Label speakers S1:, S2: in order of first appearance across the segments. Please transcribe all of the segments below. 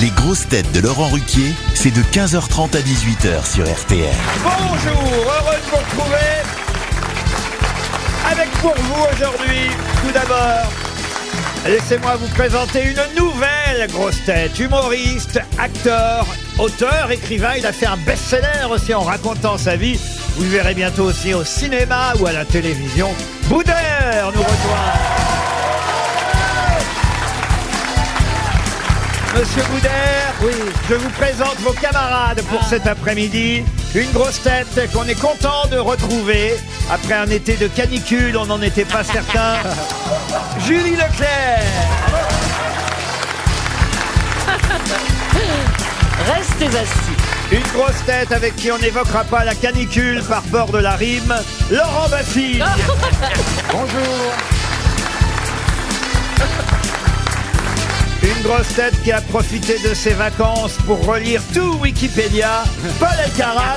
S1: Les grosses têtes de Laurent Ruquier, c'est de 15h30 à 18h sur RTL.
S2: Bonjour, heureux de vous retrouver avec pour vous aujourd'hui, tout d'abord, laissez-moi vous présenter une nouvelle grosse tête, humoriste, acteur, auteur, écrivain. Il a fait un best-seller aussi en racontant sa vie. Vous le verrez bientôt aussi au cinéma ou à la télévision. Boudère nous rejoint. Monsieur Boudère, oui. je vous présente vos camarades pour
S3: Ah.
S2: cet après-midi. Une grosse tête qu'on est content de retrouver. Après un été de canicule, on n'en était pas certain. Julie Leclerc,
S3: Restez assis.
S2: une grosse tête avec qui on n'évoquera pas la canicule par bord de la rime. Laurent Baffy. Bonjour. Une grosse tête qui a profité de ses vacances pour relire tout Wikipédia, Paul Elkarat.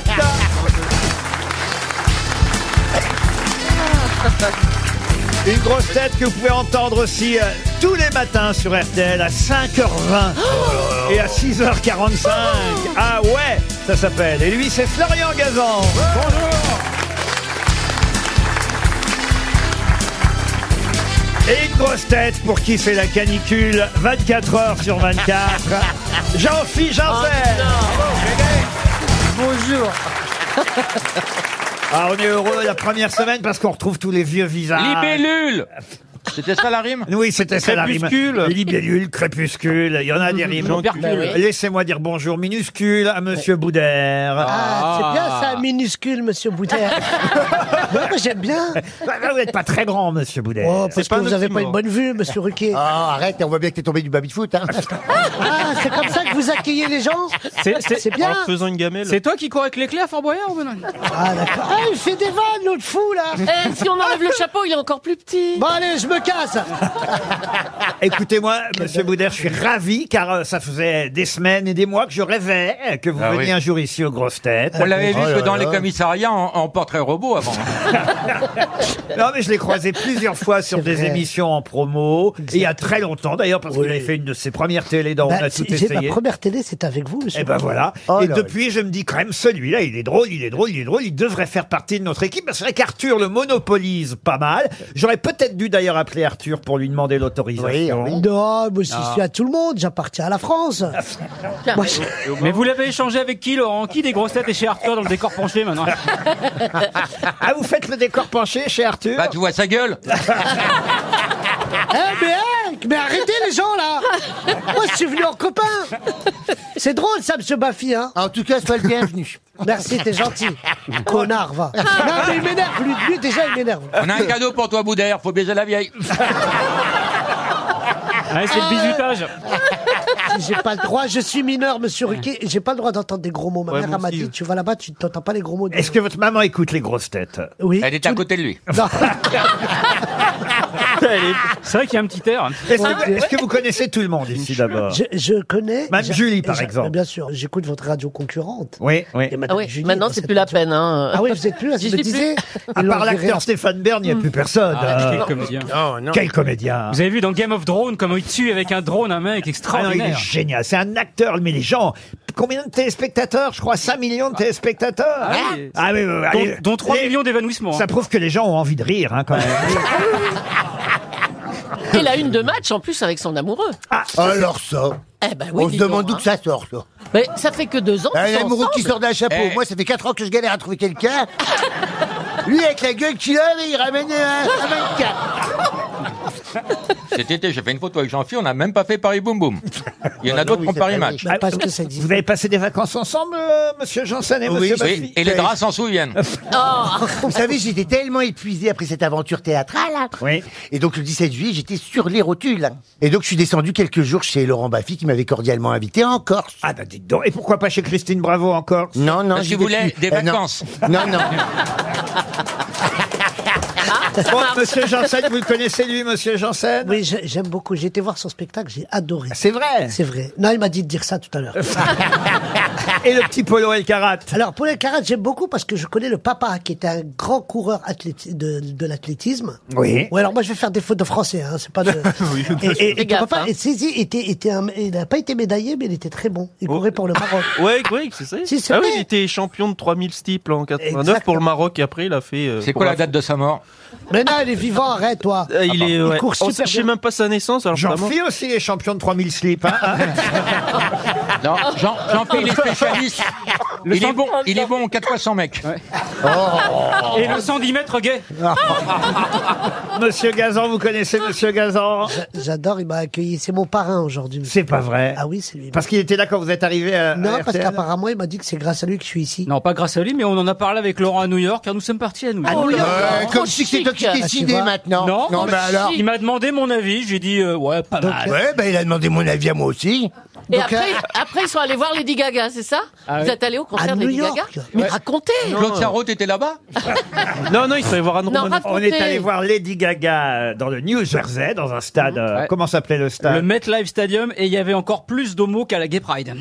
S2: Une grosse tête que vous pouvez entendre aussi euh, tous les matins sur RTL à 5h20 et à 6h45. Ah ouais, ça s'appelle. Et lui, c'est Florian Gazan. Bonjour. Et une grosse tête pour qui c'est la canicule 24 heures sur 24. Jean-Philippe Janssen.
S4: Oh,
S3: Bonjour.
S2: Ah, on est heureux la première semaine parce qu'on retrouve tous les vieux visages.
S5: Libellule C'était ça la rime
S2: Oui, c'était ça la rime.
S5: Crépuscule.
S2: Libellule, crépuscule, il y en a des rimes.
S5: L'opercule.
S2: Laissez-moi dire bonjour minuscule à Monsieur Boudère.
S6: Ah, c'est bien ça, minuscule, monsieur Boudère. Moi, moi, j'aime bien.
S2: Bah,
S7: Ah,
S2: bah, vous n'êtes pas très grand, Monsieur Boudère.
S6: Oh, parce que
S5: pas un
S6: vous n'avez pas
S5: oxymore.
S6: une bonne vue, monsieur Ruquier. Ah,
S7: Ah, arrête, on voit bien que t'es tombé du baby-foot. Hein.
S2: Ah,
S6: c'est comme ça que vous accueillez les gens
S2: bah,
S6: C'est bien.
S8: faisant une gamelle.
S5: C'est toi qui cours avec l'éclair, Fort Boyard ou Benoît
S6: Ah, d'accord. Ah, il fait des vannes, l'autre fou, là.
S3: Eh, si on enlève le chapeau, il est encore plus petit.
S6: Bon, allez, je me casse.
S2: Ah. Écoutez-moi, Monsieur Boudère, je suis ravi car euh, ça faisait des semaines et des mois que je rêvais euh, que vous
S5: Ah oui.
S2: veniez un jour ici aux grosses têtes.
S5: On l'avait vu
S7: Oh
S5: que
S7: là
S5: dans
S7: là.
S5: les commissariats, on, on porterait robot avant. hein.
S2: Non, mais je l'ai croisé plusieurs fois sur des
S6: vrai.
S2: émissions en promo. Et il y a très longtemps, d'ailleurs, parce qu'il avait fait une de ses premières télés dans
S6: Bah,
S2: On a tout
S6: J'ai ma
S2: essayé.
S6: première télé, c'est avec vous, monsieur.
S2: Et ben voilà.
S7: Oh
S2: et
S7: là
S2: depuis, je me dis quand même, celui-là, il est drôle, il est drôle, il est drôle. Il devrait faire partie de notre équipe. Parce que c'est vrai qu'Arthur le monopolise pas mal. J'aurais peut-être dû d'ailleurs appeler Arthur pour lui demander
S6: ah
S2: l'autorisation.
S7: Oui,
S6: Non, moi, je suis à tout le monde, j'appartiens à la France. Moi, je-
S9: Mais vous l'avez échangé avec qui, Laurent Qui des grosses têtes est chez Arthur dans le décor penché maintenant
S2: Ah, vous faites le décor penché chez Arthur
S5: Bah, tu vois sa gueule
S6: Eh, mais, eh, mais arrêtez les gens, là. Moi, je suis venu en copain. C'est drôle, ça, monsieur Baffy, hein.
S2: Ah,
S7: En tout cas, sois le bienvenu.
S6: Merci, t'es gentil. Connard, va.
S2: Ah.
S7: Ah.
S6: Non, mais il m'énerve, lui, lui, déjà, il m'énerve.
S5: On a un cadeau pour toi, Boudère, faut baiser la vieille.
S9: Ouais, c'est le bisutage.
S6: J'ai pas le droit, je suis mineur, monsieur Ruquet, j'ai pas le droit d'entendre des gros mots. Ma
S8: Ouais,
S6: mère
S8: moi
S6: elle m'a
S8: aussi,
S6: dit,
S8: ouais.
S6: tu vas là-bas, tu t'entends pas les gros mots.
S2: Est-ce que votre maman écoute les grosses têtes
S6: Oui.
S5: Elle est à côté de lui.
S6: Non.
S9: C'est vrai qu'il y a un petit air.
S2: Ah, Est-ce que, est-ce que vous connaissez tout le monde ici d'abord
S6: Je, je connais.
S2: Madame
S6: j'a-
S2: Julie, par
S6: j'a-
S2: exemple.
S6: Bien sûr, j'écoute votre radio concurrente.
S2: Oui, oui.
S6: Et
S3: Ah
S6: Madame
S3: oui,
S6: Julie,
S3: maintenant
S6: dans
S3: c'est
S6: cette
S3: plus la
S6: radio-
S3: peine. Hein.
S6: Ah oui, vous êtes plus là,
S3: J'y
S6: je me
S3: suis plus.
S6: disais.
S2: À part l'acteur Stéphane Bern, il n'y a plus personne. Euh, quel comédien
S9: Ah, Vous avez vu dans Game of Drone comment il tue avec un drone un
S2: Ah
S9: mec
S2: non, il est
S9: extraordinaire.
S2: génial. C'est un acteur, mais les gens. Combien de téléspectateurs Je crois 5 millions de téléspectateurs.
S9: Ah oui.
S2: Ah oui, oui, oui,
S9: Dont-
S2: allez.
S9: dont, 3
S2: Les-
S9: millions d'évanouissements.
S2: Ça
S9: hein.
S2: prouve que les gens ont envie de rire, hein, quand même.
S3: Et la une de match en plus avec son amoureux.
S2: Ah.
S7: Alors ça,
S3: Eh ben oui.
S7: on se
S3: dis
S7: demande
S3: donc,
S7: d'où que ça sort. Là.
S3: hein. Mais ça fait que deux ans.
S7: Ah,
S3: qu'ils sont
S7: L'amoureux qui
S3: ensemble.
S7: sort d'un chapeau.
S5: Eh.
S7: Moi, ça fait 4 ans que je galère à trouver quelqu'un. Lui, avec la gueule qu'il a, il ramène un, un mannequin.
S5: Cet été, j'ai fait une photo avec Jean-Philippe, on n'a même pas fait Paris Boum Boum. Il y en a
S7: Ah
S5: d'autres
S7: non,
S5: qui ont
S7: oui,
S5: Paris
S7: c'est
S5: Match.
S6: Bah, parce que ça existe.
S2: Vous avez passé des vacances ensemble, euh, monsieur Janssen et monsieur
S5: Oui,
S2: Baffi
S5: et les draps s'en souviennent.
S7: Vous savez, j'étais tellement épuisé après cette aventure théâtrale. hein.
S2: Oui.
S7: Et donc, le 17 juillet, j'étais sur les rotules. Et donc, je suis descendu quelques jours chez Laurent Baffy, qui m'avait cordialement invité en Corse.
S2: Ah bah dites donc. Et pourquoi pas chez Christine Bravo encore
S7: Non, non,
S5: Parce
S7: j'y
S5: qu'il
S7: vais
S5: voulait
S7: plus.
S5: des
S7: Eh, non.
S5: vacances.
S7: Non, non.
S2: Bon, monsieur Janssen, vous le connaissez lui, monsieur Janssen Ah,
S6: Oui, je- j'aime beaucoup. J'ai été voir son spectacle, j'ai adoré.
S2: C'est vrai.
S6: C'est vrai. Non, il m'a dit de dire ça tout à l'heure.
S2: Et le petit Polo El Karat.
S6: Alors, pour les Carat, j'aime beaucoup parce que je connais le papa qui est un grand coureur athléti- de, de l'athlétisme.
S2: Oui.
S6: Ouais, alors moi je vais faire des fautes de français, hein, c'est pas de. et, et- et ton
S3: gaffe,
S6: papa,
S3: hein.
S6: et, si, si, était, était un- il n'a pas été médaillé, mais il était très bon.
S2: Oh.
S6: Il courait pour le Maroc.
S8: Ouais, ouais, c'est ça.
S6: Si, c'est
S8: ah oui,
S6: vrai.
S8: il était champion de 3000 steeples en 89
S6: Exact.
S8: pour le Maroc et après il a fait. euh,
S5: C'est
S8: pour
S5: quoi la date de sa mort
S6: Mais non, il est vivant, arrête, toi. Ah,
S8: Euh, il est. ouais.
S6: court
S8: On
S6: super
S8: sait
S6: bien.
S8: même pas sa naissance alors
S2: J'en
S8: vraiment.
S2: fie aussi les champions de 3000 slips. hein.
S5: Non, Jean, Jean il est spécialiste. Il est bon, il est bon, 4 fois 100 mecs.
S2: Oh.
S9: Et le 110 mètres gay.
S2: Ah. monsieur Gazan, vous connaissez Monsieur Gazan
S6: J'adore, il m'a accueilli. C'est mon parrain aujourd'hui.
S2: C'est pas vrai.
S6: Ah oui, c'est lui.
S2: Parce qu'il était là quand vous êtes arrivé à, à
S6: Non, parce
S2: RTL.
S6: qu'apparemment, il m'a dit que c'est grâce à lui que je suis ici.
S9: Non, pas grâce à lui, mais on en a parlé avec Laurent à New York, car nous sommes partis à New York.
S3: oui,
S7: Euh,
S3: encore.
S7: comme si c'est toi qui
S3: Chic.
S6: Ah,
S7: décidais
S6: tu vois.
S7: maintenant.
S9: Non,
S7: non,
S9: mais
S7: bah alors.
S9: Il m'a demandé mon avis, j'ai dit euh, ouais, pas mal.
S7: Ouais, bah il a demandé mon avis à moi aussi.
S3: Et
S6: Donc,
S3: après,
S6: euh,
S3: après, ils sont allés voir Lady Gaga, c'est ça Vous êtes allés au concert
S6: À
S3: de
S6: New
S3: Lady
S6: York.
S3: Gaga
S6: Mais
S3: Mais racontez
S6: euh,
S5: Claude Sarraute était là-bas
S8: Non, non, il fallait voir Anne
S3: Non,
S8: Romanoff.
S2: On
S3: racontez
S2: est allé voir Lady Gaga euh, dans le New Jersey, dans un
S6: Mmh.
S2: stade. euh,
S9: Ouais.
S2: Comment s'appelait le
S9: Le
S2: stade
S9: MetLife Stadium, et il y avait encore plus d'homos qu'à la Gay Pride.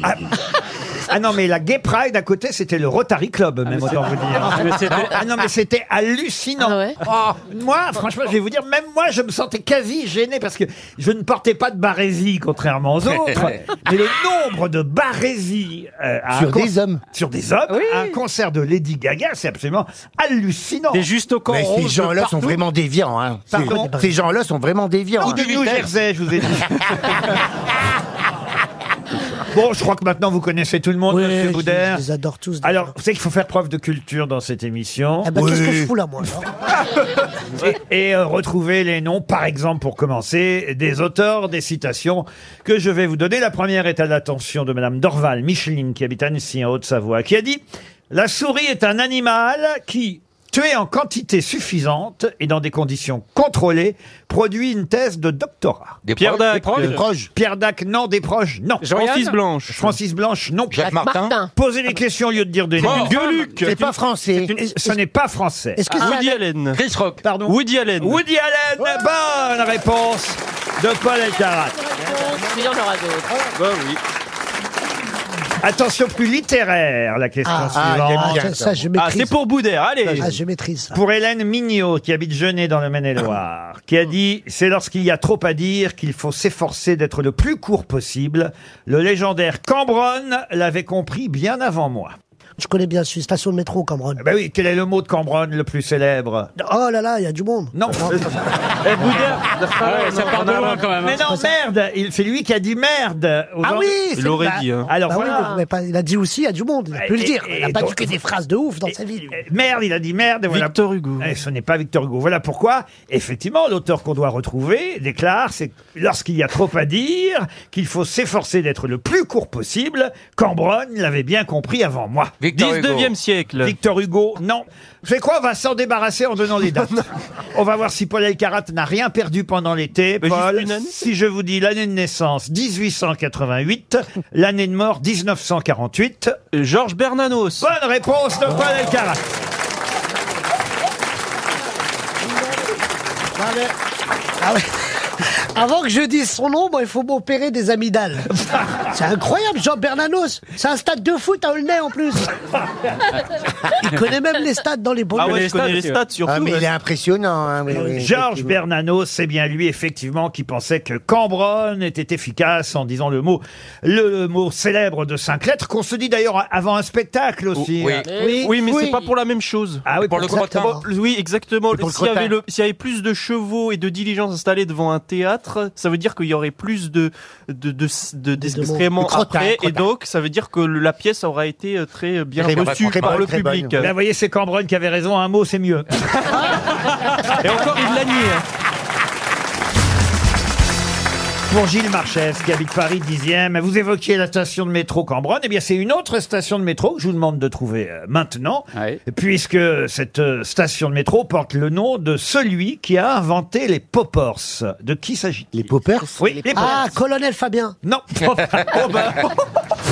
S2: Ah non, mais la Gay Pride à côté, c'était le Rotary Club, même autant vous dire.
S9: Mais c'était-
S2: Ah non, mais c'était hallucinant.
S3: Ah ouais
S2: Ah, moi, franchement, je vais vous dire, même moi, je me sentais quasi gêné parce que je ne portais pas de barésie, contrairement aux autres. mais le nombre de barésies euh, à un
S7: Sur
S2: con-
S7: des hommes.
S2: sur des hommes,
S9: Oui.
S2: à un concert de Lady Gaga, c'est absolument hallucinant.
S9: Des justes au corps
S7: Mais ces
S9: roses de
S7: gens-là sont
S9: partout.
S7: vraiment déviants. Hein. Ces-
S2: Pardon
S7: Ces gens-là sont vraiment déviants.
S2: Ou
S7: hein.
S2: du New Jersey, je vous ai dit. bon, je crois que maintenant vous connaissez tout le monde,
S6: Ouais,
S2: Monsieur
S6: je-
S2: Boudère.
S6: Je les adore tous.
S2: Alors, vous savez qu'il faut faire preuve de culture dans cette émission.
S6: Eh ben, qu'est-ce que
S7: Oui.
S6: je fous là, moi alors
S2: et, et, euh, retrouver les noms, par exemple, pour commencer, des auteurs, des citations que je vais vous donner. La première est à l'attention de Madame Dorval Micheline, qui habite Annecy, en Haute-Savoie, qui a dit « La souris est un animal qui, tué en quantité suffisante et dans des conditions contrôlées, produit une thèse de doctorat.
S5: Des
S8: Pierre
S5: proches,
S8: Dac,
S5: des
S8: euh,
S5: proches.
S7: Proche.
S2: Pierre Dac, non. Des proches, non.
S8: Francis Blanche. Ah,
S2: Francis Blanche, non.
S5: Jacques Martin.
S2: Posez les questions au lieu de dire des noms.
S5: Mort.
S8: Gueuluc.
S7: C'est pas français.
S2: Ce n'est pas français.
S6: Est-ce que c'est
S8: Ah. Woody Allen.
S5: Chris Rock.
S2: Pardon
S8: Woody Allen.
S2: Woody Allen, bonne réponse de Paul Elkarat.
S3: Il y en aura d'autres.
S2: Attention, plus littéraire, la question
S6: Ah,
S7: ah,
S2: suivante.
S6: Ah, ça, ça, je
S8: Ah,
S6: maîtrise.
S8: c'est pour Boudère, allez.
S6: Ah, je maîtrise ça.
S2: Pour Hélène Mignot, qui habite Genet dans le Maine-et-Loire, qui a dit « C'est lorsqu'il y a trop à dire qu'il faut s'efforcer d'être le plus court possible. Le légendaire Cambronne l'avait compris bien avant moi.
S6: Je connais bien suis station de métro, Cameron.
S2: Eh Ben oui, quel est le mot de Cambronne le plus célèbre
S6: Oh là là, il y a du monde.
S2: Non.
S8: Eh, Boudère.
S9: Ah Ouais, ça part de loin quand même.
S2: Mais
S9: hein.
S2: non, merde il- C'est lui qui a dit merde euh, aux
S6: Ah
S2: gens-
S6: oui, c'est-
S8: Il aurait
S6: bah-
S8: dit. hein.
S2: Alors
S6: Bah oui,
S2: voilà.
S6: mais- mais pas- il a dit aussi, il y a du monde. Il a pu le
S2: Et-
S6: dire.
S2: et
S6: Il a pas dit
S2: donc-
S6: que des phrases de ouf dans sa vie. lui.
S2: Eh, Merde, il a dit merde. et voilà.
S8: Victor Hugo.
S2: Eh, ce n'est pas Victor Hugo. Voilà pourquoi, effectivement, l'auteur qu'on doit retrouver déclare, c'est lorsqu'il y a trop à dire, qu'il faut s'efforcer d'être le plus court possible. Cambronne l'avait bien compris avant moi.
S5: Victor Hugo.
S8: 19e siècle.
S2: Victor Hugo, non. C'est quoi On va s'en débarrasser en donnant les dates. On va voir si Paul Elkarat n'a rien perdu pendant l'été.
S8: Mais juste
S2: Paul,
S8: une année
S2: si je vous dis l'année de naissance 1888, l'année de mort 1948.
S8: Euh, Georges Bernanos.
S2: Bonne réponse de Paul Elkarat.
S6: Ah, mais- Ah ouais. Avant que je dise son nom, bon, il faut m'opérer des amygdales. C'est incroyable, Jean Bernanos. C'est un stade de foot à Aulnay en plus. Il connaît même les stades dans les banlieues.
S8: Ah ouais,
S9: les
S8: je connais
S9: stats,
S8: les
S9: monsieur.
S8: stats surtout.
S7: Ah, mais il est
S8: ouais.
S7: impressionnant. Hein, oui, oui,
S2: Georges
S7: effectivement.
S2: Bernanos, c'est bien lui effectivement qui pensait que Cambronne était efficace en disant le mot, le mot célèbre de cinq lettres qu'on se dit d'ailleurs avant un spectacle aussi. hein.
S5: Oui.
S3: Oui.
S8: Oui, mais
S3: Oui.
S8: c'est pas pour la même chose.
S2: Ah oui,
S5: Pour le
S6: Exactement.
S5: crottin.
S8: Oui, exactement.
S7: pour le
S8: S'il y, avait
S7: crottin.
S8: le- s'il y avait plus de chevaux et de diligences installées devant un théâtre, ça veut dire qu'il y aurait plus de de de, de- d'excréments
S7: De crottin,
S8: après,
S7: crottin.
S8: et donc ça veut dire que le- la pièce aura été euh, très bien
S7: Très bonne,
S8: reçue
S7: très
S8: par
S7: bonne,
S8: le
S7: très bonne.
S8: public.
S2: Là, vous voyez, c'est Cambronne qui avait raison, un mot, c'est mieux.
S8: Et encore il l'a nié. hein.
S2: Pour Gilles Marchès, qui habite Paris 10e, vous évoquiez la station de métro Cambronne. Eh bien, c'est une autre station de métro que je vous demande de trouver euh, maintenant,
S9: Ouais.
S2: puisque cette euh, station de métro porte le nom de celui qui a inventé les poppers. De qui s'agit-il
S7: Les poppers
S2: Oui, les poppers.
S6: Ah, colonel Fabien.
S2: Non. Oh bah.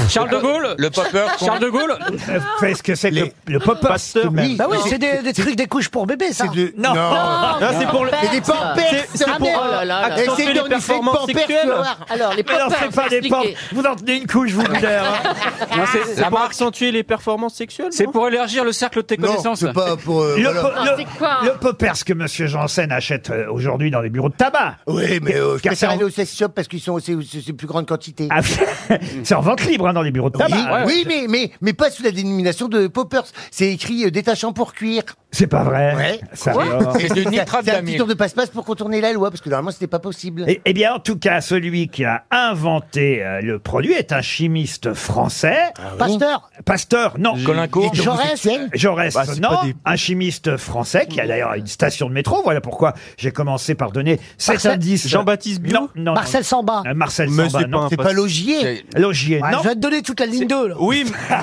S9: Charles de Gaulle
S5: Le popper
S9: Charles de Gaulle
S2: Vous savez ce Euh, que c'est que
S7: Les-
S2: le, le pop-up tout de même.
S6: Bah oui, c'est des, des trucs, des couches pour bébé, ça.
S7: C'est de...
S2: Non.
S8: Là, c'est pour le-
S7: C'est des pampers
S8: C'est- c'est
S7: Ah,
S8: pour-
S7: merde.
S3: Oh là là là.
S7: Et c'est
S8: Accentuer les
S7: dans du fake
S8: performances
S7: pampers,
S8: sexuelles.
S7: tu vas voir.
S3: Alors, les
S2: Mais non,
S3: poppers,
S2: c'est pas des
S3: expliquez.
S2: pampers. Vous en tenez une couche, vous, Boudère, hein.
S9: Non, c'est-
S8: C'est
S9: la
S8: pour
S9: marque.
S8: accentuer les performances sexuelles
S9: C'est
S8: non
S9: pour élargir le cercle de tes
S10: Non,
S9: connaissances.
S10: c'est pas pour. euh,
S2: Le,
S10: voilà.
S2: po-
S3: Ah,
S2: le-
S3: c'est quoi
S2: le poppers que Monsieur Janssen achète euh, aujourd'hui dans les bureaux de tabac.
S10: Oui, mais euh,
S7: Je préfère
S2: Car-
S7: aller au sex shop parce qu'ils sont aussi- c'est c'est plus grande quantité.
S2: Ah, c'est en vente libre hein, dans les bureaux de
S7: oui,
S2: tabac.
S7: oui, mais, mais, mais pas sous la dénomination de poppers. C'est écrit euh, détachant pour cuir.
S2: C'est pas vrai.
S7: Ouais.
S2: Ça alors.
S5: C'est du nitrate
S7: C'est un petit
S5: d'amyle.
S7: tour de passe-passe pour contourner la loi parce que normalement c'était pas possible.
S2: Eh eh bien, en tout cas, celui qui a inventé euh, le produit est un chimiste français.
S10: Ah
S7: Pasteur,
S2: Pasteur, non.
S5: Colincourt.
S7: Jaurès,
S2: Jaurès,
S10: Ah,
S8: Bah, c'est
S2: non.
S8: pas des-
S2: Un chimiste français qui a d'ailleurs une station de métro. Voilà pourquoi j'ai commencé par donner cet
S6: Marcel-
S2: indice.
S8: Jean-Baptiste Biot
S2: Non, non, non.
S6: Marcel Samba.
S2: Euh, Marcel
S8: Mais
S2: Samba,
S8: c'est pas
S2: non.
S8: un
S7: c'est pas logier.
S5: C'est-
S2: Logier,
S6: Ouais,
S2: non.
S6: Ah, Je vais te donner toute la ligne 2, là.
S8: Oui, mais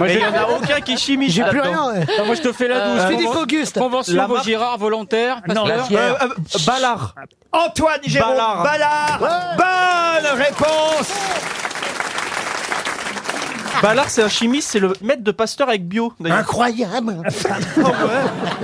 S8: mais il n'y en a aucun qui est chimie.
S6: J'ai plus
S8: là-dedans.
S6: rien. ouais.
S9: Attends, moi, je te fais la douce.
S6: Je fais des
S9: Conven-
S6: Auguste.
S9: Convention
S8: La marque-
S9: Vaugirard volontaire.
S2: Non,
S9: Pasteur.
S2: la
S8: Euh, euh, Ballard.
S2: Antoine Jérôme Ballard.
S8: Ballard.
S2: Bonne réponse.
S8: Ballard, Bah, c'est un chimiste, c'est le maître de Pasteur avec Bio. d'ailleurs.
S7: Incroyable.
S8: hein.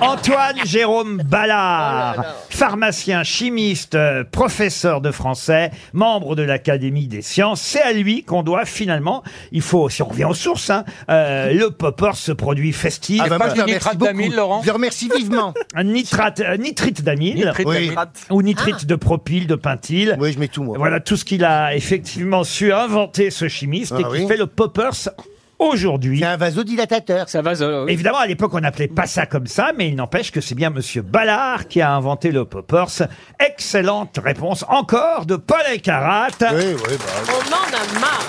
S2: Antoine Jérôme Ballard,
S3: Oh là là.
S2: pharmacien, chimiste, euh, professeur de français, membre de l'Académie des sciences. C'est à lui qu'on doit finalement, il faut, si on revient aux sources, hein, euh, le popper, ce produit festif,
S5: C'est
S10: bah,
S5: pas
S10: bah,
S5: du
S10: merci
S5: nitrate d'amyle, Laurent
S7: Je le remercie vivement.
S2: un nitrate, euh, nitrite d'amyle
S5: Nitrate
S10: Oui.
S5: d'amyle.
S2: ou nitrite de propyle, de pentyle.
S7: oui, je mets tout moi.
S2: Voilà tout ce qu'il a effectivement su inventer ce chimiste et
S7: Ah
S2: qui
S7: oui.
S2: fait le poppers aujourd'hui.
S7: C'est un vasodilatateur.
S9: Ça va, ça va, oui.
S2: Évidemment, à l'époque, on n'appelait pas ça comme ça, mais il n'empêche que c'est bien Monsieur Ballard qui a inventé le poppers. Excellente réponse encore de Paul Elkarat.
S10: Oui, oui, bah,
S3: On en a marre.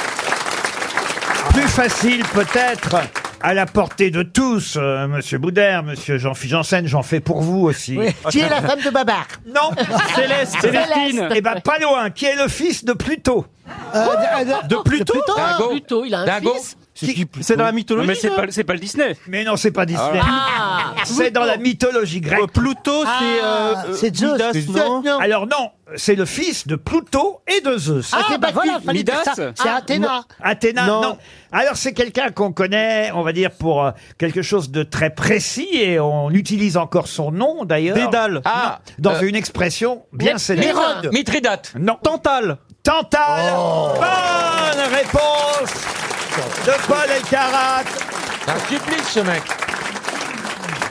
S2: Plus facile peut-être à la portée de tous, euh, Monsieur Boudère, Monsieur Jean-Philippe Janssen, j'en fais pour vous aussi.
S7: Qui est la femme de Babar
S2: Non,
S9: Céleste. Célestine.
S2: eh ben pas loin. Qui est le fils de Pluto
S6: de Pluto
S5: Dingo.
S3: Plutôt, il a un
S5: Dingo.
S3: fils.
S8: C'est dans la mythologie.
S9: Non, mais c'est
S8: ça.
S9: pas, c'est pas le Disney.
S2: Mais non, c'est pas Disney.
S3: Ah
S2: C'est dans la mythologie
S8: Euh,
S2: grecque.
S8: Pluto,
S6: Ah.
S8: c'est. euh, euh,
S6: c'est Zeus,
S8: Midas,
S6: c'est Zeus,
S8: non
S2: Alors non, c'est le fils de Pluto et de Zeus.
S6: Ah, bah voilà, fallait dire ça.
S9: Midas
S6: Ah. C'est Athéna.
S2: Athéna, non.
S8: Non.
S2: Alors c'est quelqu'un qu'on connaît, on va dire, pour euh, quelque chose de très précis et on utilise encore son nom d'ailleurs.
S8: Dédale.
S5: Ah,
S2: Dans
S5: euh,
S2: une expression bien célèbre.
S3: Hérode.
S5: Mithridate.
S2: Non. Tantale. Tantale.
S5: Oh.
S2: Bonne réponse de Paul Elkarat.
S5: C'est un supplice, ce mec.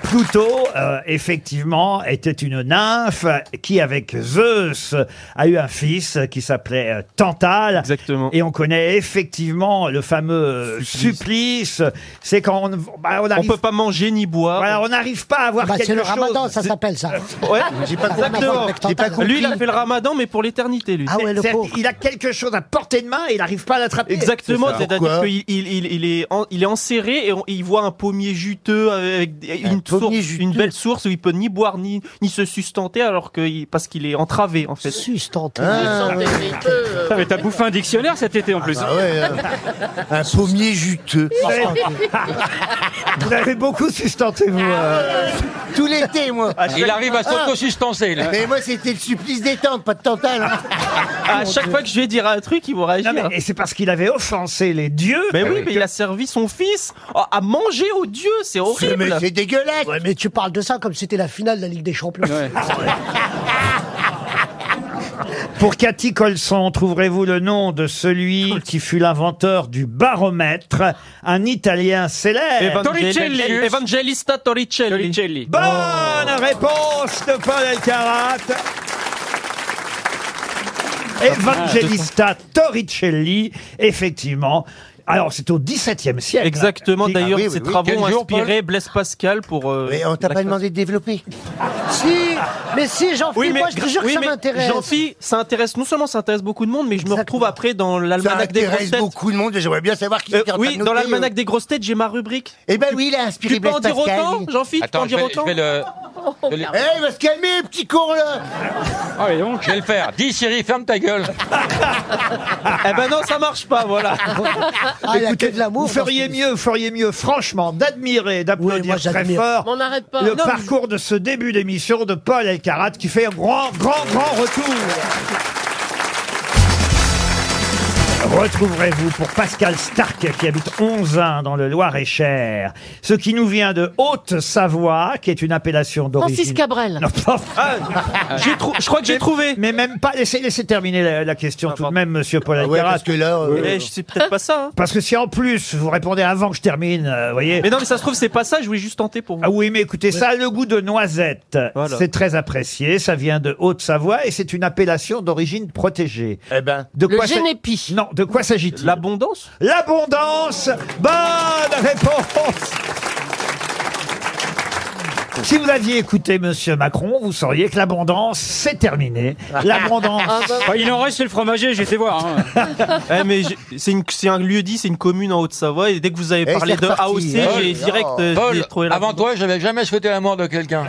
S2: Pluto, euh, effectivement, était une nymphe qui, avec Zeus, a eu un fils qui s'appelait euh, Tantale.
S8: Exactement.
S2: Et on connaît effectivement le fameux euh, supplice. C'est quand on, bah, on
S8: On
S2: arrive-
S8: peut pas manger ni boire.
S2: voilà, on n'arrive pas à avoir
S6: Bah,
S2: quelque
S6: c'est le
S2: chose.
S6: ramadan, ça
S2: C'est-
S6: s'appelle ça. Ah,
S8: Ouais,
S10: j'ai pas compris.
S8: exactement.
S6: Avec tentacle.
S8: Lui, il a fait le ramadan, mais pour l'éternité, lui.
S6: Ah ouais, le
S2: c'est-
S6: pauvre.
S2: Il a quelque chose à portée de main et il n'arrive pas à l'attraper.
S8: Exactement,
S10: C'est ça.
S8: c'est-à-dire
S10: Pourquoi
S8: qu'il il, il, il est, en- il est enserré et on- il voit un pommier juteux avec des- une,
S7: pommier
S8: source-
S7: juteux.
S8: une belle source où il peut ni boire ni, ni se sustenter alors que il- parce qu'il est entravé en fait.
S6: Sustenté.
S10: Ah,
S3: Santé, mais eux,
S9: Putain,
S8: euh.
S9: mais t'as bouffé un dictionnaire cet été en plus.
S2: Ah
S6: Ah
S10: bah ouais, euh, un pommier juteux.
S2: Vous avez, Vous avez beaucoup sustenté, vous. euh.
S7: Tout l'été, moi.
S8: Ah,
S7: Ah.
S5: Il arrive à s'autosustancer. là.
S7: Mais moi, c'était le supplice des tentes, pas de tantale. hein.
S8: Ah, À chaque fois que je vais dire un truc, il va réagir.
S2: Non, mais- et c'est parce qu'il avait offensé les dieux.
S8: mais oui, mais il a servi son fils oh, à à manger aux dieux, c'est
S7: C'est-
S8: horrible.
S7: mais C'est dégueulasse.
S6: Ouais, mais tu parles de ça comme si c'était la finale de la Ligue des Champions.
S9: Ouais.
S2: Pour Cathy Colson, trouverez-vous le nom de celui qui fut l'inventeur du baromètre, un Italien célèbre.
S9: Torricelli.
S8: Evangelista Torricelli. Oh.
S9: Torricelli.
S2: Bonne réponse de Paul Elkarat.
S8: Ah,
S2: Evangelista Torricelli, effectivement. Alors, c'est au XVIIe siècle.
S8: Exactement,
S2: hein, qui-
S8: d'ailleurs,
S7: oui, oui,
S8: ses
S7: oui.
S8: travaux
S5: Quel
S8: ont
S5: jour, Paul
S8: inspiré Blaise Pascal pour. euh,
S7: Mais on t'a
S8: la-
S7: pas demandé de développer.
S6: Si, mais si, j'en
S8: Oui,
S6: fais,
S8: mais,
S6: moi, je te jure
S8: oui,
S6: que
S8: mais
S6: ça m'intéresse.
S8: Jean-Phi, ça intéresse, non seulement ça intéresse beaucoup de monde, mais je me
S6: Exactement.
S8: retrouve après dans
S10: Ça
S8: l'almanach des grosses
S10: intéresse
S8: têtes.
S10: beaucoup de monde. et J'aimerais bien savoir qui est
S8: Euh,
S10: en train
S8: oui,
S10: de
S8: dans
S10: noter,
S8: l'almanach
S10: euh.
S8: des grosses têtes, j'ai ma rubrique.
S7: Eh ben oui, il a inspiré
S8: Tu peux en
S7: Blaise
S8: dire
S7: Pascal.
S8: autant, Jean-Phi Tu peux en
S5: Attends, je
S8: dire
S5: vais, je
S8: autant
S5: vais le, je vais le-
S7: Eh, il va se calmer, petit con, là
S9: Ah, oui, donc.
S5: je vais le faire. Dis Siri, ferme ta gueule.
S8: Eh ben non, ça marche pas, voilà.
S6: Ah, il y a que
S2: Bah, Écoutez,
S6: de l'amour.
S2: Vous feriez
S6: dans
S2: mieux, vous feriez mieux, franchement, d'admirer,
S6: Oui, moi,
S2: d'applaudir très
S6: j'admire.
S2: fort.
S3: on n'arrête pas.
S2: le parcours de ce début d'émission de Paul Elkarat qui fait un grand, grand, grand retour. Retrouverez-vous pour Pascal Stark qui habite 11 dans le Loir-et-Cher, ce qui nous vient de Haute-Savoie, qui est une appellation d'origine.
S3: Francis Cabrel.
S2: Non, pas- ah,
S8: J'ai trou- Je crois que j'ai trouvé.
S2: mais même pas. Laissez, laissez terminer la, la question tout de même, Monsieur Paul
S10: Ah, ouais,
S2: Alcaraz.
S10: parce que là. euh,
S8: Mais c'est peut-être pas ça. hein.
S2: Parce que si en plus vous répondez avant que je termine, euh, vous voyez.
S8: Mais non, mais ça se trouve, c'est pas ça. Je voulais juste tenter pour vous.
S2: Ah oui, mais écoutez, ça a le goût de noisette.
S8: Voilà.
S2: C'est très apprécié. Ça vient de Haute-Savoie et c'est une appellation d'origine protégée.
S10: Eh ben.
S2: De
S3: Le
S2: quoi s'ag-
S3: génépi.
S2: Non, de quoi s'agit-il
S8: L'abondance
S2: L'abondance Bonne réponse si vous aviez écouté Monsieur Macron, vous sauriez que l'abondance, c'est terminé. L'abondance,
S3: Ah, bah
S9: Enfin, il en reste chez le fromager, j'étais voir. hein.
S8: Eh, mais j'ai- c'est une- c'est un lieu dit, c'est une commune en Haute-Savoie. Et dès que vous avez
S10: Eh,
S8: parlé
S10: c'est
S8: de
S10: reparti.
S8: AOC,
S10: Oh
S8: j'ai
S10: là.
S8: direct euh,
S5: Paul,
S8: j'ai trouvé
S5: avant
S8: l'abondance.
S5: toi, j'avais jamais souhaité la mort de quelqu'un.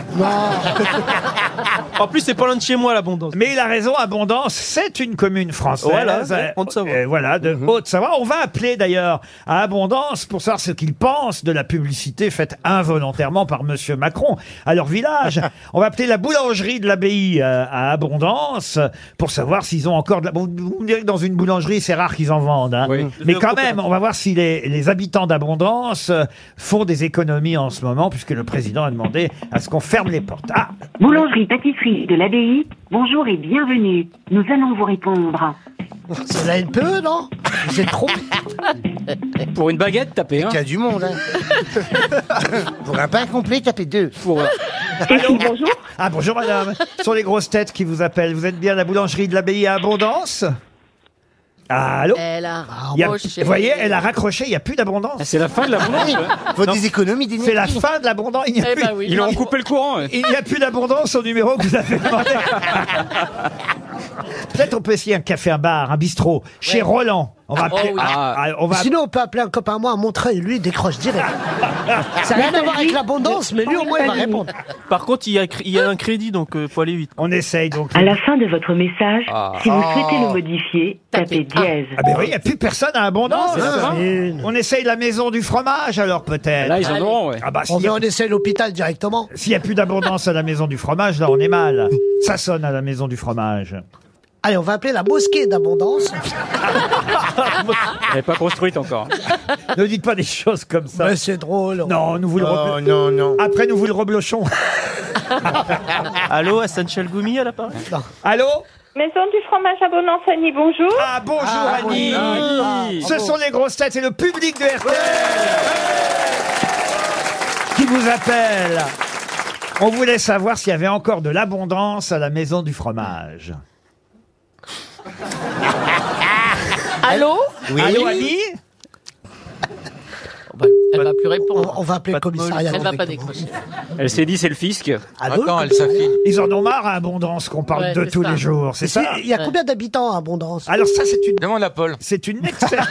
S8: En plus, c'est pas loin de chez moi l'abondance.
S2: mais il a raison, abondance, c'est une commune française.
S8: Voilà, ouais,
S2: Euh,
S8: Haute-Savoie.
S2: euh, voilà, de Haute-Savoie. On va appeler d'ailleurs à abondance pour savoir ce qu'il pense de la publicité faite involontairement par Monsieur Macron à leur village. On va appeler la boulangerie de l'abbaye euh, à abondance pour savoir s'ils ont encore de la... Bon, vous me direz que dans une boulangerie, c'est rare qu'ils en vendent. hein.
S9: Oui.
S2: Mais
S8: Le
S2: quand
S8: coopératif.
S2: même, on va voir si les, les habitants d'abondance euh, font des économies en ce moment puisque le président a demandé à ce qu'on ferme les portes. Ah,
S11: Boulangerie-pâtisserie de l'abbaye, bonjour et bienvenue. Nous allons vous répondre.
S6: C'est la NPE, non C'est trop.
S9: Pour une baguette, tapez un.
S7: Il y a du monde, hein. Pour un pain complet, tapez deux.
S9: Pour, euh,
S11: Allô, bonjour.
S2: Ah bonjour madame, ce sont les grosses têtes qui vous appellent. Vous êtes bien à la boulangerie de l'abbaye à Abondance Ah, Allô
S3: Elle a
S2: Il y a-
S3: raccroché.
S2: Vous voyez, elle a raccroché, il n'y a plus d'abondance.
S9: Ah,
S2: Ah,
S9: c'est la fin de l'abondance. hein.
S7: Faut des économies, des
S2: C'est la
S7: négatifs.
S2: fin de l'abondance. Il n'y a
S3: Eh
S2: plus,
S3: ben oui.
S9: Ils ont coupé le courant. ouais.
S2: il n'y a plus d'abondance au numéro que vous avez demandé. Peut-être on peut essayer un café, un bar, un bistrot, chez Roland. On va
S3: Oh
S2: appeler-
S3: oui.
S2: Ah, ah, on va
S6: Sinon, on peut appeler un copain à moi à Montreuil, lui, il décroche direct. Ça n'a rien à voir avec l'abondance, mais lui, au moins, il va répondre.
S8: Par contre, il y a, cr- il y a un crédit, donc euh, faut aller vite.
S2: on essaye donc.
S11: À la fin de votre message, si vous souhaitez
S9: Ah.
S11: le modifier,
S3: Tapez
S11: tapez dièse.
S2: Ah ben oui, il n'y a plus personne à abondance.
S9: Non, c'est la fin.
S2: on essaye la maison du fromage alors peut-être.
S9: Là, ils en
S3: Allez.
S9: auront, ouais.
S2: Ah bah,
S6: On
S2: s'il y a
S6: vient, on essaie l'hôpital directement.
S2: S'il n'y a plus d'abondance à la maison du fromage, là on est mal. Ça sonne à la maison du fromage.
S6: Allez, on va appeler la mosquée d'abondance.
S9: Elle n'est pas construite encore.
S2: Ne dites pas des choses comme ça.
S6: Mais c'est drôle.
S2: Non, nous vous le reblo-
S10: Oh non, non.
S2: Après, nous vous le reblochons.
S8: Allô, Hassan Chalgoumi à l'appareil
S2: Allô
S11: Maison du fromage abondance, Annie, bonjour.
S2: Ah, bonjour Annie Ce sont les grosses têtes et le public de RTL qui vous appelle. On voulait savoir s'il y avait encore de l'abondance à la maison du fromage.
S3: Allô
S2: Allô Annie
S3: Elle va plus
S6: On,
S3: répondre.
S6: on va appeler le commissariat.
S3: Elle va pas
S6: directement.
S3: décrocher.
S9: Elle s'est dit, c'est le fisc.
S2: Ah,
S6: Allô,
S5: Attends,
S6: le
S5: elle s'affine.
S2: Ils en ont marre à abondance qu'on parle
S3: Ouais,
S2: de
S3: c'est
S2: tous
S3: ça.
S2: les jours, c'est ça
S6: Il y a combien d'habitants à Abondance
S2: Alors ça, c'est une...
S5: Demande à Paul.
S2: C'est une excellente...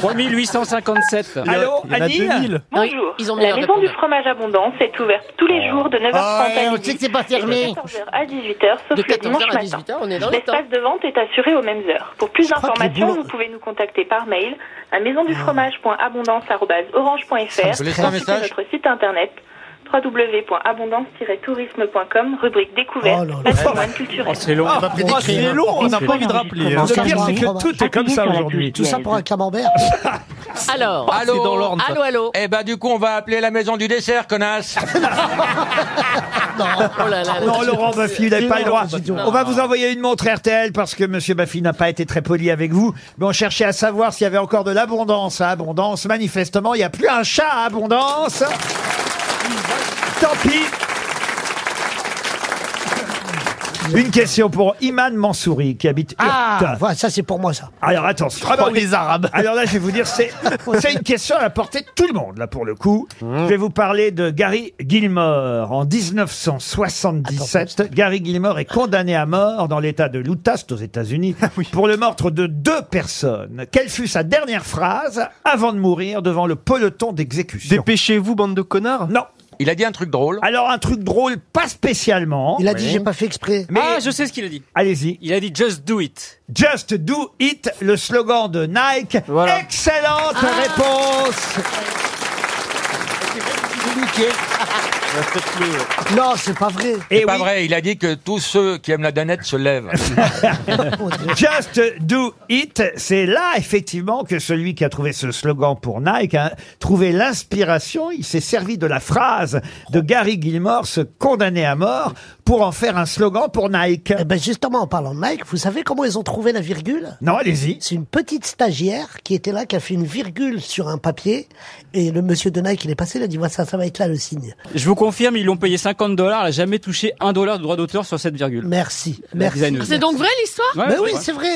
S9: 3857.
S8: Il y a-
S2: Allô,
S8: il y en a
S2: Annie
S8: 2000.
S3: Non, ils-
S11: Bonjour.
S3: ils ont mis un
S11: la maison du
S3: répondeur.
S11: fromage abondance est ouverte tous les jours de 9h30
S7: Ah,
S11: à
S7: on sait que
S11: midi
S7: c'est pas
S11: et de
S7: fermé.
S11: 14h à 18h, sauf
S3: De
S11: le dimanche
S3: 14h à
S11: matin.
S3: 18h, on est dans les temps.
S11: L'espace de vente est assuré aux mêmes heures. Pour plus
S6: Je crois que les
S11: d'informations,
S6: boulons-
S11: vous pouvez nous contacter par mail à maisondufromage.abondance.orange.fr
S5: Je laisse
S11: ainsi
S5: un
S11: que
S5: message.
S11: notre site internet www.abondance-tourisme.com, rubrique découverte,
S6: Oh là là.
S11: patrimoine culturel.
S9: Oh, c'est long.
S10: On va appeler des
S8: Oh, c'est
S10: créneaux.
S8: long, on n'a pas envie de rappeler.
S6: Comment
S2: Le
S6: ça,
S2: pire,
S6: moi,
S2: c'est
S6: fromage
S2: que tout est comme ça aujourd'hui.
S6: Tout ça pour un camembert
S3: Alors,
S5: Allô
S8: dans l'ordre.
S3: allô, allô.
S5: Eh ben, du coup, on va appeler la maison du dessert, connasse.
S3: Oh là là là.
S2: Ah, Non, Laurent Baffy, vous n'avez pas le droit.
S6: c'est idiot.
S2: On va vous envoyer une montre RTL parce que Monsieur Baffy n'a pas été très poli avec vous. Mais on cherchait à savoir s'il y avait encore de l'abondance à abondance. Manifestement, il n'y a plus un chat à abondance. Tant pis. Une question pour Iman Mansouri qui habite
S6: Ah,
S2: Urte.
S6: voilà, ça c'est pour moi ça.
S2: Alors attention. Ah bah oui. Alors là, je vais vous dire, c'est c'est une question à la portée de tout le monde, là, pour le coup.
S8: Mmh.
S2: Je vais vous parler de Gary Gilmore. En
S8: Ah,
S2: 1977,
S8: bah,
S2: Gary Gilmore est condamné à mort dans l'État de l'Utah, c'est aux États-Unis,
S8: Ah
S2: pour le meurtre de deux personnes. Quelle fut sa dernière phrase avant de mourir devant le peloton d'exécution
S8: Dépêchez-vous, bande de connards.
S2: Non.
S5: Il a dit un truc drôle.
S2: Alors, un truc drôle, pas spécialement.
S6: Il a dit j'ai pas fait exprès.
S2: Mais-
S9: Ah, je sais ce qu'il a dit.
S2: Allez-y.
S9: Il a dit just do it.
S2: Just do it, le slogan de Nike.
S8: Voilà.
S6: Ah.
S2: Excellente réponse
S6: Non, c'est pas vrai.
S5: C'est pas vrai, il a dit que tous ceux qui aiment la danette se lèvent.
S6: Oh,
S2: Just do it, c'est là effectivement que celui qui a trouvé ce slogan pour Nike a trouvé l'inspiration. Il s'est servi de la phrase de Gary Gilmore, ce condamné à mort, pour en faire un slogan pour Nike.
S6: Eh ben justement, en parlant de Nike, vous savez comment ils ont trouvé la virgule
S2: Non, allez-y.
S6: C'est une petite stagiaire qui était là, qui a fait une virgule sur un papier, et le monsieur de Nike, il est passé, il a dit, voilà, ça, ça va être là le signe.
S9: Je vous confirme, ils l'ont payé 50 dollars, elle a jamais touché un dollar de droit d'auteur sur cette virgule.
S6: Merci,
S9: La
S6: merci.
S9: designeuse.
S3: C'est donc vrai l'histoire
S9: Ouais,
S6: Mais
S9: c'est
S6: oui,
S9: vrai.
S6: c'est vrai.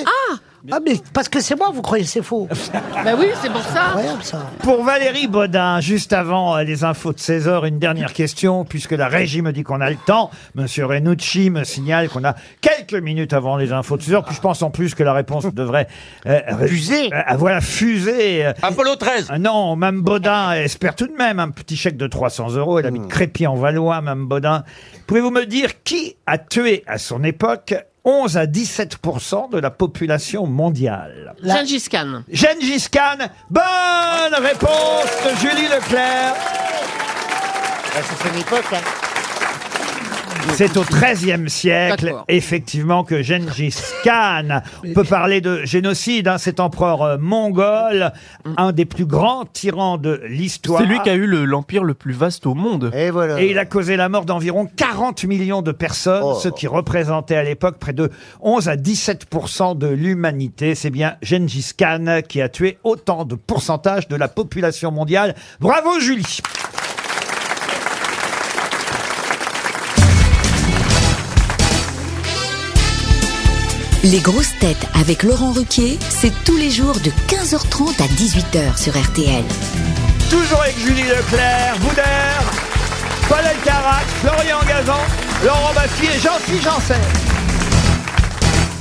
S6: Ah mais parce que c'est moi, vous croyez que c'est faux.
S3: Bah oui, c'est pour ça.
S6: Incroyable ça.
S2: Pour Valérie Baudin, juste avant euh, les infos de 16h, une dernière question, puisque la régie me dit qu'on a le temps. Monsieur Renucci me signale qu'on a quelques minutes avant les infos de 16h. Puis je pense en plus que la réponse devrait... euh, ré-
S7: Fuser.
S2: euh, voilà, fuser. euh,
S5: Apollo 13
S2: Ah non, Mme Baudin espère tout de même un petit chèque de 300 euros. Elle habite Crépy en Valois, Mme Baudin. Pouvez-vous me dire qui a tué à son époque 11 à 17 de la population mondiale
S3: Gengis Khan.
S2: Gengis Khan, bonne réponse de Julie Leclerc.
S7: c'est son époque. hein.
S2: C'est au XIIIe siècle,
S3: D'accord.
S2: effectivement, que Gengis Khan, on peut parler de génocide, hein, cet empereur euh, mongol, un des plus grands tyrans de l'histoire.
S8: C'est lui qui a eu le- l'empire le plus vaste au monde.
S2: Eh
S7: Et voilà.
S2: Et il a causé la mort d'environ 40 millions de personnes,
S7: Oh.
S2: ce qui représentait à l'époque près de 11 à 17 de l'humanité. C'est bien Gengis Khan qui a tué autant de pourcentage de la population mondiale. Bravo Julie
S12: Les grosses têtes avec Laurent Ruquier, c'est tous les jours de 15h30 à 18h sur RTL.
S2: Toujours avec Julie Leclerc, Boudère, Paul Elkarat, Florian Gazan, Laurent Baffi et Jean-Philippe Janssen.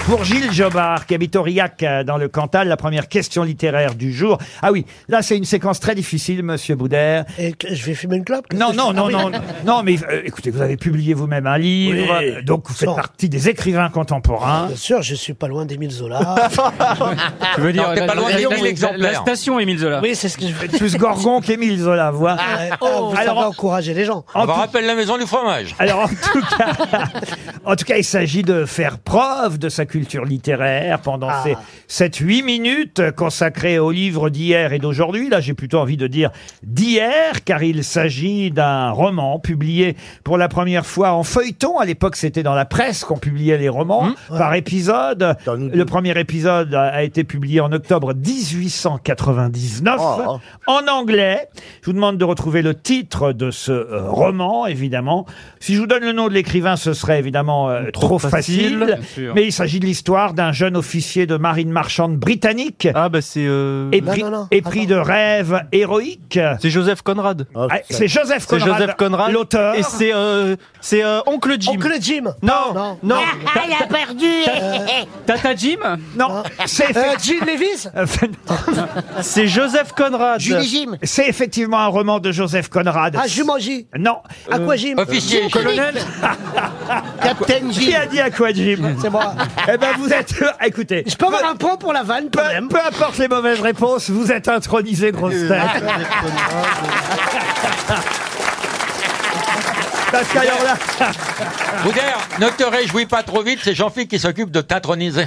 S2: Pour Gilles Jobard, qui habite Aurillac, euh, dans le Cantal, la première question littéraire du jour. Ah oui, là c'est une séquence très difficile, monsieur Boudère.
S6: Et que- je vais fumer une clope qu'est-ce
S2: Non,
S6: que
S2: non,
S6: je-
S2: non,
S6: Ah oui.
S2: non, non, mais euh, écoutez, vous avez publié vous-même un livre,
S6: Oui.
S2: euh, donc vous faites
S6: Sans.
S2: partie des écrivains contemporains.
S6: Bien sûr, je suis pas loin d'Émile
S2: Ah.
S6: Zola.
S9: Tu veux dire,
S5: Non, t'es pas loin de
S9: la-
S5: mille
S9: la-
S5: exemplaires.
S9: la station Émile Zola.
S6: oui, c'est ce que je veux dire.
S2: Plus Gorgon qu'Émile Zola, vous voyez.
S6: Ouais,
S2: oh,
S6: vous
S2: alors-
S6: savez encourager les gens.
S2: En
S5: On va
S2: tout- Ah,
S5: rappeler la maison du fromage.
S2: Alors en tout cas, en tout cas, il s'agit de faire preuve de sa culture littéraire pendant
S6: Ah.
S2: ces 7-8 minutes consacrées aux livres d'hier et d'aujourd'hui. Là, j'ai plutôt envie de dire d'hier, car il s'agit d'un roman publié pour la première fois en feuilleton. À l'époque, c'était dans la presse qu'on publiait les romans par épisode.
S7: Hum. Dans nous deux.
S2: Le premier épisode a- a été publié en octobre 1899
S7: Oh.
S2: en anglais. Je vous demande de retrouver le titre de ce euh, roman, évidemment. Si je vous donne le nom de l'écrivain, ce serait évidemment euh, trop,
S8: Trop
S2: facile.
S8: facile,
S9: bien sûr.
S2: mais il s'agit de l'histoire d'un jeune officier de marine marchande britannique,
S8: Ah bah c'est... euh,
S2: épris,
S6: non, non,
S2: épris de rêves héroïques.
S8: C'est Joseph Conrad.
S7: Oh,
S2: Ah,
S7: ça-
S2: C'est Joseph
S8: C'est
S2: Conrad,
S8: Joseph Conrad.
S2: l'auteur.
S8: Et c'est euh, c'est euh, Oncle Jim.
S6: Oncle Jim.
S8: Non,
S6: Non. Ah,
S8: non, Ah,
S11: il a perdu
S2: Euh,
S9: Tata Euh, Jim
S2: Non, c'est
S6: Euh, Jim Levis
S8: c'est Joseph Conrad.
S7: Julie Jim.
S2: c'est effectivement un roman de Joseph Conrad.
S6: Ah, Jumanji.
S2: Non.
S6: À
S8: Euh,
S6: quoi Jim
S5: Euh, Officier.
S9: Colonel
S7: Captain
S2: Qui
S7: Jim.
S2: a dit à quoi, Jim
S6: C'est moi.
S2: Eh ben, vous êtes. Écoutez.
S6: Je peux avoir un point pour la vanne,
S2: Peu,
S6: quand même.
S2: peu importe les mauvaises réponses, vous êtes intronisé, grosse tête. Parce qu'alors là,
S5: Boudère, ne te réjouis pas trop vite, c'est Jean-Philippe qui s'occupe de t'introniser.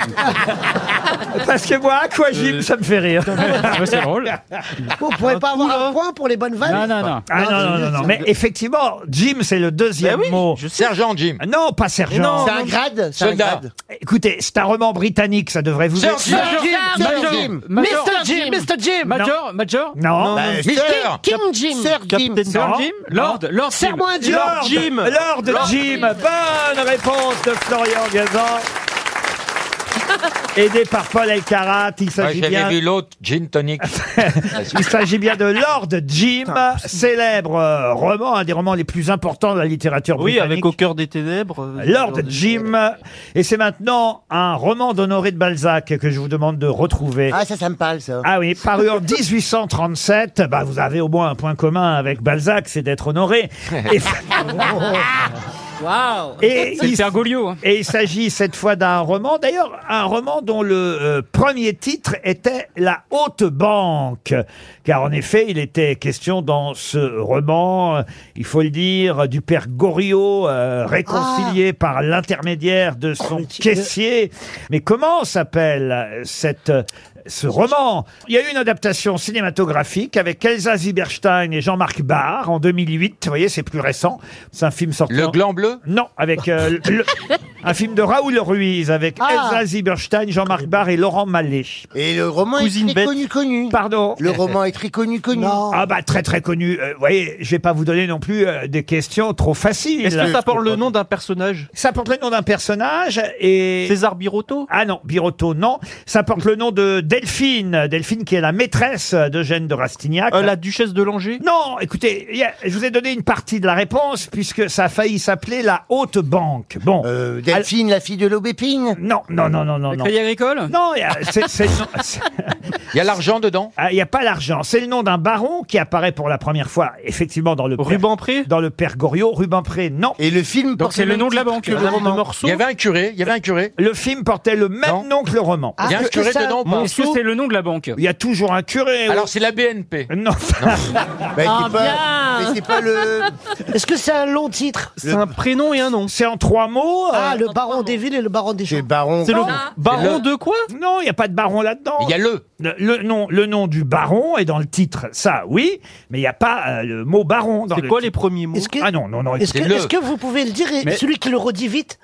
S2: parce que moi, Aquagym, ça me fait rire.
S9: Ouais, C'est drôle.
S6: Vous pourrez pas avoir un point pour les bonnes vannes
S9: Non, non, non.
S2: Ah non, non, non, non. Mais effectivement, Jim, c'est le deuxième mot. Euh,
S5: Sergent Jim.
S2: Non, pas sergent.
S7: C'est un grade. C'est un
S5: Soldat.
S7: grade.
S2: Écoutez, c'est un roman britannique, ça devrait vous
S5: Sir
S2: aider.
S5: Jim.
S7: Sir
S9: Major.
S7: Jim.
S9: Major.
S6: Mr. Jim, Mr. Jim
S9: Major, Major,
S2: Non.
S7: Bah,
S5: Mister.
S6: King Jim
S7: Sir Jim.
S8: Captain
S9: Sir
S2: Non.
S9: Jim, Lord, Lord Jim.
S6: Serre-moi un Jim
S2: Lord
S8: Jim.
S2: Lord Jim. Bonne réponse de Florian Gazan. Aidé par Paul Elkarat, il
S5: Ouais,
S2: s'agit
S5: J'avais
S2: bien
S5: vu l'autre, Gin Tonic.
S2: Il s'agit bien de Lord Jim, célèbre euh, roman, un des romans les plus importants de la littérature
S8: Oui,
S2: britannique.
S8: avec Au cœur des ténèbres. euh,
S2: Lord Jim. Et c'est maintenant un roman d'Honoré de Balzac que je vous demande de retrouver.
S7: Ah, ça, ça me parle, ça.
S2: Ah oui, paru en 1837, bah vous avez au moins un point commun avec Balzac, c'est d'être honoré. Et,
S3: Waouh
S2: Et il, et il s'agit cette fois d'un roman, d'ailleurs un roman dont le euh, premier titre était La Haute Banque, car en effet il était question dans ce roman, euh, il faut le dire, du père Goriot, euh, réconcilié
S7: Ah.
S2: par l'intermédiaire de son caissier. Mais comment s'appelle euh, cette... Ce roman, il y a eu une adaptation cinématographique avec Elsa Zieberstein et Jean-Marc Barr en 2008. Vous voyez, c'est plus récent. C'est un film sorti. Le
S5: gland bleu
S2: Non, avec euh, le- le- un film de Raoul Ruiz avec
S7: Ah.
S2: Elsa Zieberstein, Jean-Marc Barr et Laurent Mallet.
S7: Et le roman est très connu, connu.
S2: Pardon
S7: Le roman est très connu, connu.
S2: Ah bah très très connu. Euh, vous voyez, je vais pas vous donner non plus euh, des questions trop faciles.
S8: Est-ce que ça porte le nom d'un personnage
S2: Ça porte le nom d'un personnage et... César Birotteau Ah non, Birotteau, non. Ça porte le nom de Delphine. Delphine qui est la maîtresse d'Eugène de Rastignac. Euh, la duchesse de Langeais Non, écoutez, il y a- je vous ai donné une partie de la réponse puisque ça a failli s'appeler la Haute Banque. Bon.
S7: Euh, Delphine, la fille de l'aubépine
S2: Non, non, non, non, non. non.
S9: agricole
S2: Non, il y a- c'est- c'est- non, c'est-
S5: Il y a l'argent dedans
S2: Ah, Il n'y a pas l'argent. C'est le nom d'un baron qui apparaît pour la première fois, effectivement, dans le Rubempré Dans le Père Goriot. Rubempré, non.
S7: Et le film
S5: porte c'est le le nom de la banque, titre que le le roman. morceau Il y avait un curé, il y avait un curé.
S2: Le film portait le même nom que le roman.
S5: Il y a un curé dedans ou pas
S9: Est-ce que c'est le nom de la banque
S2: Il y a toujours un curé.
S5: Alors c'est la BNP.
S2: Non.
S6: Bah,
S9: Ah, bien.
S7: mais c'est pas le.
S6: Est-ce que c'est un long titre
S8: C'est un prénom et un nom.
S2: C'est en trois mots.
S6: Ah, le baron des villes et le baron des champs. C'est
S7: baron.
S8: C'est le baron
S2: de quoi Non, il n'y a pas de baron là-dedans.
S5: Il y a le.
S2: Le, le nom, le nom du baron est dans le titre, ça, oui, mais il n'y a pas euh, le mot baron dans
S8: C'est
S2: le
S8: quoi
S2: titre.
S8: les premiers mots
S6: Est-ce que,
S2: Ah non, non, non.
S6: est-ce que,
S2: écoutez-le.
S6: est-ce que vous pouvez le dire et
S2: Mais-
S6: celui qui le redit vite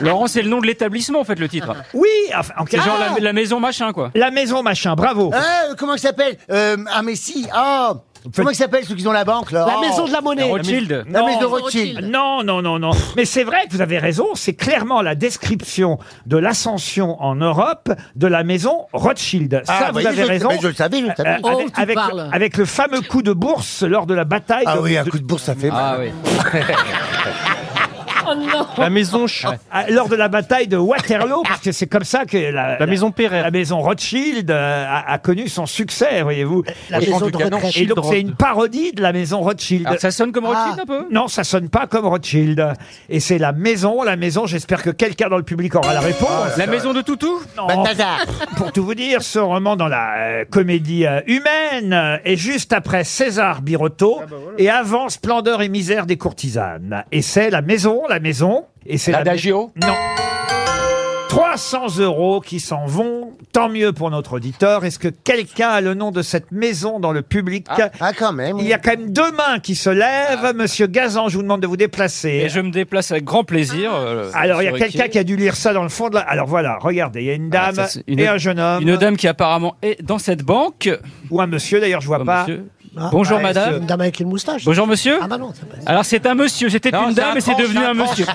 S9: Laurent, c'est le nom de l'établissement en fait le titre.
S2: Oui, enfin, en
S9: C'est
S2: quelque-
S9: genre la,
S2: Ah
S9: la maison machin quoi.
S2: La maison machin, bravo.
S7: Ah, comment il s'appelle Euh, Ah, mais si. Ah Comment il s'appelle ceux qui ont la banque là Oh.
S9: La Rothschild.
S7: La maison de Rothschild.
S2: Non, non, non, non. Mais c'est vrai que vous avez raison, c'est clairement la description de l'ascension en Europe de la maison Rothschild.
S7: Ah,
S2: Ça,
S7: voyez,
S2: vous avez
S7: je-
S2: raison. Euh,
S7: mais je le savais, je le savais. Oh,
S2: avec,
S7: tu
S2: avec-
S7: parles.
S2: avec le fameux coup de bourse lors de la bataille.
S7: Ah
S2: de-
S7: oui, un
S2: de-
S7: coup de bourse, ça fait
S9: Ah
S7: mal.
S9: oui.
S3: Oh non
S2: La maison Ah, lors de la bataille de Waterloo, parce que c'est comme ça que la, maison La maison Rothschild euh, a, a connu son succès, voyez-vous.
S6: La
S2: Et-
S6: maison de retraite.
S2: Et donc c'est une parodie de la maison Rothschild.
S9: Alors, ça sonne comme Rothschild
S6: Ah.
S9: un peu
S2: Non, ça sonne pas comme Rothschild. Et c'est la maison, la maison. J'espère que quelqu'un dans le public aura la réponse.
S9: Ah, La maison de Toutou
S2: Non. Pour tout vous dire, ce roman dans la euh, comédie euh, humaine euh, est juste après César Birotteau et avant Splendeur et misère des courtisanes. Et c'est la maison, la maison. Et c'est la
S5: L'adagio
S2: Non. 300 euros qui s'en vont, tant mieux pour notre auditeur. Est-ce que quelqu'un a le nom de cette maison dans le public
S7: Ah, quand même. Ah.
S2: Il y a quand même deux mains qui se lèvent. Monsieur Gazan, je vous demande de vous déplacer.
S9: Et je me déplace avec grand plaisir.
S2: Ah.
S9: euh,
S2: Alors, il y a
S9: sur
S2: quelqu'un
S9: Riquier.
S2: qui a dû lire ça dans le fond de la... Alors voilà, regardez, il y a une
S9: Ah,
S2: dame
S9: ça, c'est une
S2: et
S9: autre-
S2: un jeune homme.
S9: Une dame qui apparemment est dans cette banque.
S2: Ou un monsieur, d'ailleurs, je vois
S9: Un
S2: pas.
S9: monsieur. Bonjour,
S6: Ah,
S9: madame.
S6: c'est Une dame avec une moustache.
S9: Bonjour monsieur.
S6: Ah bah non, c'est pas-
S9: Alors c'est un monsieur, c'était
S5: Non,
S9: une
S5: c'est
S9: dame
S5: un
S9: et c'est
S5: tranche,
S9: devenu
S5: c'est un
S9: un monsieur.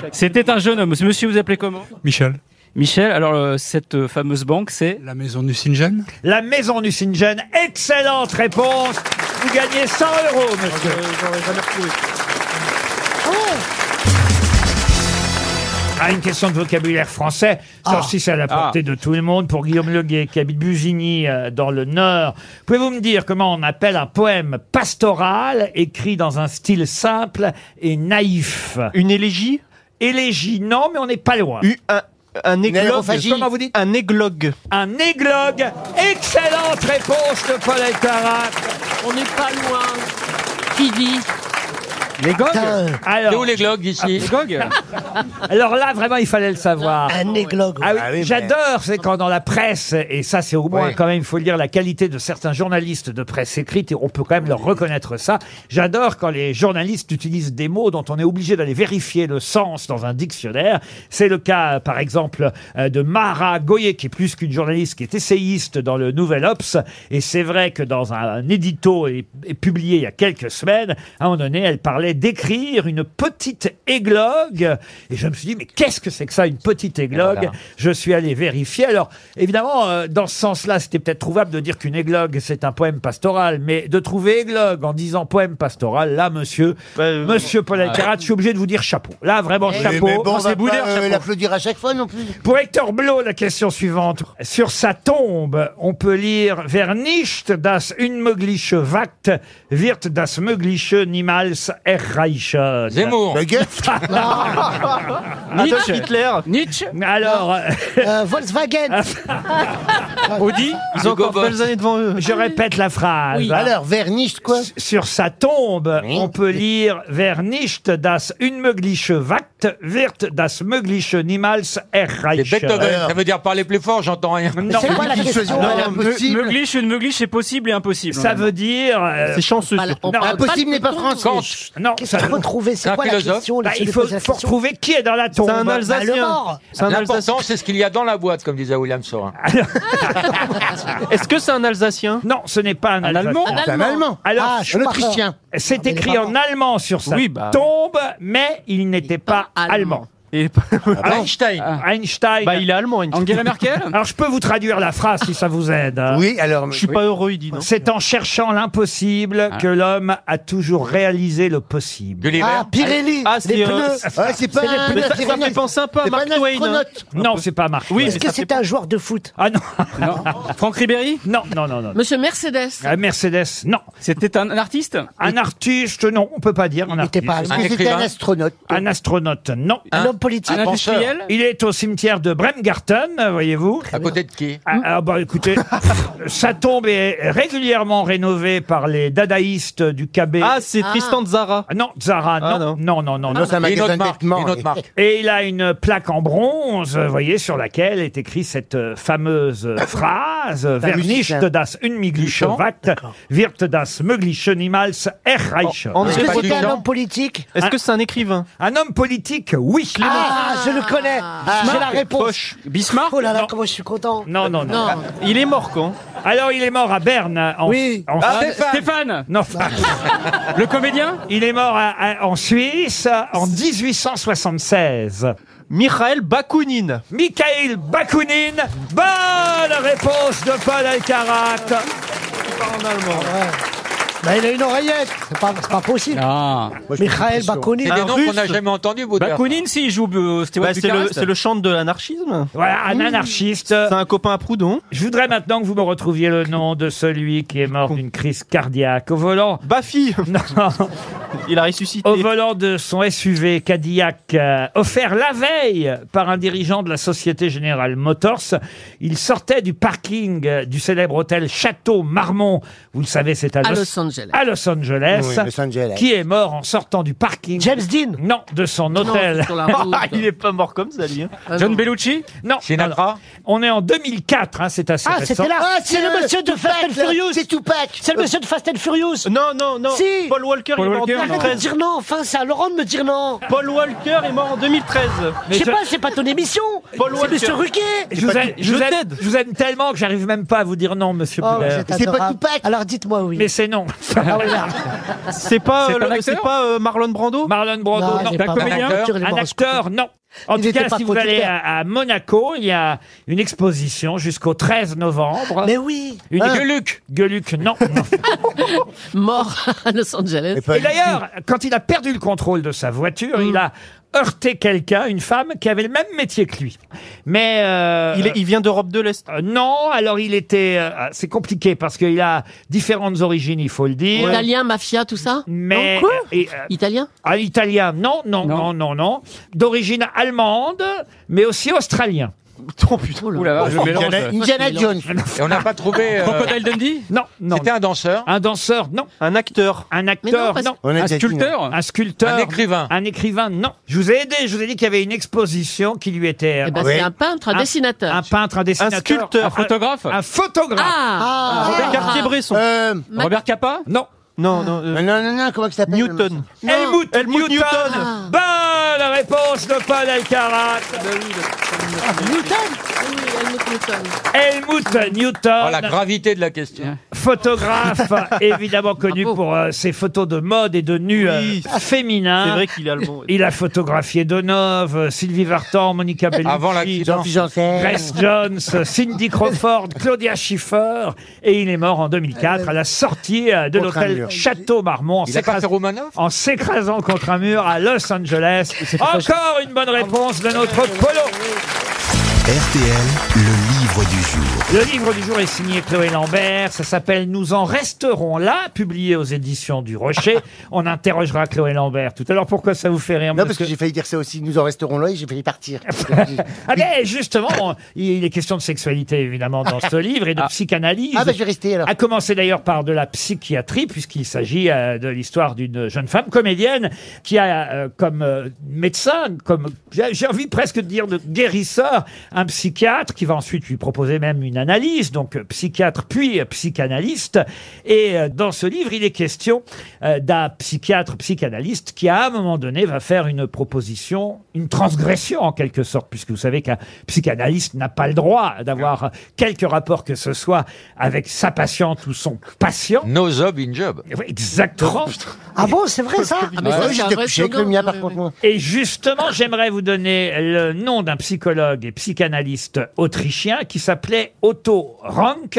S9: C'était un jeune homme. Monsieur, vous appelez comment
S13: Michel.
S9: Michel, alors euh, cette euh, fameuse banque, c'est
S13: La maison du Singen
S2: La maison du Singen, excellente réponse. Vous gagnez 100 euros, monsieur. Ah, une question de vocabulaire français. Ça
S6: Ah.
S2: aussi, c'est à la portée de tout le monde. Pour Guillaume Leguet, qui habite Bugigny, euh, dans le Nord. Pouvez-vous me dire comment on appelle un poème pastoral écrit dans un style simple et naïf
S8: Une élégie
S2: Élégie, non, mais on n'est pas loin.
S8: U- un, un églogue.
S2: aérophagie. Comment vous dites
S8: Un églogue.
S2: Un églogue. Excellente réponse de Paul Elkarat.
S3: On n'est pas loin. Qui dit
S9: les gogues
S5: C'est
S2: Alors, Ah,
S5: où les glogues ici
S9: Les gogues
S2: alors là, vraiment, il fallait le savoir.
S6: Un églogue.
S2: Ah oui,
S7: Ah oui, mais-
S2: j'adore, c'est quand dans la presse, et ça c'est au moins
S7: Ouais.
S2: quand même, il faut le dire, la qualité de certains journalistes de presse écrite, et on peut quand même leur reconnaître ça. J'adore quand les journalistes utilisent des mots dont on est obligé d'aller vérifier le sens dans un dictionnaire. C'est le cas, euh, par exemple, euh, de Mara Goyer, qui est plus qu'une journaliste, qui est essayiste dans le Nouvel Obs, et c'est vrai que dans un édito et, et publié il y a quelques semaines, à un moment donné, elle parlait d'écrire une petite églogue, et je me suis dit, mais qu'est-ce que c'est que ça, une petite églogue
S5: Voilà.
S2: je suis allé vérifier. Alors, évidemment, euh, dans ce sens-là, c'était peut-être trouvable de dire qu'une églogue, c'est un poème pastoral, mais de trouver églogue en disant poème pastoral, là, monsieur, monsieur Paul Alcarat, je suis obligé de vous dire chapeau. Là, vraiment, chapeau.
S7: Eh, Mais bon, on
S2: Ah, c'est
S7: va
S2: Boudère,
S7: pas euh,
S2: chapeau.
S7: l'applaudir à chaque fois non plus.
S2: Pour Hector Blo, la question suivante. Sur sa tombe, on peut lire Vernicht das unmögliche Wacht, wird das mögliche niemals Reichel.
S5: Zemmour. Le Goethe.
S2: Adolf Hitler. Nietzsche. Alors.
S6: Volkswagen.
S2: Audi.
S8: Ils ont encore de belles années devant eux.
S2: Je répète la phrase.
S8: Oui.
S2: Alors, Vernicht, quoi Sur sa tombe, on peut lire Vernicht das unmögliche Wacht wird das mögliche niemals erreichen.
S5: C'est Beethoven. Ça veut dire parler plus fort, j'entends rien.
S2: Non. C'est quoi la question
S9: Non,
S2: Elle est impossible.
S9: me- Meuglish, une meuglish, c'est possible et impossible.
S2: Ça veut dire. euh,
S9: C'est chanceux,
S2: Non,
S9: surtout. On parle pas de
S2: français.
S9: Kant.
S2: Non,
S9: Qu'est-ce
S2: ça-
S9: qu'il faut trouver C'est C'est un quoi la philosophe. question, là,
S2: Bah,
S9: celui
S2: Il
S9: qui
S2: faut,
S9: pose la
S2: faut
S9: question
S2: retrouver qui est dans la tombe.
S9: un Alsacien.
S2: Bah, le mort.
S5: L'important, c'est ce qu'il y a dans la boîte, comme disait William Sorin.
S8: Est-ce que c'est un Alsacien
S2: Non, ce n'est pas un,
S8: Allemand.
S2: Alsacien.
S8: C'est un Allemand.
S2: Alors,
S8: Ah, je suis Un pas Autrichien. fort.
S2: C'est
S8: Ah, mais
S2: écrit
S8: pardon.
S2: en allemand sur sa
S8: Oui, bah.
S2: tombe, mais il n'était pas allemand. Alors,
S8: Einstein.
S2: Einstein.
S8: Bah, il est allemand, Einstein. Angela Merkel
S2: Alors, je peux vous traduire la phrase si ça vous aide. hein.
S8: Oui, alors, Je suis oui. pas heureux, il dit, non
S2: C'est en cherchant l'impossible que l'homme a toujours réalisé le possible.
S5: Gulliver.
S8: Ah, Pirelli. Ah, c'est,
S2: Des
S8: euh,
S2: pneus.
S8: ouais, c'est pas C'est des un- pneus ça- ça Pirelli. fait penser un peu à C'est Mark pas un Twain, hein. astronaute.
S2: Non, c'est pas Mark
S8: Oui,
S2: Twain.
S8: Est-ce mais que ça
S6: C'est un joueur de foot.
S2: Ah non. Franck Ribéry Non, non, non, non.
S3: Monsieur Mercedes.
S2: Ah, Mercedes, non. C'était un artiste Un artiste, non, on peut pas dire un artiste.
S6: pas allemand. Un Est-ce que c'était écrivain un
S2: astronaute. Un astronaute, non.
S6: Un homme politique Un industriel
S2: Il est au cimetière de Bremgarten, euh, voyez-vous.
S5: À côté de qui
S2: Ah, ah, bah écoutez, sa tombe est régulièrement rénovée par les dadaïstes du KB.
S8: Ah, c'est Tristan Zara.
S2: Non, Zara, non. non. Non, non, non.
S8: Ah, c'est un magasin de vêtements,
S2: Et,
S8: oui. marque.
S2: il a une plaque en bronze, vous voyez, sur laquelle est écrite cette euh, fameuse euh, phrase
S6: Un
S2: Vernicht
S6: musicien.
S2: das unmögliche Wacht, wird das mögliche niemals erreichen.
S6: Est-ce que c'était un homme politique
S8: Est-ce que c'est un écrivain
S2: Un homme politique, oui.
S6: Ah, je le connais. J'ai la
S2: Marc
S6: réponse.
S2: Poche.
S6: Bismarck Oh là là, comment je suis content.
S2: Non, non, non.
S6: Non.
S2: Il est mort quand Alors, il est mort à Berne. En,
S6: Oui.
S2: en-
S9: Ah, Stéphane.
S2: Non. Le comédien Il est mort à- à- en Suisse en 1876.
S8: Mikhail Bakounine.
S2: Mikhail Bakounine. Bonne réponse de Paul Alcarat.
S8: En allemand.
S6: Bah, il a une oreillette. C'est pas, c'est pas possible. Michael Bakounine.
S5: C'est des noms qu'on n'a jamais entendus, Baudin.
S9: Bakounine, s'il joue euh, Stewart
S8: Bah, c'est, le,
S9: Bucarest.
S8: c'est le chant de l'anarchisme.
S2: Voilà, Euh, un
S8: Mmh.
S2: anarchiste.
S8: C'est un copain à Proudhon.
S2: Je voudrais maintenant que vous me retrouviez le nom de celui qui est mort d'une crise cardiaque au volant.
S8: Bafi
S2: Non.
S8: Il a ressuscité.
S2: Au volant de son SUV Cadillac, euh, offert la veille par un dirigeant de la Société Générale Motors, il sortait du parking euh, du célèbre hôtel Château Marmont. Vous le savez, c'est à,
S3: À Los Angeles.
S2: à Los Angeles.
S7: Oui, Los Angeles.
S2: Qui est mort en sortant du parking. James
S6: Dean
S2: Non, de son hôtel.
S3: c'est sur la route. Ah
S8: Il est pas mort comme ça, lui. hein.
S9: John Bellucci
S2: Non.
S5: Sinatra
S2: non, non. On est en 2004, hein, c'est assez
S6: Ah,
S2: récent.
S6: c'était là.
S7: Ah,
S6: c'est
S7: c'est, euh,
S6: le monsieur de Fast and
S7: Tupac, là.
S6: Furious.
S7: C'est Tupac.
S6: C'est le monsieur de Fast and Furious.
S8: Non, non, non.
S6: Si.
S8: Paul Walker
S9: Paul
S8: il est mort en
S9: Walker,
S8: 2013.
S9: non.
S6: Arrête de dire non, enfin, c'est à Laurent de me dire non.
S8: Paul Walker est mort en 2013.
S6: Je sais
S2: je-
S6: pas, c'est pas ton émission.
S8: Paul
S6: C'est
S8: Walker.
S6: monsieur Ruquier.
S2: Je vous, aime, je vous aime- je vous aime tellement que j'arrive même pas à vous dire non, monsieur
S6: Oh,
S2: Boulard.
S6: vous êtes adorable. Alors dites-moi oui. Ah
S2: Mais c'est non.
S8: C'est pas,
S9: C'est
S8: euh,
S9: pas
S8: le-
S9: un
S8: c'est
S9: acteur
S8: pas euh, Marlon Brando
S2: Marlon Brando,
S6: Non,
S2: non.
S6: j'ai
S9: pas
S2: Un
S9: Marlon
S2: acteur,
S6: Brando, il est
S2: un
S6: mort au
S2: acteur, non. En
S6: Il
S2: tout
S6: était
S2: cas,
S6: pas
S2: si vous allez
S6: producteur.
S2: à, à Monaco, il y a une exposition jusqu'au 13 novembre.
S6: Mais oui. Ah.
S2: Une
S5: Hein
S2: Gueuluc. Gueuluc, non. non.
S3: Mort à Los Angeles.
S2: Et d'ailleurs, quand il a perdu le contrôle de sa voiture,
S8: Hmm.
S2: il a heurté quelqu'un, une femme qui avait le même métier que lui. Mais euh,
S8: il, est- il vient d'Europe de l'Est.
S2: euh, non, alors il était, euh, c'est compliqué parce qu'il a différentes origines, il faut le dire.
S3: Italien, mafia, tout ça
S2: Mais
S3: Non, quoi
S2: et, euh,
S3: Italien
S2: Ah, italien, non, non, non, non,
S9: Non.
S2: non. D'origine allemande, mais aussi australien.
S8: Oh putain.
S9: Ouh là là, je
S7: Indiana,
S9: mélange.
S7: Indiana Jones.
S5: Et on n'a pas trouvé. euh,
S9: Crocodile Dundee
S2: Non, non.
S5: C'était un danseur,
S2: Un danseur, non.
S8: Un acteur.
S2: Un
S3: Mais non,
S2: acteur,
S3: parce-
S2: non.
S7: On a
S9: Un
S7: déjà dit non.
S9: sculpteur
S2: Un sculpteur.
S5: Un écrivain.
S2: Un écrivain, non. Je vous ai aidé, je vous ai dit qu'il y avait une exposition qui lui était. euh,
S3: Eh ben,
S7: Ouais.
S3: c'est un peintre, un,
S2: Un-
S3: dessinateur.
S2: Un peintre, Ah un dessinateur.
S8: sculpteur.
S9: Un photographe
S2: Un photographe.
S3: Ah,
S8: Robert Cartier-Bresson.
S7: Euh,
S3: Ma-
S9: Robert Capa
S2: Non.
S8: Non, non. euh,
S7: non, non, non, comment que ça s'appelle
S8: Newton.
S2: Helmut,
S8: Helmut
S2: Newton.
S8: Newton.
S2: Bonne réponse de Paul Alcarat.
S9: Ah,
S6: Newton.
S3: Oui, Helmut Newton.
S2: Helmut Newton.
S5: Oh, la gravité de la question.
S2: photographe évidemment connu pour euh, ses photos de mode et de nu
S8: Oui.
S2: euh, féminin.
S8: C'est vrai qu'il est allemand.
S2: Il a photographié Deneuve, euh, Sylvie Vartan, Monica Bellucci,
S5: Avant la crise.
S7: Jean-Philippe Janssen.
S2: Grace Jones, euh, Cindy Crawford, Claudia Schiffer, et il est mort en 2004 à la sortie euh, de
S7: Contre un
S2: l'hôtel
S7: mur.
S2: Château Marmont en
S5: Il a pas fait
S2: s'écrasant-
S5: Romanov
S2: en s'écrasant contre un mur à Los Angeles. Encore une bonne réponse de notre Polo.
S1: RTL, le livre du jour.
S2: Le livre du jour est signé Chloé Lambert. Ça s'appelle Nous en resterons là, publié aux éditions du Rocher. On interrogera Chloé Lambert tout à l'heure. Pourquoi ça vous fait rire
S7: Non, parce que j'ai failli dire ça aussi. Nous en resterons là et j'ai failli partir.
S2: Ah ben justement, on- il est question de sexualité évidemment dans ce livre et de psychanalyse.
S7: Ah ben, je vais rester, alors.
S2: À commencer d'ailleurs par de la psychiatrie puisqu'il s'agit euh, de l'histoire d'une jeune femme comédienne qui a euh, comme euh, médecin, comme j'ai j'ai envie presque de dire de guérisseur, un psychiatre qui va ensuite lui proposer même une analyse, donc euh, psychiatre puis euh, psychanalyste. Et euh, dans ce livre, il est question euh, d'un psychiatre psychanalyste qui à un moment donné va faire une proposition, une transgression en quelque sorte, puisque vous savez qu'un psychanalyste n'a pas le droit d'avoir quelque rapport que ce soit avec sa patiente ou son patient.
S5: No job in job.
S2: Exactement.
S6: Ah bon, c'est vrai ça
S7: bah
S2: Ah, mais ça, Ouais, j'ai c'est un vrai couché avec le slogan. mien, par Et justement, j'aimerais vous donner le nom d'un psychologue et psychanalyste autrichien qui s'appelait Otto Rank,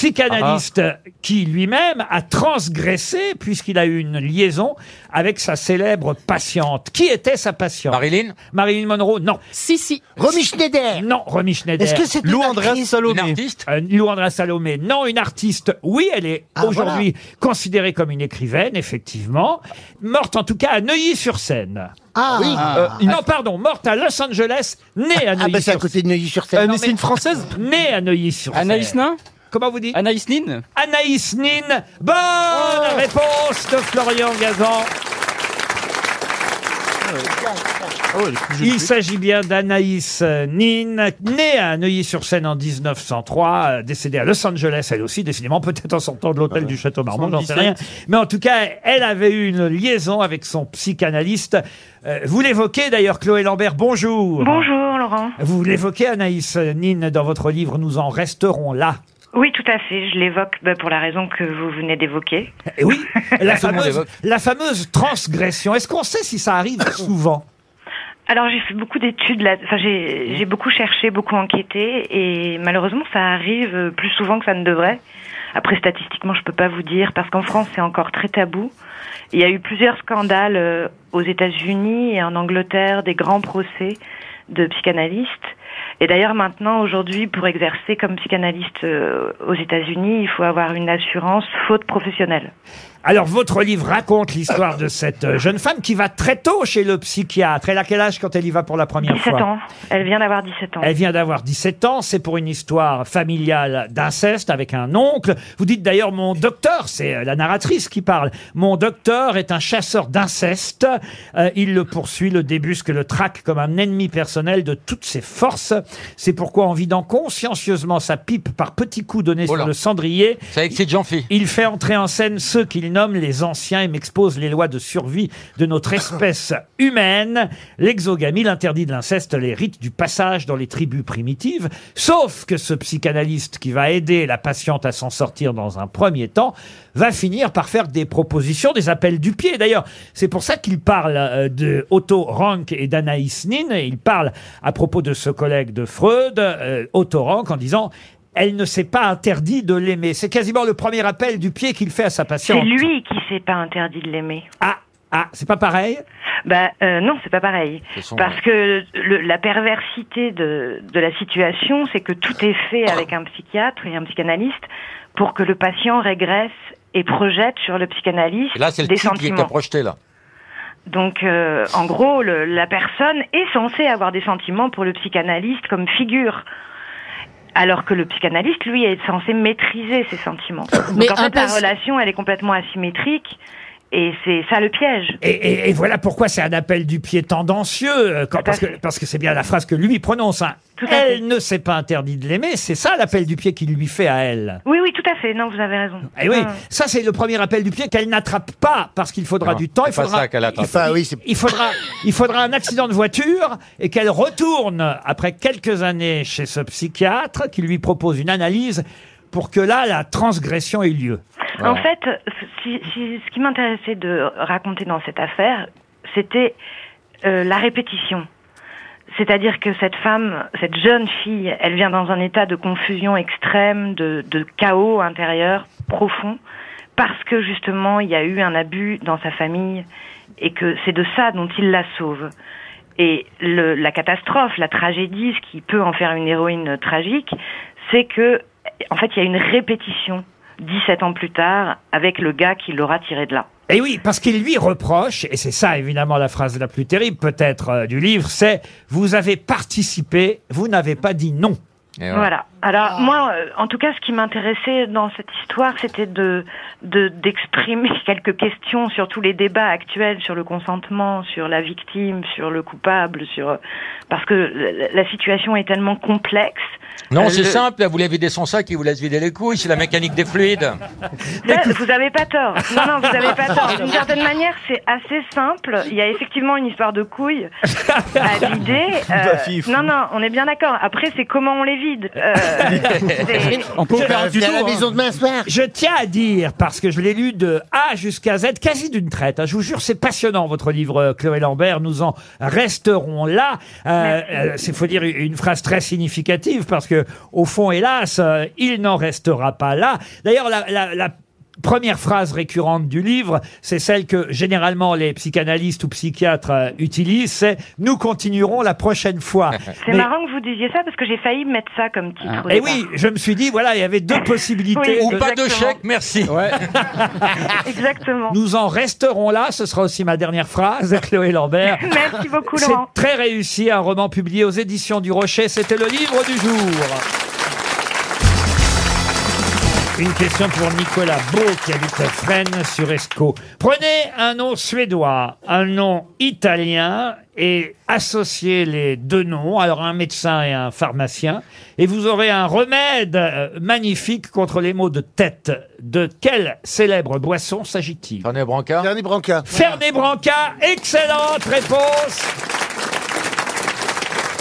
S2: psychanalyste qui lui-même a transgressé puisqu'il a eu une liaison avec sa célèbre patiente. Qui était sa patiente
S5: Marilyn
S2: Marilyn Monroe, non.
S3: Si, si.
S7: Romy Schneider
S2: Non, Romy Schneider.
S6: Est-ce que c'était une Lou Andréas actrice Salomé.
S5: Une artiste
S2: Euh, Lou Andréas Salomé, non, une artiste. Oui, elle est
S6: Ah,
S2: aujourd'hui considérée comme une écrivaine, effectivement. Morte en tout cas à Neuilly-sur-Seine.
S6: Ah oui.
S2: Euh, non, pardon, morte à Los Angeles, née à
S7: Ah ben c'est à
S2: Neuilly-sur-Seine.
S7: côté de Neuilly-sur-Seine.
S2: mais c'est une
S8: Française
S2: née à Neuilly-sur-Seine.
S9: Anaïs Nin
S2: Comment vous dites
S9: Anaïs Nin
S2: Anaïs Nin. Bonne
S7: Oh.
S2: réponse de Florian Gazan. Oh, Il s'agit bien d'Anaïs euh, Nin, née à Neuilly-sur-Seine en 1903, euh, décédée à Los Angeles, elle aussi, décidément peut-être en sortant de l'hôtel du Château Marmont, j'en sais
S8: 77.
S2: rien. Mais en tout cas, elle avait eu une liaison avec son psychanalyste. Euh, vous l'évoquez d'ailleurs, Chloé Lambert, bonjour.
S13: Bonjour Laurent.
S2: Vous l'évoquez, Anaïs Nin, dans votre livre Nous en resterons là.
S13: Oui, tout à fait. Je l'évoque bah, pour la raison que vous venez d'évoquer.
S2: Et oui, la
S5: Tout le monde
S2: fameuse,
S5: l'évoque.
S2: la fameuse transgression. Est-ce qu'on sait si ça arrive souvent
S13: Alors j'ai fait beaucoup d'études là, enfin j'ai j'ai beaucoup cherché, beaucoup enquêté et malheureusement ça arrive euh, plus souvent que ça ne devrait. Après statistiquement je peux pas vous dire parce qu'en France c'est encore très tabou. Il y a eu plusieurs scandales euh, aux États-Unis et en Angleterre, des grands procès de psychanalystes. Et d'ailleurs maintenant aujourd'hui pour exercer comme psychanalyste euh, aux États-Unis il faut avoir une assurance faute professionnelle.
S2: Alors, votre livre raconte l'histoire de cette euh, jeune femme qui va très tôt chez le psychiatre. Elle a quel âge quand elle y va pour la première
S13: 17
S2: fois
S13: ans. Elle vient d'avoir 17 ans.
S2: Elle vient d'avoir 17 ans, c'est pour une histoire familiale d'inceste avec un oncle. Vous dites d'ailleurs, mon docteur, c'est euh, la narratrice qui parle, mon docteur est un chasseur d'inceste. Euh, il le poursuit, le débusque, le traque comme un ennemi personnel de toutes ses forces. C'est pourquoi, en vidant consciencieusement sa pipe par petits coups donnés
S5: Oh là.
S2: sur le cendrier,
S5: Ça excite Jean-Phi.
S2: il fait entrer en scène ceux qu'il nomme les anciens et m'expose les lois de survie de notre espèce humaine. L'exogamie, l'interdit de l'inceste, les rites du passage dans les tribus primitives. Sauf que ce psychanalyste qui va aider la patiente à s'en sortir dans un premier temps va finir par faire des propositions, des appels du pied. D'ailleurs, c'est pour ça qu'il parle euh, de Otto Rank et d'Anaïs Nin. Et il parle à propos de ce collègue de Freud, euh, Otto Rank, en disant elle ne s'est pas interdit de l'aimer. C'est quasiment le premier appel du pied qu'il fait à sa
S13: C'est
S2: patiente.
S13: lui qui s'est pas interdit de l'aimer.
S2: Ah, ah, c'est pas pareil
S13: Bah euh, non, c'est pas pareil.
S5: Ce sont-
S13: Parce que le- la perversité de, de la situation, c'est que tout est fait avec un psychiatre et un psychanalyste pour que le patient régresse et projette sur le psychanalyste
S5: Et là, c'est le
S13: des
S5: type qui est
S13: sentiments.
S5: projeté là.
S13: Donc, euh, en gros, le- la personne est censée avoir des sentiments pour le psychanalyste comme figure. Alors que le psychanalyste, lui, est censé maîtriser ses sentiments.
S3: Mais
S13: Donc, en
S3: un
S13: fait, la
S3: pas-
S13: relation, elle est complètement asymétrique. Et c'est ça le piège.
S2: et, et- et voilà pourquoi c'est un appel du pied tendancieux, euh, quand-
S13: à
S2: parce que
S13: fait.
S2: parce que c'est bien la phrase que lui prononce. hein.
S13: Tout à
S2: Elle
S13: fait.
S2: ne s'est pas interdit de l'aimer, c'est ça l'appel du pied qu'il lui fait à elle.
S13: Oui, oui, tout à fait. Non, vous avez raison.
S2: Et Eh oui,
S13: Ah.
S2: ça c'est le premier appel du pied qu'elle n'attrape pas parce qu'il faudra
S5: Non,
S2: du temps, il
S5: c'est pas
S2: faudra,
S5: ça qu'elle attrape.
S7: Enfin oui, c'est...
S2: il faudra, il faudra un accident de voiture et qu'elle retourne après quelques années chez ce psychiatre qui lui propose une analyse pour que là la transgression ait lieu.
S13: En fait, ce- si- si- ce qui m'intéressait de raconter dans cette affaire, c'était euh, la répétition. C'est-à-dire que cette femme, cette jeune fille, elle vient dans un état de confusion extrême, de, de chaos intérieur profond, parce que justement, il y a eu un abus dans sa famille et que c'est de ça dont il la sauve. Et le- la catastrophe, la tragédie, ce qui peut en faire une héroïne tragique, c'est que, en fait, il y a une répétition 17 ans plus tard avec le gars qui l'aura tiré de là.
S2: Et Eh oui, parce qu'il lui reproche, et c'est ça évidemment la phrase la plus terrible peut-être euh, du livre, c'est vous avez participé, vous n'avez pas dit non.
S13: Voilà. Alors moi, euh, en tout cas, ce qui m'intéressait dans cette histoire, c'était de de- d'exprimer quelques questions sur tous les débats actuels sur le consentement, sur la victime, sur le coupable, sur parce que la- la situation est tellement complexe.
S5: Non,
S13: Euh,
S5: c'est
S13: le-
S5: simple, vous voulez vider son sac, il vous laisse vider les couilles, c'est la mécanique des fluides.
S13: Ah Là, vous avez pas tort. Non, non, vous avez pas tort. D'une certaine manière, c'est assez simple. Il y a effectivement une histoire de couilles euh, à vider. euh,
S8: Bah, fif.
S13: non, non, on est bien d'accord. Après, c'est comment on les vide. Euh, c'est-
S7: On peut faire un tuto, hein.
S2: Je tiens à dire, parce que je l'ai lu de A jusqu'à Z, quasi d'une traite. hein, je vous jure, c'est passionnant votre livre, euh, Chloé Lambert. Nous en resterons là. Euh, euh, c'est faut dire une phrase très significative, parce que au fond, hélas, euh, il n'en restera pas là. D'ailleurs, la- la- la première phrase récurrente du livre, c'est celle que généralement les psychanalystes ou psychiatres euh, utilisent, c'est « Nous continuerons la prochaine fois ».
S13: C'est
S2: Mais-
S13: marrant que vous disiez ça parce que j'ai failli mettre ça comme titre. au
S2: et
S13: départ.
S2: Hein. Eh oui, je me suis dit, voilà, il y avait deux possibilités.
S13: Oui, Ou pas de exactement. chèque,
S5: merci.
S13: Exactement.
S2: Nous en resterons là, ce sera aussi ma dernière phrase, Chloé Lambert.
S13: Merci beaucoup,
S2: C'est
S13: Laurent.
S2: très réussi, un roman publié aux éditions du Rocher, c'était le livre du jour. Une question pour Nicolas Beau qui habite Fresnes sur Escaut. Prenez un nom suédois, un nom italien et associez les deux noms, alors un médecin et un pharmacien, et vous aurez un remède euh, magnifique contre les maux de tête. De quelle célèbre boisson s'agit-il Fernet Branca Fernet Branca. Fernet Branca, excellente réponse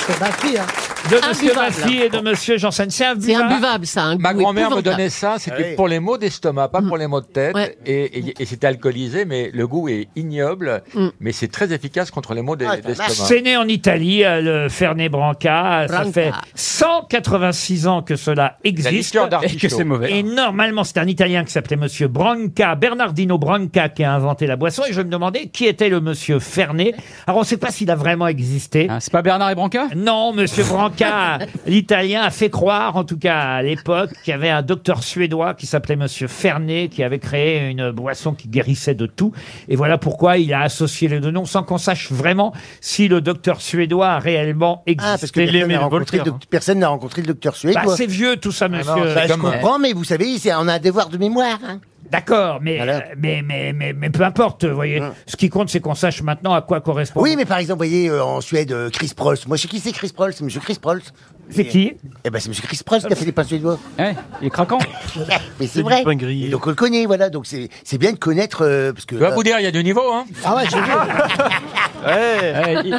S6: C'est ma fille, hein.
S2: de Monsieur Massy et de Monsieur Janssen. C'est imbuvable.
S5: ça. Ma
S2: goût
S5: grand-mère me
S2: épouvantable.
S5: donnait ça, c'était
S2: Ah oui.
S5: pour les maux d'estomac, pas
S13: Mm.
S5: pour les maux de tête. Et, et- et c'était alcoolisé, mais le goût est ignoble,
S13: Mm.
S5: mais c'est très efficace contre les maux
S2: Ah,
S5: de- d'estomac.
S2: C'est né en Italie, euh, le Fernet Branca. Ça
S5: Branca.
S2: fait 186 ans que cela existe.
S5: liqueur d'artichaut. Et que c'est mauvais.
S2: Et normalement, c'est un Italien qui s'appelait Monsieur Branca, Bernardino Branca, qui a inventé la boisson. Et je me demandais qui était le Monsieur Fernet. Alors, on ne sait pas s'il a vraiment existé. Ah, c'est pas Bernard et Branca Non, Monsieur Branca, l'Italien, a fait croire, en tout cas à l'époque, qu'il y avait un docteur suédois qui s'appelait Monsieur Fernet, qui avait créé une boisson qui guérissait de tout. Et voilà pourquoi il a associé les deux noms, sans qu'on sache vraiment si le docteur suédois a réellement existé.
S7: Ah, parce que personne n'a rencontré, le doc- personne n'a rencontré le docteur suédois.
S2: Bah, c'est vieux tout ça,
S7: hein. Ah
S2: monsieur.
S7: non, bah, je comprends, mais vous savez, c'est- on a un devoir de mémoire. hein.
S2: D'accord, mais, euh, mais, mais, mais, mais peu importe, vous voyez. Ce qui compte, c'est qu'on sache maintenant à quoi correspond.
S7: Ah. Oui, mais par exemple, vous voyez, euh, en Suède, euh, Chris Prols. Moi, je sais qui c'est Chris Prols C'est monsieur Chris Prols.
S2: C'est qui
S7: Eh ben, c'est monsieur Chris Prols qui a fait les pains suédois.
S9: Ouais, il est craquant.
S7: mais
S9: C'est
S7: c'est
S9: du
S7: vrai.
S9: pain
S7: Et donc, on le connaît, voilà. Donc, c'est c'est bien de connaître. euh, parce que,
S5: Je dois vous dire, il y a du niveau, hein
S7: Ah ouais, je
S8: Eh,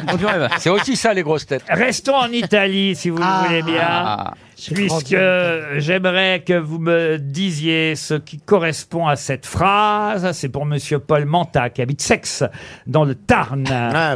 S5: C'est aussi ça, les grosses têtes.
S2: Restons en Italie, si vous le
S5: Ah.
S2: voulez bien.
S5: Ah.
S2: Puisque j'aimerais que vous me disiez ce qui correspond à cette phrase. C'est pour Monsieur Paul Manta, qui habite Sexe, dans le Tarn.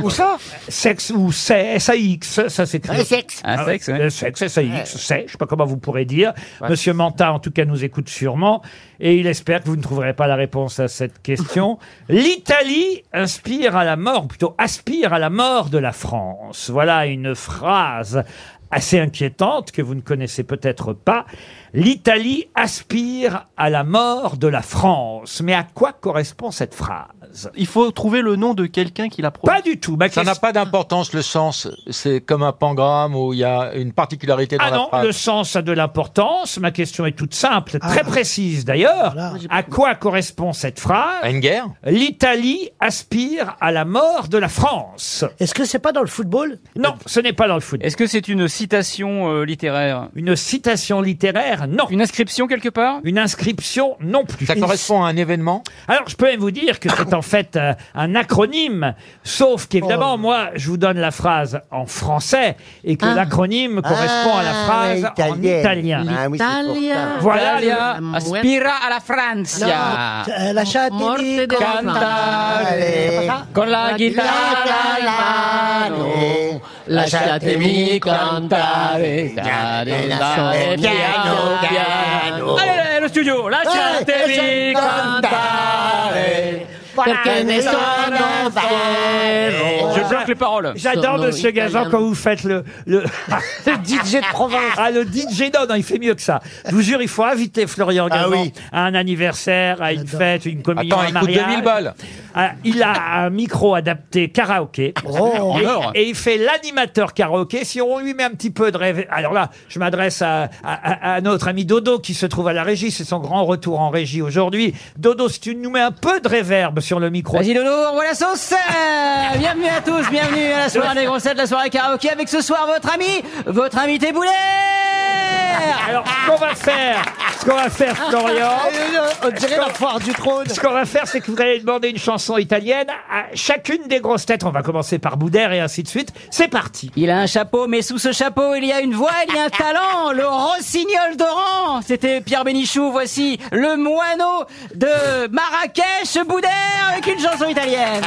S7: Où ça
S2: Sexe ou c'est S-A-X, ça s'écrit.
S7: Ah, Sexe. Ah, Sexe, ouais.
S2: Euh, Sexe, S-A-X,
S7: Ouais.
S2: c'est, je sais pas comment vous pourrez dire.
S7: Ouais.
S2: Monsieur Manta, en tout cas, nous écoute sûrement. Et il espère que vous ne trouverez pas la réponse à cette question. L'Italie inspire à la mort, ou plutôt aspire à la mort de la France. Voilà une phrase assez inquiétante que vous ne connaissez peut-être pas. L'Italie aspire à la mort de la France. Mais à quoi correspond cette phrase
S8: Il faut trouver le nom de quelqu'un qui l'a prononcé.
S2: Pas du tout.
S5: Ça n'a pas d'importance, le sens. C'est comme un pangramme où il y a une particularité dans
S2: Ah
S5: la
S2: non,
S5: phrase.
S2: le sens a de l'importance. Ma question est toute simple,
S9: Ah.
S2: très précise d'ailleurs. À quoi correspond cette phrase
S5: À une guerre
S2: L'Italie aspire à la mort de la France.
S6: Est-ce que c'est pas dans le football
S2: Non, ce n'est pas dans le football.
S9: Est-ce que c'est une citation euh, littéraire
S2: Une citation littéraire, non.
S9: Une inscription quelque part
S2: Une inscription, non plus.
S5: Ça correspond à un événement
S2: Alors, je peux même vous dire que c'est en fait euh, un acronyme, sauf qu'évidemment, moi, je vous donne la phrase en français et que
S9: Oh. Ah.
S2: l'acronyme correspond à la
S9: Ah,
S2: phrase en
S9: italienne.
S2: italien.
S9: Ah oui, c'est pour ça.
S2: Voilà.
S9: Italia,
S2: le-
S9: aspira alla Francia.
S6: Non, euh, la chatte dit
S9: Cantare con la chitarra in mano. Lasciatemi cantare, dare dare, piano piano. Allez, allez, lo studio, lasciatemi
S6: Eh,
S9: cantare,
S3: Perché ne sono fiero.
S14: Je bloque les paroles.
S2: J'adore Monsieur Gazan quand vous faites le, le... DJ de province. Ah, le DJ, non, non, il fait mieux que ça. Je vous jure, il faut inviter Florian Gazan à un anniversaire, à une fête, une communion,
S5: Attends,
S2: un
S5: il coûte
S2: mariage.
S5: 2000 balles.
S2: Ah, il a un micro adapté karaoké.
S5: Oh.
S2: et,
S5: Alors.
S2: et il fait l'animateur karaoké. Si on lui met un petit peu de rêve... Alors là, je m'adresse à, à- à- à notre ami Dodo qui se trouve à la régie. C'est son grand retour en régie aujourd'hui. Dodo, si tu nous mets un peu de réverb sur le micro...
S9: Vas-y Dodo, on voit la sauce Euh, Bienvenue à tous, bienvenue à la soirée des grossettes, la soirée karaoké avec ce soir votre ami, votre invité Boulet
S2: Alors, ce qu'on va faire, ce qu'on va
S6: Ah,
S2: faire, Florian.
S4: Ah, euh,
S6: euh,
S4: On dirait la foire du trône.
S2: Ce qu'on va faire, c'est que vous allez demander une chanson italienne à chacune des grosses têtes. On va commencer par Boudère et ainsi de suite. C'est parti.
S9: Il a un chapeau, mais sous ce chapeau, il y a une voix, il y a un talent, le rossignol d'Oran C'était Pierre Bénichou, voici le moineau de Marrakech, Boudet, avec une chanson italienne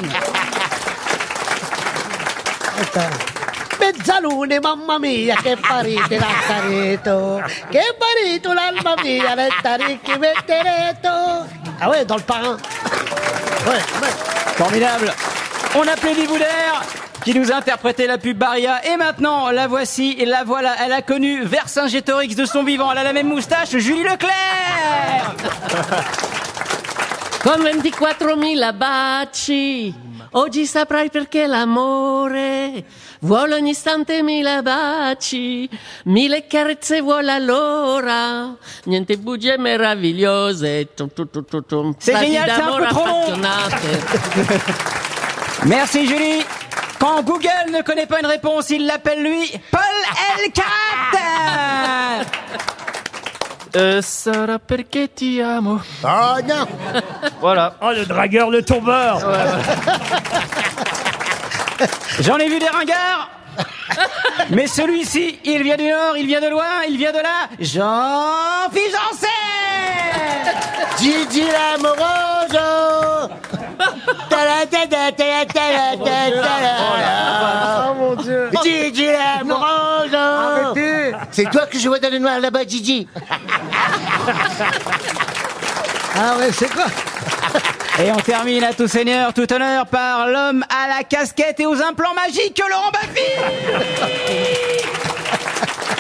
S4: Mezzalune, mamma mia, che parete l'altareto, che parito l'alma mia, l'altaricchi mettereto. Ah ouais, dans le parrain. Ouais,
S9: Formidable. On appelait Liboudère qui nous interprétait la pub Baria. Et maintenant, la voici, et la voilà. Elle a connu Vercingétorix de son vivant. Elle a la même moustache, Julie Leclerc
S3: Con 24.000 baci, oggi saprai perché l'amore vuole ogni istante mille baci, mille carezze vuole allora, niente bugie meravigliose. Tum, tum, tum, tum, tum.
S9: C'est
S2: Bah,
S3: Frasi
S9: génial, c'est un
S3: d'amore
S9: peu trop long.
S3: appassionate.
S9: Merci Julie. Quand Google ne connaît pas une réponse, il l'appelle lui Paul Elcat
S8: Sarà perché ti amo.
S4: Oh non
S8: Voilà.
S2: Oh le dragueur, le tombeur
S9: J'en ai vu des ringards Mais celui-ci, il vient du nord, il vient de loin, il vient de là Jean-Philippe Janssen
S4: Gigi l'amoroso
S7: Oh mon dieu Gigi l'amoroso
S4: Arrêtez.
S7: C'est toi que je vois dans le noir là-bas, Gigi
S4: Ah ouais, c'est quoi
S9: Et on termine à tout seigneur, tout honneur par l'homme à la casquette et aux implants magiques, Laurent Baffy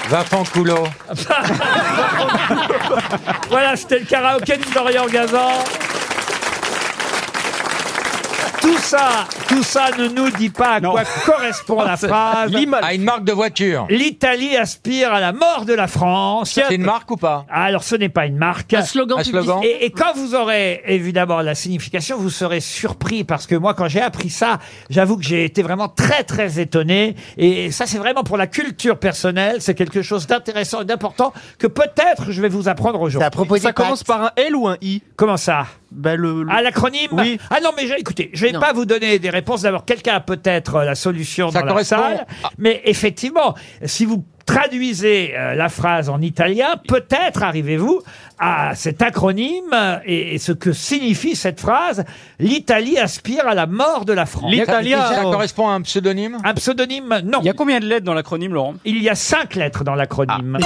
S5: Vincent Coulot.
S2: Voilà, c'était le karaoké de Florian Gazan. Tout ça, tout ça ne nous dit pas à quoi correspond la phrase.
S5: À une marque de voiture.
S2: L'Italie aspire à la mort de la France. C'est une
S5: marque ou pas
S2: Alors ce n'est pas une marque.
S5: Un slogan Un publicitaire. slogan
S2: Et, et quand vous aurez évidemment la signification, vous serez surpris parce que moi quand j'ai appris ça, j'avoue que j'ai été vraiment très très étonné. Et ça c'est vraiment pour la culture personnelle, c'est quelque chose d'intéressant et d'important que peut-être je vais vous apprendre aujourd'hui.
S8: Ça commence par un L ou un I
S2: Comment ça
S8: Bah le,
S2: Ah, l'acronyme
S8: Oui.
S2: Ah non, mais j'ai- écoutez, je vais pas vous donner des réponses. D'abord, quelqu'un a peut-être euh, la solution
S5: Ça
S2: dans la
S5: correspond
S2: salle.
S8: Ah.
S2: Mais effectivement, si vous traduisez euh, la phrase en italien, peut-être arrivez-vous à cet acronyme euh, et, et ce que signifie cette phrase. L'Italie aspire à la mort de la France.
S5: Ça, ça correspond à un pseudonyme
S2: Un pseudonyme, non.
S14: Il y a combien de lettres dans l'acronyme, Laurent
S2: Il y a cinq lettres dans l'acronyme.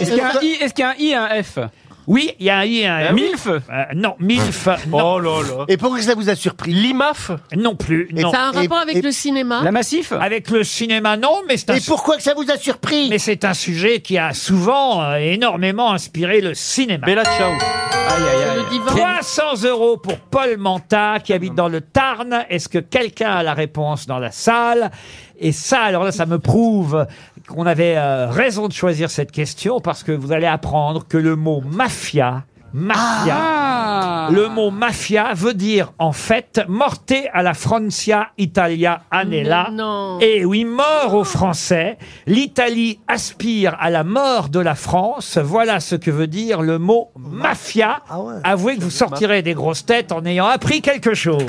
S14: Est-ce qu'il y a
S9: Euh,
S14: un I, est-ce qu'il y a un I et un F
S2: Oui, il y a un I et un F.
S14: Milf
S2: Euh, non, MILF. Oh là là.
S7: Et pourquoi ça vous a surpris
S8: L'IMAF
S2: Non plus.
S3: Et
S2: non.
S3: ça a un rapport avec le cinéma
S2: Massif Avec le cinéma, non, mais c'est Et
S7: pourquoi que ça vous a surpris
S2: Mais c'est un sujet qui a souvent euh, énormément inspiré le cinéma.
S8: Bella Ciao.
S14: aïe. Le divan.
S2: 300 euros pour Paul Manta qui habite dans le Tarn. Est-ce que quelqu'un a la réponse dans la salle Et ça, alors là, ça me prouve qu'on avait euh, raison de choisir cette question parce que vous allez apprendre que le mot mafia, mafia,
S14: Ah.
S2: le mot mafia veut dire en fait morte à la Francia Italia Anela.
S3: Mais non.
S2: Et oui, mort aux Français. L'Italie aspire à la mort de la France. Voilà ce que veut dire le mot mafia. Avouez que vous sortirez des grosses têtes en ayant appris quelque chose.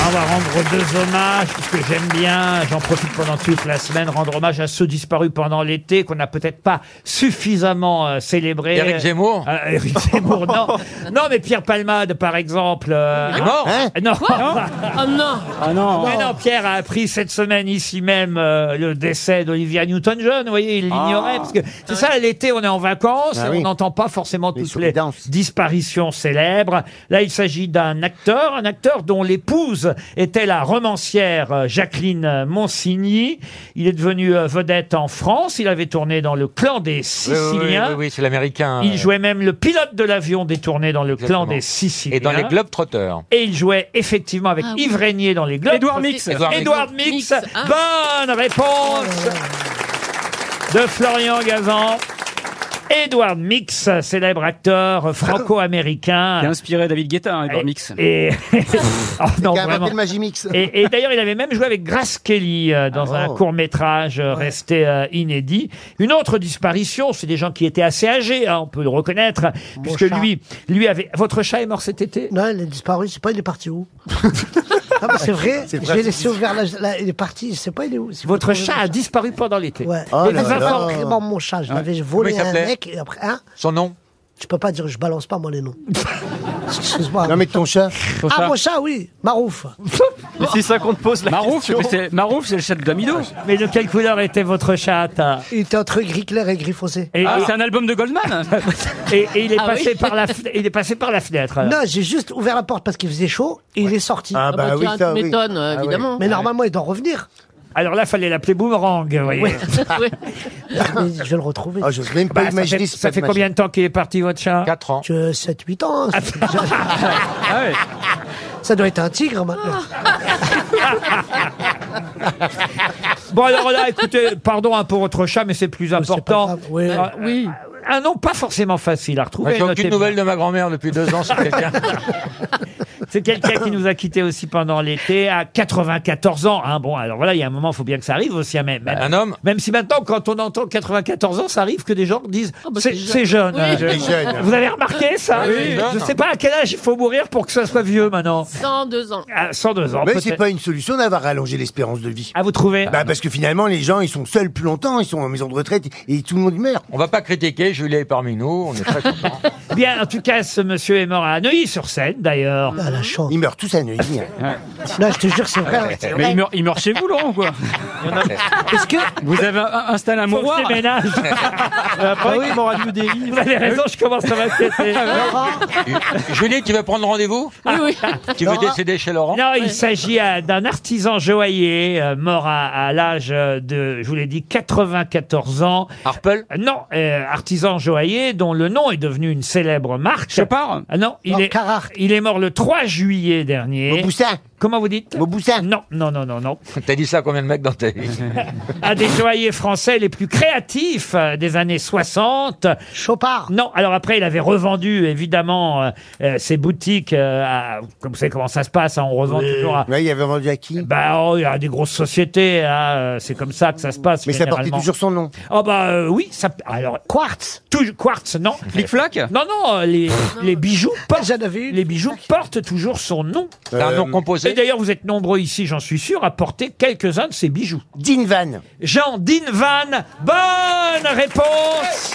S2: On va rendre deux hommages, puisque j'aime bien, j'en profite pendant toute la semaine, rendre hommage à ceux disparus pendant l'été, qu'on n'a peut-être pas suffisamment euh, célébré.
S5: Éric Zemmour
S2: Euh, Éric Zemmour, non. Non, mais Pierre Palmade, par exemple. euh,
S5: Il est mort
S2: Hein Non.
S3: Oh non
S2: Ah non. Mais non, Pierre a appris cette semaine ici même euh, le décès d'Olivia Newton-John. Vous voyez, il l'ignorait parce que c'est ça l'été, on est en vacances,
S7: Ah
S2: et
S7: oui.
S2: on n'entend pas forcément toutes les disparitions célèbres. Là, il s'agit d'un acteur, un acteur dont l'épouse était la romancière euh, Jacqueline Monsigny. Il est devenu euh, vedette en France. Il avait tourné dans le clan des
S5: Oui, oui, oui,
S2: Siciliens.
S5: oui, oui, c'est l'américain.
S2: Il jouait même le pilote de l'avion détourné dans le
S5: Exactement.
S2: clan des Siciliens.
S5: Et dans les Globetrotters.
S2: Et il jouait effectivement avec
S5: Ah oui.
S2: Yves Régnier dans les Globes.
S5: Édouard Mix. Édouard Mix.
S2: Édouard Mix.
S5: Ah.
S2: Bonne réponse de Florian Gazan. Édouard Mix, célèbre acteur franco-américain. Qui a inspiré David Guetta, Edouard Mix. Et, Oh non,
S7: Qui a inventé
S2: vraiment.
S7: le Magimix.
S2: Et, et d'ailleurs, il avait même joué avec Grace Kelly euh, dans
S7: Ah,
S2: un
S7: oh.
S2: court métrage resté euh, inédit. Une autre disparition, c'est des gens qui étaient assez âgés, hein, on peut le reconnaître, puisque
S6: chat.
S2: lui, lui avait. Votre chat est mort cet été
S6: Non, il a disparu, je sais pas, il est parti où Ah, bah, C'est vrai,
S2: C'est le
S6: je l'ai
S2: principe
S6: laissé ouvert, la- la- il est parti, je sais pas, il est où si vous
S2: Votre
S6: trouvez
S2: chat
S6: le
S2: a disparu pendant l'été.
S6: Ouais,
S2: Oh
S6: Et
S2: là
S6: vous
S2: là.
S6: avez vraiment mon chat, je
S2: Ouais.
S6: l'avais volé
S2: Comment il
S6: à un
S2: s'appelait
S6: mec, et après, hein
S5: Son nom
S6: Je peux pas dire, je balance pas, moi, les noms. Excuse-moi.
S7: Non, mais ton chat.
S6: ah, mon chat, oui, Marouf.
S8: Mais c'est ça qu'on te pose la
S6: Marouf,
S8: question.
S6: mais c'est-
S8: Marouf, c'est le chef d'Amido.
S2: Mais de quelle couleur était votre chat hein
S6: Il était entre gris clair et gris foncé.
S2: Et-
S9: Ah, c'est un album de Goldman
S2: et, et il, est
S6: Ah
S2: passé
S6: oui.
S2: par la fenêtre, il est passé par la fenêtre. alors.
S6: Non, j'ai juste ouvert la porte parce qu'il faisait chaud et il est sorti.
S2: Ah, bah Ah bah, oui, tiens, ça, tu oui. m'étonnes, euh, Ah, évidemment. oui.
S6: Mais
S2: Ah,
S6: normalement, il doit revenir.
S2: Alors là, fallait l'appeler Boomerang, vous voyez.
S6: Oui. Mais je vais le retrouver.
S7: Ah, j'ose même
S2: Bah, ça fait, ça fait combien de temps qu'il est parti, votre chat Ah, bah,
S5: 4 ans.
S6: 7-8 ans. hein, c'est déjà- Ça doit être un tigre maintenant.
S2: Bon, alors là, écoutez, pardon hein, pour votre chat, mais c'est plus important. Euh,
S6: oui.
S2: Un nom pas forcément facile à
S5: Moi,
S2: retrouver.
S5: J'ai aucune
S2: notez-le.
S5: nouvelle de ma grand-mère depuis deux ans. C'est quelqu'un.
S2: C'est quelqu'un qui nous a quittés aussi pendant l'été à 94 ans. hein. Bon, alors voilà, il y a un moment, il faut bien que ça arrive aussi. hein, Même, même-
S5: un homme
S2: Même si maintenant, quand on entend 94 ans, ça arrive que des gens disent c'est c'est jeune. hein.
S5: Oui. C'est jeune.
S2: Vous avez remarqué ça
S5: Oui, c'est jeune.
S2: Je ne sais pas à quel âge il faut mourir pour que ça soit vieux maintenant.
S3: 102 ans.
S2: À 102 Ah, ans.
S7: Mais
S2: peut-être.
S7: c'est pas une solution d'avoir rallongé l'espérance de vie.
S2: À vous trouver
S7: Bah parce que finalement les gens ils sont seuls plus longtemps, ils sont en maison de retraite et tout le monde meurt.
S5: On va pas critiquer, Julie est parmi nous, on est très contents.
S2: Bien, en tout cas, ce monsieur est mort à Neuilly-sur-Seine, d'ailleurs.
S6: Ah,
S2: Hein
S7: Ils meurent tous à Neuilly. hein.
S6: Là, je te jure, c'est vrai. c'est
S9: Mais
S6: vrai.
S9: il meurt, il meurt chez vous, Laurent, ou quoi
S6: Est-ce que
S9: Vous avez un- installé un
S6: Faut que
S9: mouroir
S6: je déménage.
S9: Après,
S8: Ah
S6: oui.
S9: m'aura Ah, tout des
S2: Vous avez raison, je commence à m'inquiéter.
S5: Euh, Julie, tu veux prendre rendez-vous Tu veux décéder chez Laurent
S2: Non, il s'agit euh, d'un artisan joaillier euh, mort à, à l'âge euh, de, je vous l'ai dit, 94 ans.
S5: Harpel
S2: Non, euh, artisan joaillier dont le nom est devenu une célèbre marque.
S9: Chopard
S2: Ah Non, il est il est mort le 3 juillet dernier.
S7: Mauboussin
S2: Comment vous dites
S7: Mauboussin
S2: Non, non, non, non, non.
S5: T'as dit ça à combien de mecs dans ta vie
S2: un des joailliers français les plus créatifs euh, des années 60.
S6: Chopard.
S2: Non, alors après, il avait revendu, évidemment, euh, euh, ses boutiques. euh, à- comme vous savez comment ça se passe, hein, on revend toujours à...
S7: Ouais, il avait vendu à qui
S2: Bah, oh, il y a des grosses sociétés, hein, euh, c'est comme ça que ça se passe.
S7: Mais ça portait
S2: généralement.
S7: toujours son nom.
S2: Oh bah euh, oui, ça. Alors quartz, toujours quartz, non. Flic flac. Non non, euh, les, les bijoux
S7: Ah,
S2: portent, les bijoux portent toujours son nom.
S5: C'est un nom composé
S2: Et d'ailleurs, vous êtes nombreux ici, j'en suis sûr, à porter quelques-uns de ces bijoux.
S7: Dean Van.
S2: Jean Dean Van. Bonne réponse.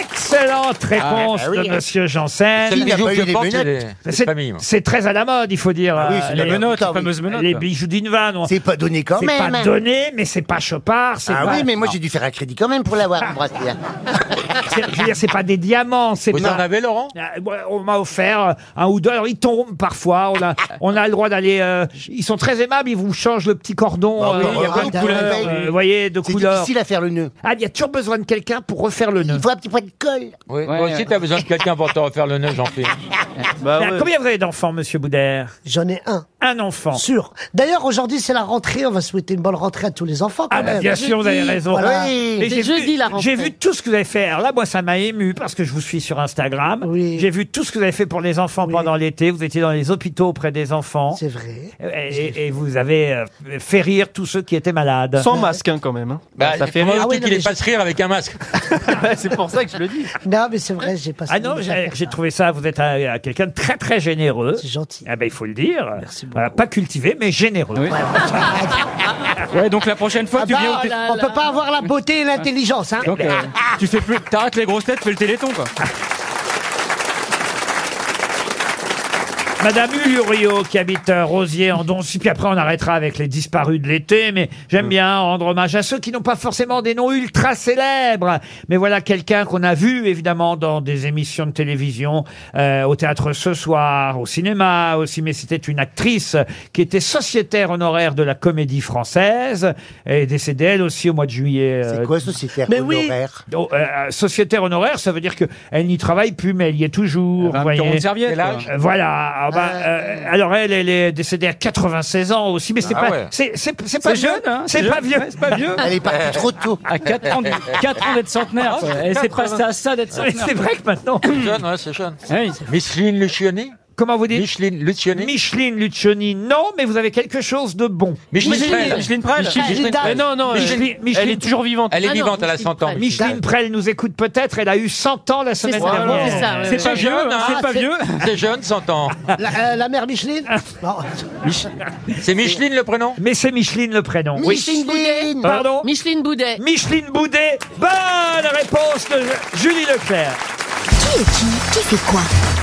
S2: Excellente réponse
S5: Ah, bah oui.
S2: de Monsieur Janssen.
S5: C'est le bijou que je porte, c'est les- les
S2: C'est-
S5: familles, moi.
S2: C'est très à la mode, il faut dire.
S7: Ah oui,
S2: euh,
S7: c'est la
S2: les-
S7: menotte, la fameuse menotte.
S2: Les bijoux d'Invan. on-
S7: C'est pas donné quand
S2: C'est
S7: même.
S2: pas donné, mais c'est pas Chopard. c'est
S7: Ah
S2: pas-
S7: oui, mais moi
S2: Non.
S7: j'ai dû faire un crédit quand même pour l'avoir, mon bracelet.
S2: C'est- Je veux dire, c'est pas des diamants, c'est
S5: Vous
S2: pas-
S5: en avez, Laurent
S2: Euh, moi, On m'a offert euh, un ou deux. Alors, ils tombent parfois. On a, on a le droit d'aller. euh, ils sont très aimables. Ils vous changent le petit cordon.
S7: Bah oui,
S2: euh, il y a
S7: bah,
S2: plein de
S7: bah,
S2: couleurs.
S7: bah,
S2: euh, vous voyez, de
S7: C'est
S2: couleurs.
S7: difficile à faire le nœud.
S2: Ah, il y a toujours besoin de quelqu'un pour refaire le nœud.
S7: Il faut un petit point de colle.
S5: Oui, Toi aussi, t'as besoin de quelqu'un pour te refaire le nœud, Jean-Pierre.
S8: Bah
S2: Mais à Combien vous avez d'enfants, monsieur Boudère
S6: J'en ai un.
S2: Un enfant.
S6: Sûr. D'ailleurs, aujourd'hui, c'est la rentrée. On va souhaiter une bonne rentrée à tous les enfants. Quand
S2: Ah, bah,
S6: même.
S2: bien sûr, vous avez raison.
S6: Voilà.
S2: Mais j'ai vu- J'ai vu tout ce que vous avez fait. Alors là, là, moi, ça m'a ému parce que je vous suis sur Instagram. J'ai vu tout ce que vous avez fait pour les enfants pendant l'été. Vous étiez dans les hôpitaux auprès des enfants.
S6: C'est vrai.
S2: Et, et- et vous avez euh, fait rire tous ceux qui étaient malades.
S8: Sans masque, hein, quand même. hein.
S5: Bah,
S8: ça fait
S5: faut
S8: rire.
S5: noter qu'il est pas de rire avec un masque.
S8: c'est pour ça que je le dis.
S6: Non, mais c'est vrai, j'ai pas
S2: Ah non, j'ai j'ai trouvé ça, vous êtes un- un quelqu'un de très très généreux. C'est
S6: gentil.
S2: Ah ben, il faut le dire. Voilà, pas cultivé, mais généreux.
S9: Ouais, donc la prochaine fois,
S6: Ah
S9: tu
S6: bah,
S9: viens. au té-
S6: on peut pas avoir la beauté et l'intelligence, hein.
S9: Donc, euh, tu fais plus, t'arrêtes les grosses têtes, tu fais le téléthon, quoi.
S2: Madame Ulurio qui habite euh, Rosier en Doncy, puis après on arrêtera avec les disparus de l'été, mais j'aime
S7: Mm.
S2: bien rendre hommage à ceux qui n'ont pas forcément des noms ultra célèbres. Mais voilà quelqu'un qu'on a vu évidemment dans des émissions de télévision, euh, au théâtre ce soir, au cinéma aussi, mais c'était une actrice qui était sociétaire honoraire de la comédie française, et décédée elle aussi au mois de juillet. C'est
S7: quoi sociétaire honoraire
S2: Oh, euh, sociétaire honoraire, ça veut dire que elle n'y travaille plus, mais elle y est toujours.
S5: Ben,
S2: vous
S9: petit rond de
S2: voyez.
S9: serviette, quoi.
S2: Euh, Voilà. Ah bah, euh, alors elle, elle est décédée à 96 ans aussi, mais c'est
S9: Ah
S2: pas,
S9: ouais.
S2: c'est, c'est, c'est pas
S9: C'est jeune, hein,
S2: c'est
S9: c'est
S2: pas
S9: jeune,
S2: vieux,
S9: ouais, c'est pas vieux. Elle est partie trop tôt. À quatre ans de- quatre ans d'être centenaire, quoi. Elle s'est passée à ça d'être centenaire.
S2: C'est vrai que maintenant.
S5: Ah, C'est jeune, ouais, c'est jeune. Micheline Lucioni
S2: Comment vous dites
S5: Micheline Lucioni
S2: Micheline Lucioni, non, mais vous avez quelque chose de bon.
S5: Micheline Prel. Micheline Prel. Micheline Prel. Mais non, non, elle- elle est toujours vivante. Elle est Ah non, vivante, elle a Micheline 100 ans, Prel. Micheline.
S2: Micheline Prel nous écoute peut-être, elle a eu 100 ans la semaine
S5: ça,
S2: dernière.
S5: c'est ça, ouais, C'est ouais. pas vieux, hein, c'est pas vieux. C'est jeune, 100 ans.
S6: La, euh, la mère Micheline Non.
S5: C'est Micheline le prénom
S2: Mais c'est Micheline le prénom. oui.
S3: Micheline Boudet.
S2: Pardon
S3: Micheline Boudet.
S2: Micheline Boudet. Bonne réponse de Julie Leclerc.
S12: Qui est qui Qui fait quoi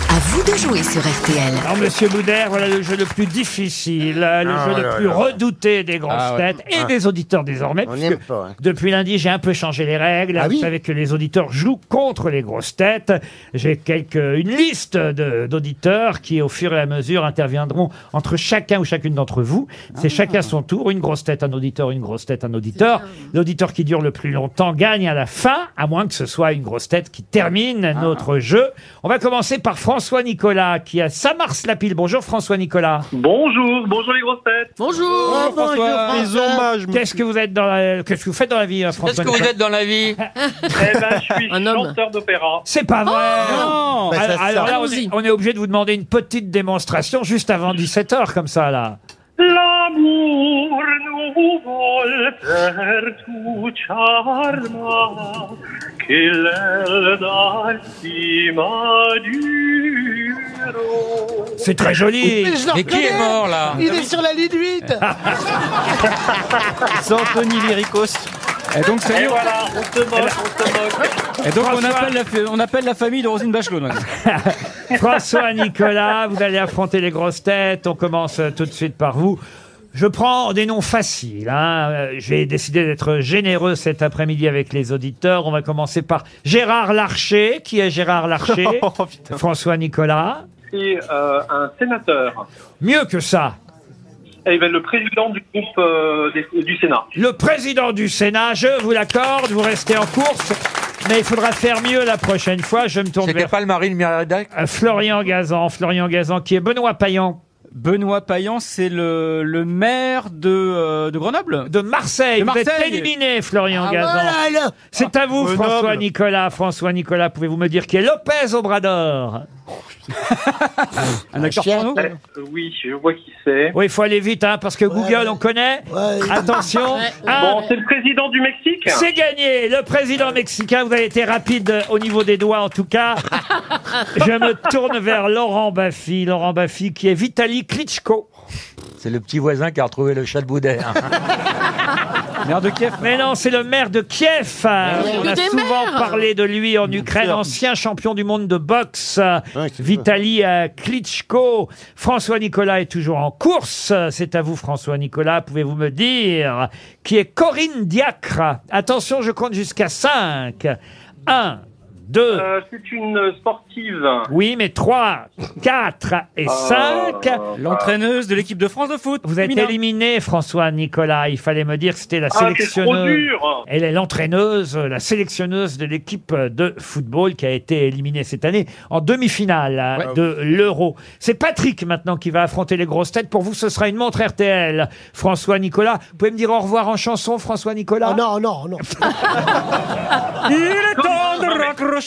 S12: À vous de jouer sur RTL.
S2: Alors, monsieur Boudet, voilà le jeu le plus difficile, euh, le
S12: Ah,
S2: jeu le
S12: là,
S2: plus
S12: là.
S2: redouté des grosses
S12: Ah, ouais.
S2: têtes et
S12: Ah.
S2: des auditeurs désormais.
S7: On
S2: puisque
S7: n'aime pas, hein.
S2: Depuis lundi, j'ai un peu changé les règles. Vous savez que les auditeurs jouent contre les grosses têtes. J'ai quelques, une liste de- d'auditeurs qui, au fur et à mesure, interviendront entre chacun ou chacune d'entre vous. C'est chacun son tour. Une grosse tête, un auditeur, une grosse tête, un auditeur. L'auditeur qui dure le plus longtemps gagne à la fin, à moins que ce soit une grosse tête qui termine notre jeu. On va commencer par François Nicolas qui a Samars-la-Pile. Bonjour François Nicolas.
S15: Bonjour, bonjour les grosses têtes.
S2: Bonjour,
S15: François. Les hommages,
S2: Qu'est-ce que vous êtes dans la... Qu'est-ce que vous faites dans la vie, euh, François
S5: Qu'est-ce que vous
S2: Nicolas
S5: êtes dans la vie
S15: Eh ben, je suis chanteur d'opéra.
S2: C'est pas vrai
S15: Oh Bah, ça
S2: alors,
S15: sort.
S2: alors là, on est,
S15: Allons-y.
S2: on est obligé de vous demander une petite démonstration juste avant 17h, comme ça, là.
S15: L'amour nous vole per tu charma che l'altima duro.
S2: C'est très joli.
S6: Mais je le reconnais. Il est sur la ligne 8
S8: C'est Anthony Lyricos.
S9: Et donc, ça y est,
S15: Et
S9: on-
S15: voilà, on se moque, on se moque.
S9: Et donc, on
S2: François-
S9: appelle, la, fa- on appelle la famille de Rosine Bachelot. maintenant.
S2: François Nicolas, vous allez affronter les grosses têtes. On commence euh, tout de suite par vous. Je prends des noms faciles. hein. Euh, J'ai décidé d'être généreux cet après-midi avec les auditeurs. On va commencer par Gérard Larcher. Qui est Gérard Larcher
S15: Oh,
S2: François Nicolas.
S15: C'est euh, un sénateur.
S2: Mieux que ça.
S15: Eh ben, le président du groupe euh, des- du Sénat.
S2: Le président du Sénat, je vous l'accorde, vous restez en course. Mais il faudra faire mieux la prochaine fois. Je me tourne
S5: C'était
S2: vers
S5: pas le mari de Mireille Dac
S2: euh, Florian Gazan. Florian Gazan qui est Benoît Payan.
S9: Benoît Payan, c'est le, le maire de, euh, de Grenoble
S2: De Marseille.
S9: De
S2: Vous êtes
S9: Marseille.
S2: éliminé, Florian
S9: Ah,
S2: Gazan.
S9: voilà, Ah, là.
S2: C'est à vous,
S9: Grenoble.
S2: François Nicolas. François Nicolas, pouvez-vous me dire qui est Lopez Obrador Un acteur porno
S15: Euh, oui, je vois qui c'est.
S2: Oui, il faut aller vite, hein, parce que Google, on connaît. Attention. Un,
S15: Bon, c'est le président du Mexique.
S2: C'est gagné. Le président mexicain, vous avez été rapide euh, au niveau des doigts en tout cas. Je me tourne vers Laurent Baffy. Laurent Baffy qui est Vitali Klitschko.
S5: C'est le petit voisin qui a retrouvé le chat de Boudet.
S9: Maire de Kiev.
S2: Mais non, c'est le maire de Kiev. Euh,
S5: oui.
S2: On a
S5: Que des
S2: souvent
S5: maires.
S2: parlé de lui en Ukraine, ancien champion du monde de boxe. euh, Vitali euh, Klitschko. François Nicolas est toujours en course. Euh, C'est à vous, François Nicolas. Pouvez-vous me dire qui est Corinne Diacre Attention, je compte jusqu'à 5. 1, 2,
S15: Euh, c'est une sportive.
S2: Oui, mais 3, 4 et
S15: Ah.
S2: 5.
S9: L'entraîneuse de l'équipe de France de foot.
S2: Vous êtes
S9: Féminin.
S2: éliminé, François Nicolas. Il fallait me dire que c'était la
S9: Ah, c'est trop
S2: sélectionneuse.
S9: dur.
S2: Elle est l'entraîneuse, euh, la sélectionneuse de l'équipe euh, de football qui a été éliminée cette année en demi-finale euh, de l'Euro. C'est Patrick maintenant qui va affronter les grosses têtes. Pour vous, ce sera une montre RTL. François Nicolas, vous pouvez me dire au revoir en chanson, François Nicolas
S6: Non, non, non.
S2: Il est temps
S9: de raccrocher.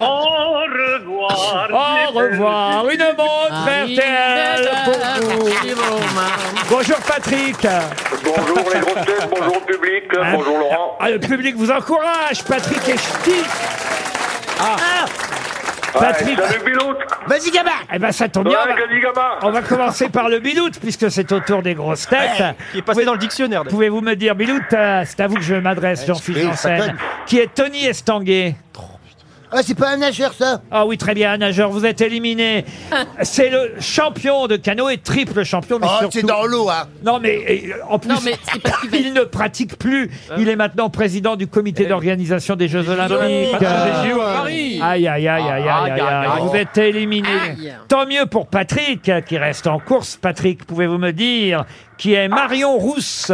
S15: Au revoir.
S9: Au revoir. Une montre
S15: Ah,
S9: RTL pour vous.
S2: Bonjour Patrick.
S15: Bonjour les grosses têtes, bonjour le public, bonjour Laurent.
S2: Ah, le public vous encourage, Patrick et Ch'ti. Ah. Patrick.
S15: Ouais, salut Bilout.
S2: Vas-y, Gabin. Eh ben, ça tombe bien. on va-
S15: Ouais, vas-y, Gabin.
S2: On va commencer par le Bilout, puisque c'est au tour des grosses têtes.
S8: Ouais,
S2: qui est passé dans le dictionnaire. Pouvez-vous me dire, Bilout, euh, c'est à vous que je m'adresse, Jean-Philippe
S7: oui, ça
S2: Janssen,
S7: colle.
S2: qui est Tony Estanguet ah, c'est pas un nageur, ça Ah oui, très bien, un nageur, vous êtes éliminé. C'est le champion de canoë, triple champion.
S10: Oh,
S2: c'est dans l'eau, hein Non, mais euh, en plus, il ne pratique plus. Il est maintenant président du comité d'organisation Hein Eh des Jeux Olympiques.
S9: Ah, des JO à
S2: Euh,
S9: Paris.
S2: Aïe, aïe, aïe, aïe, aïe,
S9: Ah,
S2: aïe,
S9: aïe, aïe.
S2: aïe. Vous êtes éliminé.
S9: Aïe.
S2: Tant mieux pour Patrick, euh, qui reste en course. Patrick, pouvez-vous me dire qui est Marion Rousse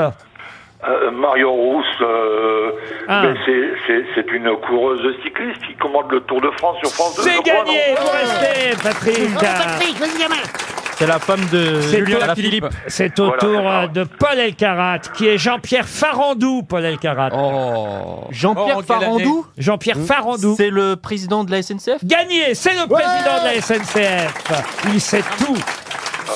S15: Euh, Marion Rousse, euh,
S2: Ah.
S15: ben, c'est- c'est c'est une coureuse cycliste qui commande le Tour de France sur France 2.
S2: C'est gagné, vous restez, Patrick.
S7: vas-y, gamin.
S8: C'est la femme de
S2: C'est au-
S8: Julien Philippe.
S2: C'est au
S8: Voilà.
S2: tour euh, de Paul Elkarat, qui est Jean-Pierre Farandou, Paul Elkarat.
S8: Oh. Jean-Pierre Farandou
S2: Jean-Pierre Farandou.
S8: Mmh. C'est le président de la SNCF
S2: Gagné, c'est le président de la SNCF. Il sait tout.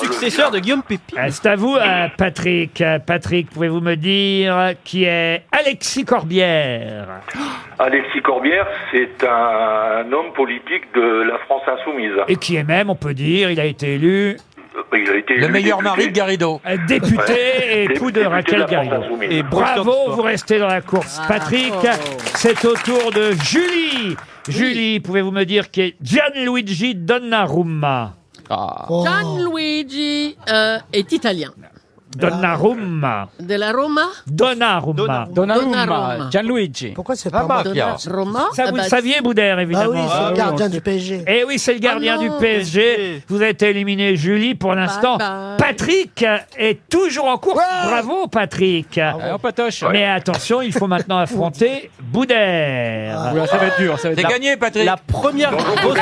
S8: Successeur de Guillaume Pépi.
S2: Euh, C'est à vous, euh, Patrick. Euh, Patrick, pouvez-vous me dire euh, qui est Alexis Corbière
S15: Alexis Corbière, c'est un, homme politique de la France insoumise. Euh,
S2: Et qui est même, on peut dire, il a été élu
S15: Il a été
S5: Le
S15: élu
S5: meilleur
S15: député.
S5: mari de Garrido.
S2: euh, député
S15: Ouais.
S2: et époux de
S15: Député de la
S2: Raquel
S15: France
S2: Garrido.
S15: Insoumise. Et brosseur de
S2: bravo,
S15: sport.
S2: vous restez dans la course. Patrick, c'est au tour de Julie. Julie, pouvez-vous me dire qui est Gianluigi Donnarumma
S3: Ah. Gianluigi euh, est italien.
S2: Donnarumma.
S3: De la Roma
S2: Donnarumma.
S3: Donnarumma. Donnarumma.
S9: Gianluigi.
S6: Pourquoi c'est
S3: pas moi Donnarumma
S2: Ça, vous
S3: Ah
S2: le
S3: bah,
S2: saviez, Boudère, évidemment.
S6: Ah oui, c'est le Ah oui, gardien on du sait. PSG.
S2: Eh oui, c'est le gardien
S3: Ah
S2: du
S3: non.
S2: PSG. Vous êtes éliminé, Julie, pour l'instant.
S3: bye.
S2: Patrick est toujours en course. Bravo, Patrick. Mais attention, il faut maintenant affronter
S6: Ah.
S2: Boudère.
S9: Oula, Ah, ça va être dur, ça va être
S2: La-
S9: dur. La première grosse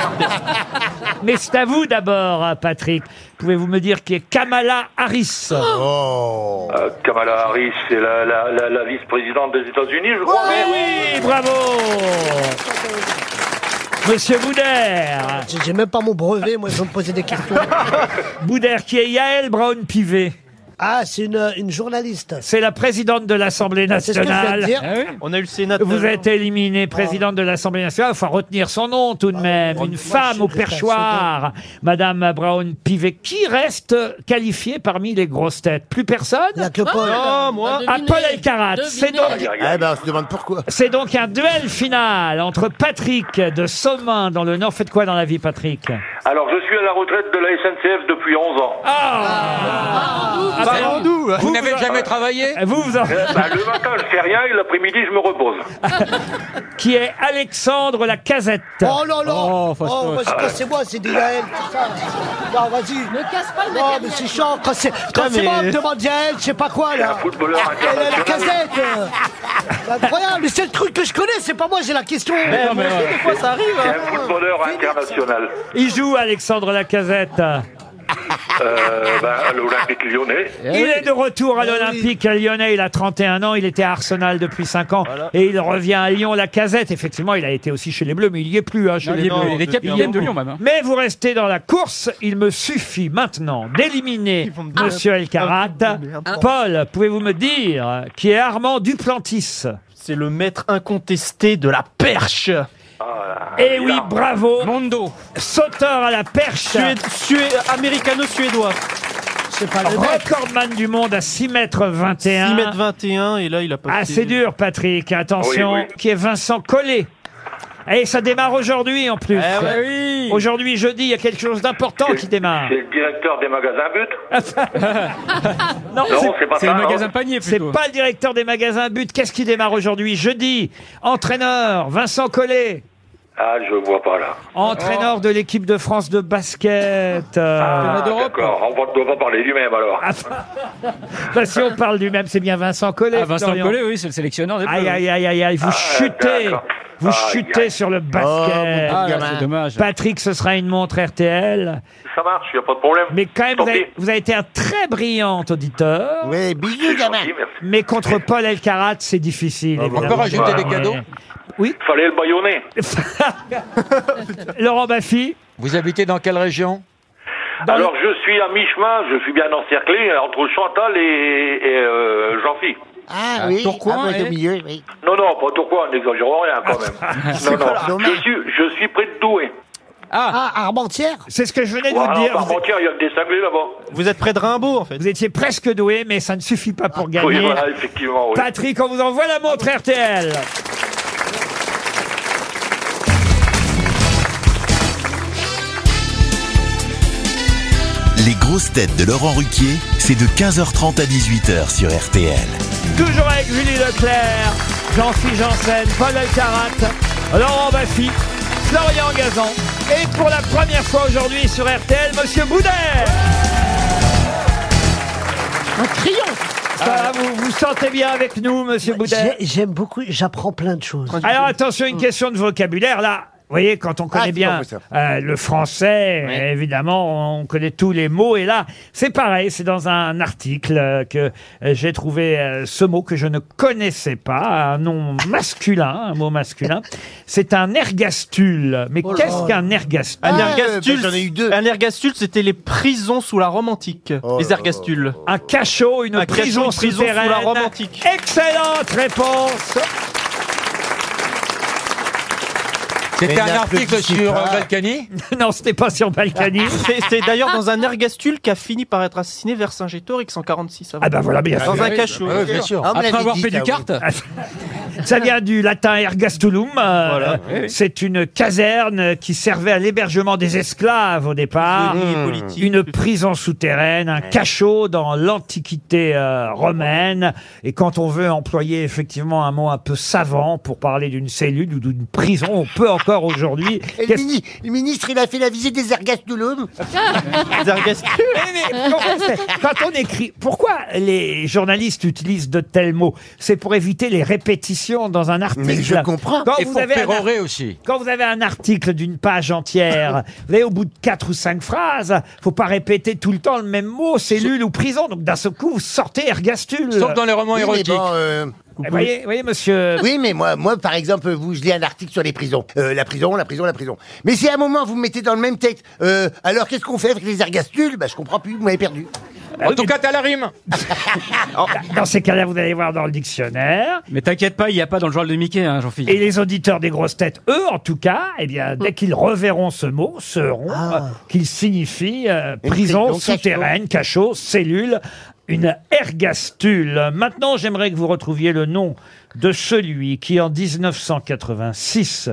S2: Mais c'est à vous d'abord, Patrick. Pouvez-vous me dire qui est Kamala Harris
S6: Oh.
S15: Euh, Kamala Harris, c'est la, la- la- la vice-présidente des États-Unis, je crois.
S2: Mais oui, bravo Monsieur Boudère
S6: J'ai j'ai même pas mon brevet, moi, je vais me poser des questions.
S2: Boudère, qui est Yael Brown-Pivet.
S6: Ah, c'est une, une journaliste.
S2: C'est la présidente de l'Assemblée
S6: C'est ce que je viens de
S2: nationale.
S3: Ah
S9: Ah
S6: dire.
S8: On a eu le Sénat.
S2: Vous êtes éliminé, présidente de l'Assemblée nationale. Enfin, retenir son nom tout de même. Une femme au perchoir, Madame Brown Pivet. Qui reste qualifiée parmi les grosses têtes Plus personne Il
S6: que
S8: Paul. Non, moi.
S2: Ah, Paul Elkarat.
S8: Devinez.
S2: C'est donc.
S7: Ah, ben, on se demande pourquoi.
S2: C'est donc un duel final entre Patrick de Sommin dans le Nord. Faites quoi dans la vie, Patrick
S15: Alors, je suis à la retraite de la SNCF depuis 11 ans.
S2: Ah, ben,
S5: Ah, Vous n'avez jamais travaillé
S2: Vous, vous en...
S15: Eh ben, le matin, je fais rien et l'après-midi, je me repose.
S2: Qui est Alexandre Lacazette.
S6: Oh là là Oh,
S2: Fasto.
S6: vas-y,
S2: Ah ouais.
S6: cassez-moi, c'est des Yael, tout ça Non, vas-y Ne casse pas le Oh, mais c'est chiant, quand c'est quand
S2: Putain,
S6: c'est moi, on
S2: mais-
S6: me demande Yael, je sais pas quoi, là
S15: un footballeur
S6: Elle a la
S15: international.
S6: casette euh. C'est Incroyable, mais c'est le truc que je connais, c'est pas moi, j'ai la question
S15: non, mais ouais.
S6: des fois, ça
S5: bah,
S6: arrive
S15: C'est un footballeur international.
S2: Il joue Alexandre Lacazette.
S15: Euh, ben, à l'Olympique lyonnais.
S2: Eh
S8: Eh
S2: Il est de retour à l'Olympique lyonnais, il a 31 ans, il était à Arsenal depuis 5 ans et il revient à Lyon la casette. Effectivement, il a été aussi chez les Bleus, mais il n'y est plus hein, chez
S9: Non,
S2: les
S9: il est-
S2: Bleus.
S9: il est capitaine de Lyon, même, hein.
S2: Mais vous restez dans la course, il me suffit maintenant d'éliminer monsieur Elkarat.
S8: hein.
S2: Paul, pouvez-vous me dire euh, qui est Armand Duplantis
S8: C'est le maître incontesté de la perche.
S2: Eh oui, bravo Mondo Sauteur à la perche
S8: Sué- sué- Américano-suédois.
S2: C'est pas Recordman du monde à 6 mètres 21.
S8: 6 mètres 21 et là il a pas
S2: Ah, c'est dur, Patrick. Attention,
S8: Oui, oui.
S2: qui est Vincent Collet. Et ça démarre aujourd'hui en plus.
S8: Eh ouais,
S2: Aujourd'hui, jeudi, il y a quelque chose d'important qui démarre.
S15: Ah C'est le directeur des magasins But.
S2: Non,
S15: c'est pas ça. hein.
S2: panier C'est pas le directeur des magasins But. Qu'est-ce qui démarre aujourd'hui Jeudi, entraîneur Vincent Collet.
S15: Ah, je vois pas là.
S2: Entraîneur de l'équipe de France de basket. euh,
S15: Ah, d'accord. On ne doit pas parler du même alors.
S2: Ah, bah, si on parle du même, c'est bien Vincent Collet.
S9: Ah, Vincent
S2: Florian.
S9: Collet, oui, c'est le sélectionneur des
S2: Aïe,
S9: Bleus. Euh,
S2: aïe, aïe, aïe, aïe, vous chutez. Vous chutez sur le basket.
S9: Ah, Oh, mon Ah, gamin. là, c'est dommage.
S2: Patrick, ce sera une montre RTL.
S15: Ça marche, il n'y a pas de problème.
S2: Mais quand même,
S15: Tant
S2: vous avez,
S15: pis.
S2: vous avez été un très brillant auditeur. Oui, bisous, gamin. Mais contre Paul Elkarat, c'est difficile.
S5: On peut
S2: évidemment.
S5: rajouter des
S2: Ouais.
S5: cadeaux
S2: Oui.
S15: Fallait le baïonner.
S2: Laurent Baffy.
S5: Vous habitez dans quelle région
S15: Alors, je suis à mi-chemin, je suis bien encerclé euh, entre Chantal et, et, euh, Jean-Phi.
S7: Ah oui,
S15: Tourcoing,
S7: ah, ouais,
S15: eh
S7: au milieu, oui.
S15: Non, non, pas Tourcoing, n'exagérons rien quand même.
S7: C'est
S15: non,
S7: pas
S15: non, je suis, je suis près de Douai.
S2: Ah, Armentière C'est ce que je venais de vous dire. Vous,
S15: Parmentière, il y a que des cinglés là-bas.
S2: vous êtes près de Rimbaud, en fait. Vous étiez presque doué, mais ça ne suffit pas pour gagner.
S15: Oui, voilà, effectivement, oui.
S2: Patrick, on vous envoie la montre RTL.
S1: Les grosses têtes de Laurent Ruquier, c'est de 15h30 à 18h sur RTL.
S2: Toujours avec Julie Leclerc, Jean-Philippe Janssen, Paul Alcarat, Laurent Baffy, Florian Gazan. Et pour la première fois aujourd'hui sur RTL, Monsieur Boudet Un triomphe Ça va, vous vous sentez bien avec nous, Monsieur Boudet
S6: J'ai- J'aime beaucoup, j'apprends plein de choses.
S2: Alors attention, une question de vocabulaire là. Vous voyez, quand on connaît
S6: Ah,
S2: bien
S6: non, mais ça.
S2: euh, le français, évidemment, on connaît tous les mots. Et là, c'est pareil, c'est dans un article euh, que euh, j'ai trouvé euh, ce mot que je ne connaissais pas, un nom masculin, un mot masculin. C'est un ergastule. Mais
S8: Oh là
S2: qu'est-ce
S8: là. Ah, bah,
S2: qu'un ergastule
S8: Un ergastule, un ergastule, c'était les prisons sous la Rome antique. les ergastules.
S2: Un cachot, une
S8: Un cachot,
S2: prison,
S8: une prison sous la
S2: souterraine.
S8: Rome antique.
S2: Excellente réponse
S5: C'était un article sur euh, Balkany
S2: Non, c'était pas sur Balkany.
S8: C'est c'est d'ailleurs dans un ergastule qu'a fini par être assassiné Vercingétorix en 46 avant.
S2: Ah bah voilà, bien
S8: Dans
S2: sûr.
S8: un
S7: Ah
S8: cachot.
S2: Ça vient du latin ergastulum. euh,
S8: Voilà.
S2: euh, C'est une caserne qui servait à l'hébergement des esclaves au départ.
S8: Mmh. Politique.
S2: Une prison souterraine, un cachot dans l'antiquité euh, romaine. Et quand on veut employer effectivement un mot un peu savant pour parler d'une cellule ou d'une prison, on peut encore aujourd'hui.
S7: Et le,
S2: Qu'est-ce-
S7: mini- le ministre, il a fait la visite des ergastulums.
S2: Mais- mais comment on fait Quand on écrit, pourquoi les journalistes utilisent de tels mots C'est pour éviter les répétitions dans un article.
S5: Mais je comprends.
S2: Quand
S5: Et
S2: vous
S5: pour
S2: avez un-
S5: pérorer aussi.
S2: Quand vous avez un article d'une page entière, vous avez au bout de quatre ou cinq phrases, faut pas répéter tout le temps le même mot, cellule ou prison. Donc d'un seul coup, vous sortez ergastule.
S7: Sauf dans les romans Euh, Oui, mais érotiques. bon, euh,
S2: Eh, voyez, voyez, monsieur.
S7: Oui, mais moi, moi, par exemple, vous, je lis un article sur les prisons. Euh, la prison, la prison, la prison. Mais si à un moment, vous me mettez dans le même texte, euh, alors qu'est-ce qu'on fait avec les ergastules Bah, je comprends plus, vous m'avez perdu.
S2: Ah
S5: En tout cas, t'as la rime.
S2: Dans ces cas-là, vous allez voir dans le dictionnaire.
S16: Mais t'inquiète pas, il n'y a pas dans le journal de Mickey, hein, Jean-Philippe.
S2: Et les auditeurs des grosses têtes, eux, en tout cas, eh bien, dès qu'ils reverront ce mot, sauront euh, qu'il signifie euh,
S16: prison,
S2: prison
S16: cachot.
S2: souterraine, cachot, cellule, une ergastule. Maintenant, j'aimerais que vous retrouviez le nom de celui qui, en 1986,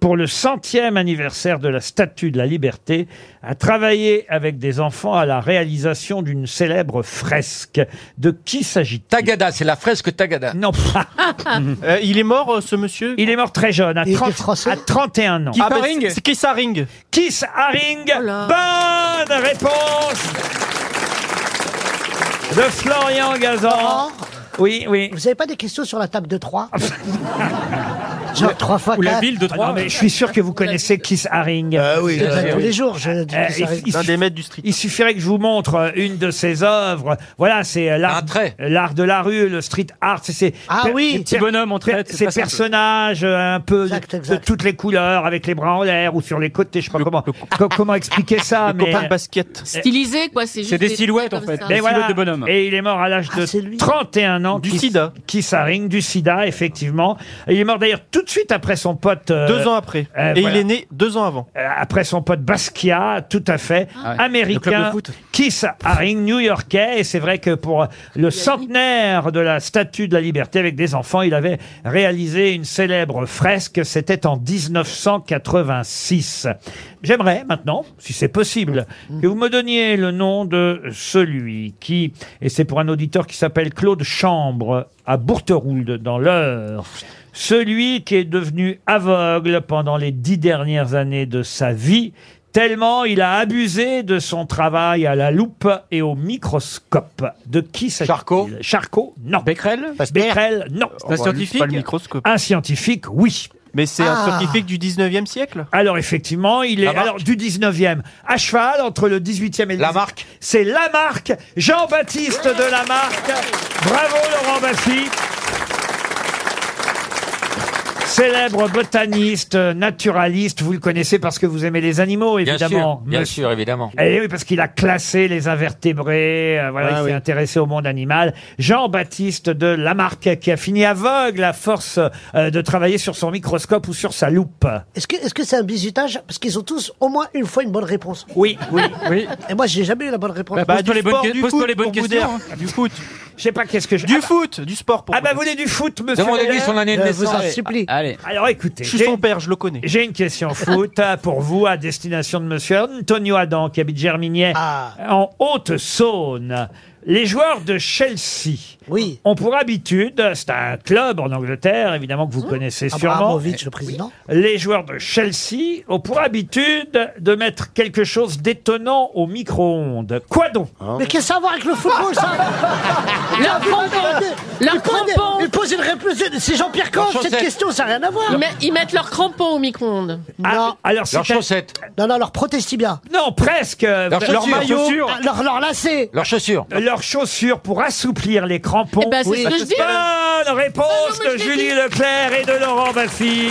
S2: pour le centième anniversaire de la Statue de la Liberté, a travaillé avec des enfants à la réalisation d'une célèbre fresque. De qui s'agit-il Tagada, c'est la fresque Tagada. Non. ah,
S8: Euh, il est mort, euh, ce monsieur
S2: Il est mort très jeune, à, 30 à 31 ans. Ah,
S8: Keith Haring
S2: c'est Kiss Haring. Kiss Haring. Bonne réponse de Florian Gazan. Oui, oui.
S6: Vous n'avez pas des questions sur la table de 3 Genre 3 fois 4
S2: Ah non, mais je suis sûr que vous connaissez Eh, Kiss Haring.
S6: Ah oui, Je bien l'ai sûr. tous les jours, je dis Keith Haring. L'un des
S2: maîtres du street. Euh, Il suffirait que je vous montre euh, une de ses œuvres. Voilà, c'est euh, l'art, l'art de la rue, le street art. C'est, c'est-
S6: Ah oui. Les petits bonhommes en
S2: per-
S6: traite, c'est
S2: Ces
S6: pas simple.
S2: personnages euh, un peu de- de, toutes les couleurs, avec les bras en l'air ou sur les côtés. Je sais pas comment, co- comment expliquer ça.
S8: Le
S2: mais
S8: copain de basket.
S3: Stylisé, quoi. C'est juste comme ça.
S2: et voilà. Et il est mort à l'âge
S8: Ah,
S2: de 31 ans. Du
S8: sida.
S2: Qui s'arrigne, du sida, effectivement. Et il est mort d'ailleurs tout de suite après son pote. euh,
S8: Deux ans après.
S2: euh,
S8: Et
S2: voilà.
S8: il est né deux ans avant.
S2: Euh, Après son pote Basquiat, tout à fait,
S8: Ah ouais. Le club
S2: américain,
S8: de foot.
S2: Kiss Haring, Ah, new-yorkais. Et c'est vrai que pour le centenaire de la Statue de la Liberté avec des enfants, il avait réalisé une célèbre fresque. C'était en 1986. J'aimerais maintenant, si c'est possible, que vous me donniez le nom de celui qui, et c'est pour un auditeur qui s'appelle Claude Chambre, à Bourteroulde, dans l'Eure, celui qui est devenu aveugle pendant les dix dernières années de sa vie, tellement il a abusé de son travail à la loupe et au microscope. De qui s'agit-il Charcot Charcot, non. Becquerel Becquerel, non.
S8: C'est un scientifique Pas le microscope.
S2: Un scientifique, oui.
S8: Mais c'est un
S2: Ah.
S8: scientifique du 19e siècle
S2: Alors effectivement, il est
S8: Lamarck.
S2: alors du 19e à cheval entre le 18e et le Lamarck. C'est Lamarck, Jean-Baptiste de Lamarck. Bravo Laurent Baffy. Célèbre botaniste, naturaliste, vous le connaissez parce que vous aimez les animaux,
S5: Bien
S2: évidemment.
S5: sûr, bien
S2: monsieur.
S5: sûr, évidemment.
S2: Eh oui, parce qu'il a classé les invertébrés, euh, voilà,
S5: Ah
S2: il
S5: oui.
S2: s'est intéressé au monde animal. Jean-Baptiste de Lamarck, qui a fini aveugle à force euh, de travailler sur son microscope ou sur sa loupe.
S8: Bah,
S6: Est-ce que est-ce que c'est un bizutage Parce qu'ils ont tous au moins une fois une bonne réponse.
S2: Oui, oui, oui.
S6: Et moi, j'ai jamais eu la bonne réponse.
S8: Bah, du sport, du foot, pour vous dire.
S2: hein.
S8: Du foot.
S2: Je sais pas qu'est-ce que je...
S8: Du foot, du sport pour
S2: Ah bah,
S8: vous
S2: vous
S8: dire.
S2: voulez du foot, monsieur Bah, Meyer
S8: Allez.
S2: Allez. Alors écoutez.
S8: Je suis
S2: j'ai-
S8: son père, je le connais.
S2: J'ai une question foot euh, pour vous à destination de monsieur Antonio Adam qui habite Germignet
S8: Ah.
S2: en Haute-Saône. Les joueurs de Chelsea ont pour habitude, c'est un club en Angleterre évidemment que
S8: Mmh.
S2: vous connaissez
S8: Ah,
S2: sûrement,
S6: Abramovich, le président.
S2: les joueurs de Chelsea ont pour habitude de mettre quelque chose d'étonnant au micro-ondes. Quoi donc
S6: Mais qu'est-ce que ça a à voir avec le football, ça
S3: Leur crampon Leur crampon
S6: Mais pose une réponse, c'est Jean-Pierre
S3: Leurs
S6: Coff, cette
S3: chaussettes.
S6: question, ça n'a rien à voir
S3: Ils, mettent- ils mettent leurs crampons au micro-ondes.
S2: Ah, alors c'est
S6: Leurs
S2: un-
S6: Non, non, leur protestibia.
S2: Non, presque. euh,
S6: Leurs
S2: leur
S6: chaussures,
S2: maillot,
S6: chaussures. Ah, leur- leur lacet.
S2: leurs chaussures, leurs chaussures pour assouplir les crampons.
S6: Eh ben, c'est ce que je dis.
S2: Bonne réponse de Julie Leclerc et de Laurent Baffy.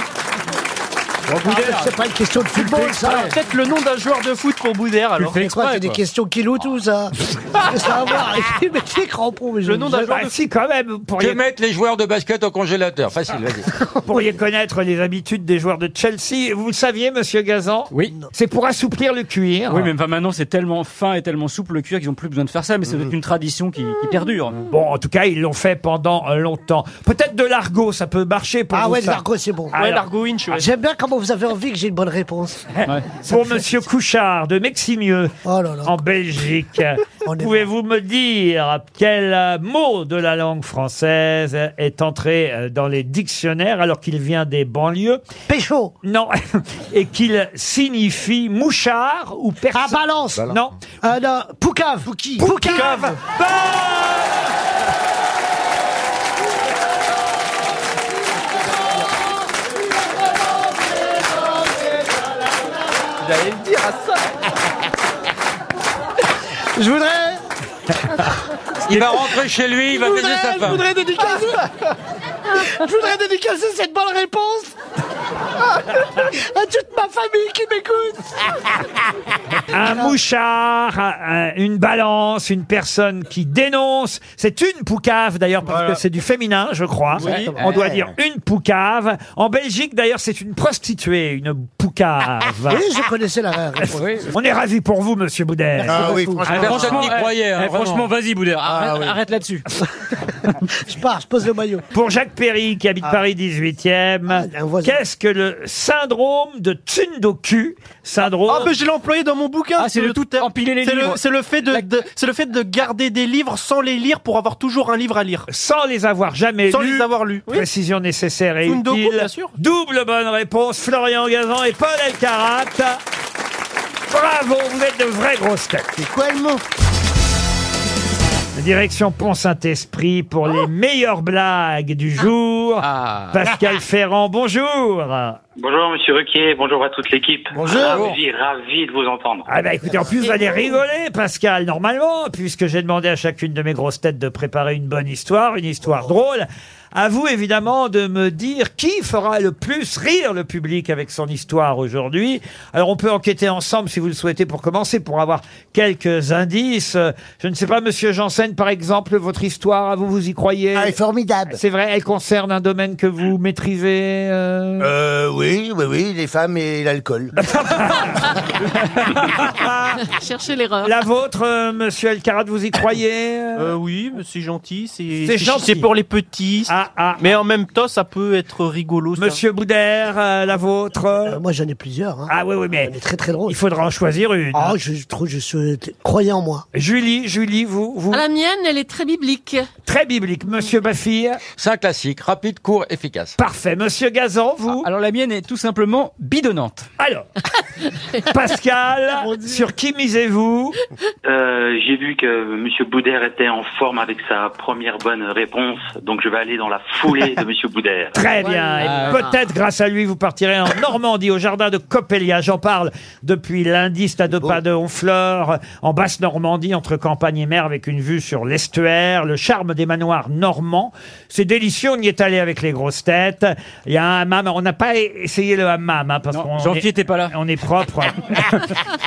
S2: Ah, Bon, vous deux-
S6: c'est pas une question de football, ça.
S8: Alors, peut-être le nom d'un joueur de foot pour Boudère, alors.
S6: C'est quoi, c'est des questions qui louent tout, ça
S2: Ah.
S6: Qu'est-ce que ça a à voir avec mais c'est crampons, mais je- je-
S2: Bah, si, quand même, vous
S5: Que
S2: pourriez,
S5: mettre les joueurs de basket au congélateur Facile, vas-y.
S2: vous pourriez connaître les habitudes des joueurs de Chelsea. Vous le saviez, monsieur Gazan Oui. C'est pour assouplir le cuir.
S9: Oui, mais enfin, maintenant, c'est tellement fin et tellement souple le cuir qu'ils n'ont plus besoin de faire ça, mais
S5: Mhm.
S9: c'est une tradition qui, qui perdure.
S2: Bon, en tout cas, ils l'ont fait pendant euh, longtemps. Peut-être de l'argot, ça peut marcher pour
S6: Ah
S2: vous,
S6: ouais,
S2: ça.
S6: l'argot, c'est bon.
S2: Ouais, Alors- l'argot winch, ouais.
S6: J'aime bien comment vous avez envie que j'ai une bonne réponse.
S2: Pour Monsieur Couchard de Meximieux,
S6: Oh
S2: en Belgique, pouvez-vous me dire quel euh, mot de la langue française est entré euh, dans les dictionnaires alors qu'il vient des banlieues
S6: Pécho
S2: Non. Et qu'il signifie mouchard ou personne
S6: Ah, balance. Balance.
S2: Non.
S6: Ah non, Poucave Pouki Poucave
S8: J'allais le dire à ça.
S6: Je voudrais.
S5: Il va rentrer chez lui, il va baiser sa
S6: Je
S5: femme.
S6: voudrais dédicacer. je voudrais dédicacer cette bonne réponse à toute ma famille qui m'écoute.
S2: Un mouchard, un- un- une balance, une personne qui dénonce. C'est une poucave d'ailleurs parce
S8: Voilà.
S2: que c'est du féminin, je crois.
S8: Oui.
S2: On doit
S8: Ouais.
S2: dire une poucave. En Belgique d'ailleurs, c'est une prostituée, une poucave.
S6: Ah, Oui, je connaissais la réponse.
S2: On est ravis pour vous, Monsieur Boudet.
S6: Ah oui, franchement,
S9: Ah,
S6: Personne n'y
S9: eh,
S6: croyait, hein,
S9: eh,
S6: vraiment.
S9: franchement, vas-y, Boudère, arrête,
S6: Ah, oui.
S9: arrête là-dessus.
S6: Je pars, je pose le maillot.
S2: Pour Jacques Perry, qui habite
S6: Ah.
S2: Paris
S8: Ah,
S2: 18e, qu'est-ce que le syndrome de Tsundoku Syndrome.
S8: Ah, mais je l'ai employé dans mon bouquin.
S2: Ah, c'est le tout
S8: empiler
S2: les livres.
S8: C'est le fait de, de- c'est le fait de garder des livres sans les lire pour avoir toujours un livre à lire.
S2: Sans les avoir jamais
S8: Sans
S2: lus.
S8: les avoir lus. Oui.
S2: Précision nécessaire et
S8: Tsundoku,
S2: utile.
S8: bien sûr.
S2: Double bonne réponse, Florian Gazan et Paul Elkarat. Bravo, vous êtes de vraies grosses têtes. C'est quoi le mot Direction Pont-Saint-Esprit pour les meilleures blagues du jour. Pascal Ferrand, bonjour.
S17: Bonjour Monsieur Ruquier, bonjour à toute l'équipe.
S2: Bonjour.
S17: Ravi, ravi de vous entendre.
S2: Ah bah écoutez, en plus vous allez rigoler, Pascal, normalement, puisque j'ai demandé à chacune de mes grosses têtes de préparer une bonne histoire, une histoire drôle. À vous évidemment de me dire qui fera le plus rire le public avec son histoire aujourd'hui. Alors on peut enquêter ensemble si vous le souhaitez pour commencer, pour avoir quelques indices. Euh, Je ne sais pas, Monsieur Janssen, par exemple, votre histoire, à vous vous y croyez Elle est
S7: formidable.
S2: C'est vrai, elle concerne un domaine que vous maîtrisez. euh
S7: Euh, oui, oui, oui, les femmes et l'alcool.
S3: Cherchez l'erreur.
S2: La vôtre, euh, Monsieur Elkarat, vous y croyez
S8: Euh, oui, mais c'est gentil. C'est
S2: C'est
S8: c'est-
S2: gentil. Ah,
S8: C'est pour les petits. Mais en même temps, ça peut être rigolo.
S2: Monsieur Boudère, euh, la vôtre
S6: Euh, Moi, j'en ai plusieurs. hein.
S2: Ah oui, oui, mais
S6: Elle est très très drôle.
S2: il faudra en choisir une.
S6: Ah, je trouve, je suis euh, croyant en moi.
S2: Julie, Julie, vous, vous...
S3: La mienne, elle est très biblique.
S2: Très biblique, monsieur Baffy.
S5: C'est un classique, rapide, court, efficace.
S2: Parfait. Monsieur Gazan, vous
S9: Ah, Alors, la mienne est tout simplement bidonnante.
S2: Alors, Pascal, sur qui misez-vous
S17: Euh, J'ai vu que Monsieur Boudère était en forme avec sa première bonne réponse, donc je vais aller dans la foulée de Monsieur Boudère.
S2: Très bien. Ah. Et Peut-être grâce à lui, vous partirez en Normandie, au jardin de Coppelia. J'en parle depuis lundi, c'est à deux pas de Honfleur, en Basse-Normandie, entre campagne et mer, avec une vue sur l'estuaire, le charme des manoirs normands. C'est délicieux, on y est allé avec les grosses têtes. Il y a un hammam, on n'a pas e- essayé le hammam, hein, parce qu'on
S9: Jean-Pierre
S2: était pas là. Oh. On est propre.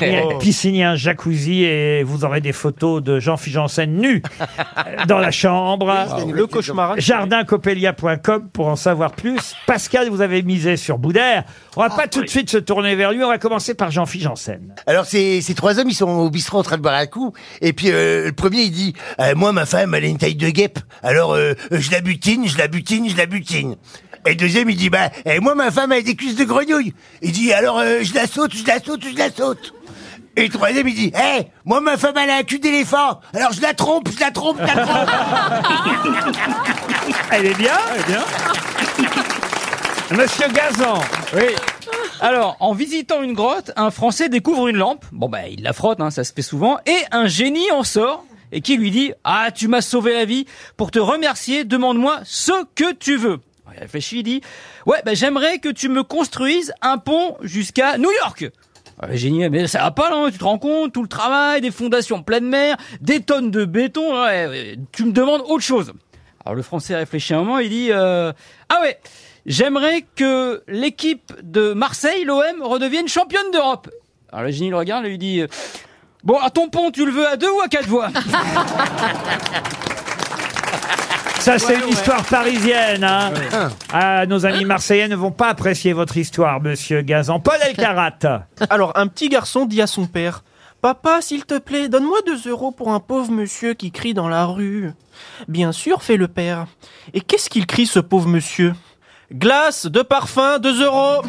S2: Il y a une piscine, il y a un jacuzzi, et vous aurez des photos de Jean-Philippe Janssen nu euh, dans la chambre.
S8: Le cauchemar.
S2: jardincopelia.com pour en savoir plus. Pascal, vous avez misé sur Boudère. On
S8: Ah,
S2: va pas tout de suite se tourner vers lui, on va commencer par Jean-Philippe Janssen.
S7: Alors ces, ces trois hommes, ils sont au bistrot en train de boire un coup, et puis euh, le premier il dit Euh, moi ma femme elle a une taille de guêpe, alors euh, euh, je la butine, je la butine, je la butine. Et le deuxième il dit bah et moi ma femme elle a des cuisses de grenouille. Il dit alors euh, je la saute, je la saute, je la saute. Et le troisième il dit hé moi ma femme elle a un cul d'éléphant, alors je la trompe, je la trompe, je la trompe.
S2: Elle est bien, elle est bien. Monsieur Gazan.
S16: Oui. Alors, en visitant une grotte, un Français découvre une lampe. Bon, bah, il la frotte, hein, ça se fait souvent. Et un génie en sort et qui lui dit Ah, tu m'as sauvé la vie. Pour te remercier, demande-moi ce que tu veux. Il réfléchit, il dit Ouais, bah, j'aimerais que tu me construises un pont jusqu'à New York. Ah, le génie, mais ça va pas, là, hein, tu te rends compte, tout le travail, des fondations pleine mer, des tonnes de béton, ouais, ouais, tu me demandes autre chose. Alors le Français réfléchit un moment, il dit euh, Ah ouais, j'aimerais que l'équipe de Marseille, l'OM, redevienne championne d'Europe. Alors le génie le regarde et lui dit euh, Bon, à ton pont, tu le veux à deux ou à quatre voix
S2: Ça, c'est une histoire parisienne. hein. Ah, nos amis marseillais ne vont pas apprécier votre histoire, monsieur Gazan. Paul Elkarat.
S8: Alors, un petit garçon dit à son père Papa, s'il te plaît, donne-moi deux euros pour un pauvre monsieur qui crie dans la rue. Bien sûr, fait le père. Et qu'est-ce qu'il crie, ce pauvre monsieur Glace, de parfum, deux euros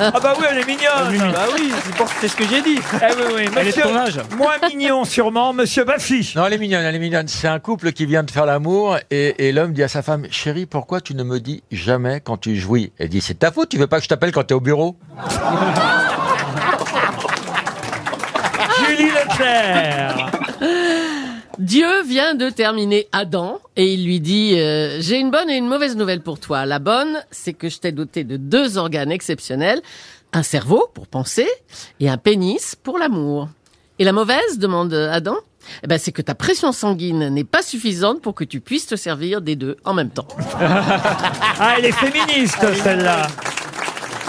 S2: Ah bah oui, elle est mignonne
S8: Bah oui, c'est pour- c'est ce que j'ai dit
S2: Eh oui, oui,
S8: Elle est de
S2: monsieur-
S8: ton âge.
S2: Moins mignon, sûrement, monsieur Baffy.
S5: Non, elle est mignonne, elle est mignonne. C'est un couple qui vient de faire l'amour et, et l'homme dit à sa femme, chérie, pourquoi tu ne me dis jamais quand tu jouis Elle dit, c'est de ta faute, tu veux pas que je t'appelle quand t'es au bureau
S2: Julie Leclerc.
S3: Dieu vient de terminer Adam et il lui dit euh, J'ai une bonne et une mauvaise nouvelle pour toi. La bonne, c'est que je t'ai doté de deux organes exceptionnels un cerveau pour penser et un pénis pour l'amour. Et la mauvaise demande Adam eh ben, c'est que ta pression sanguine n'est pas suffisante pour que tu puisses te servir des deux en même temps.
S2: Ah, elle est féministe, celle-là.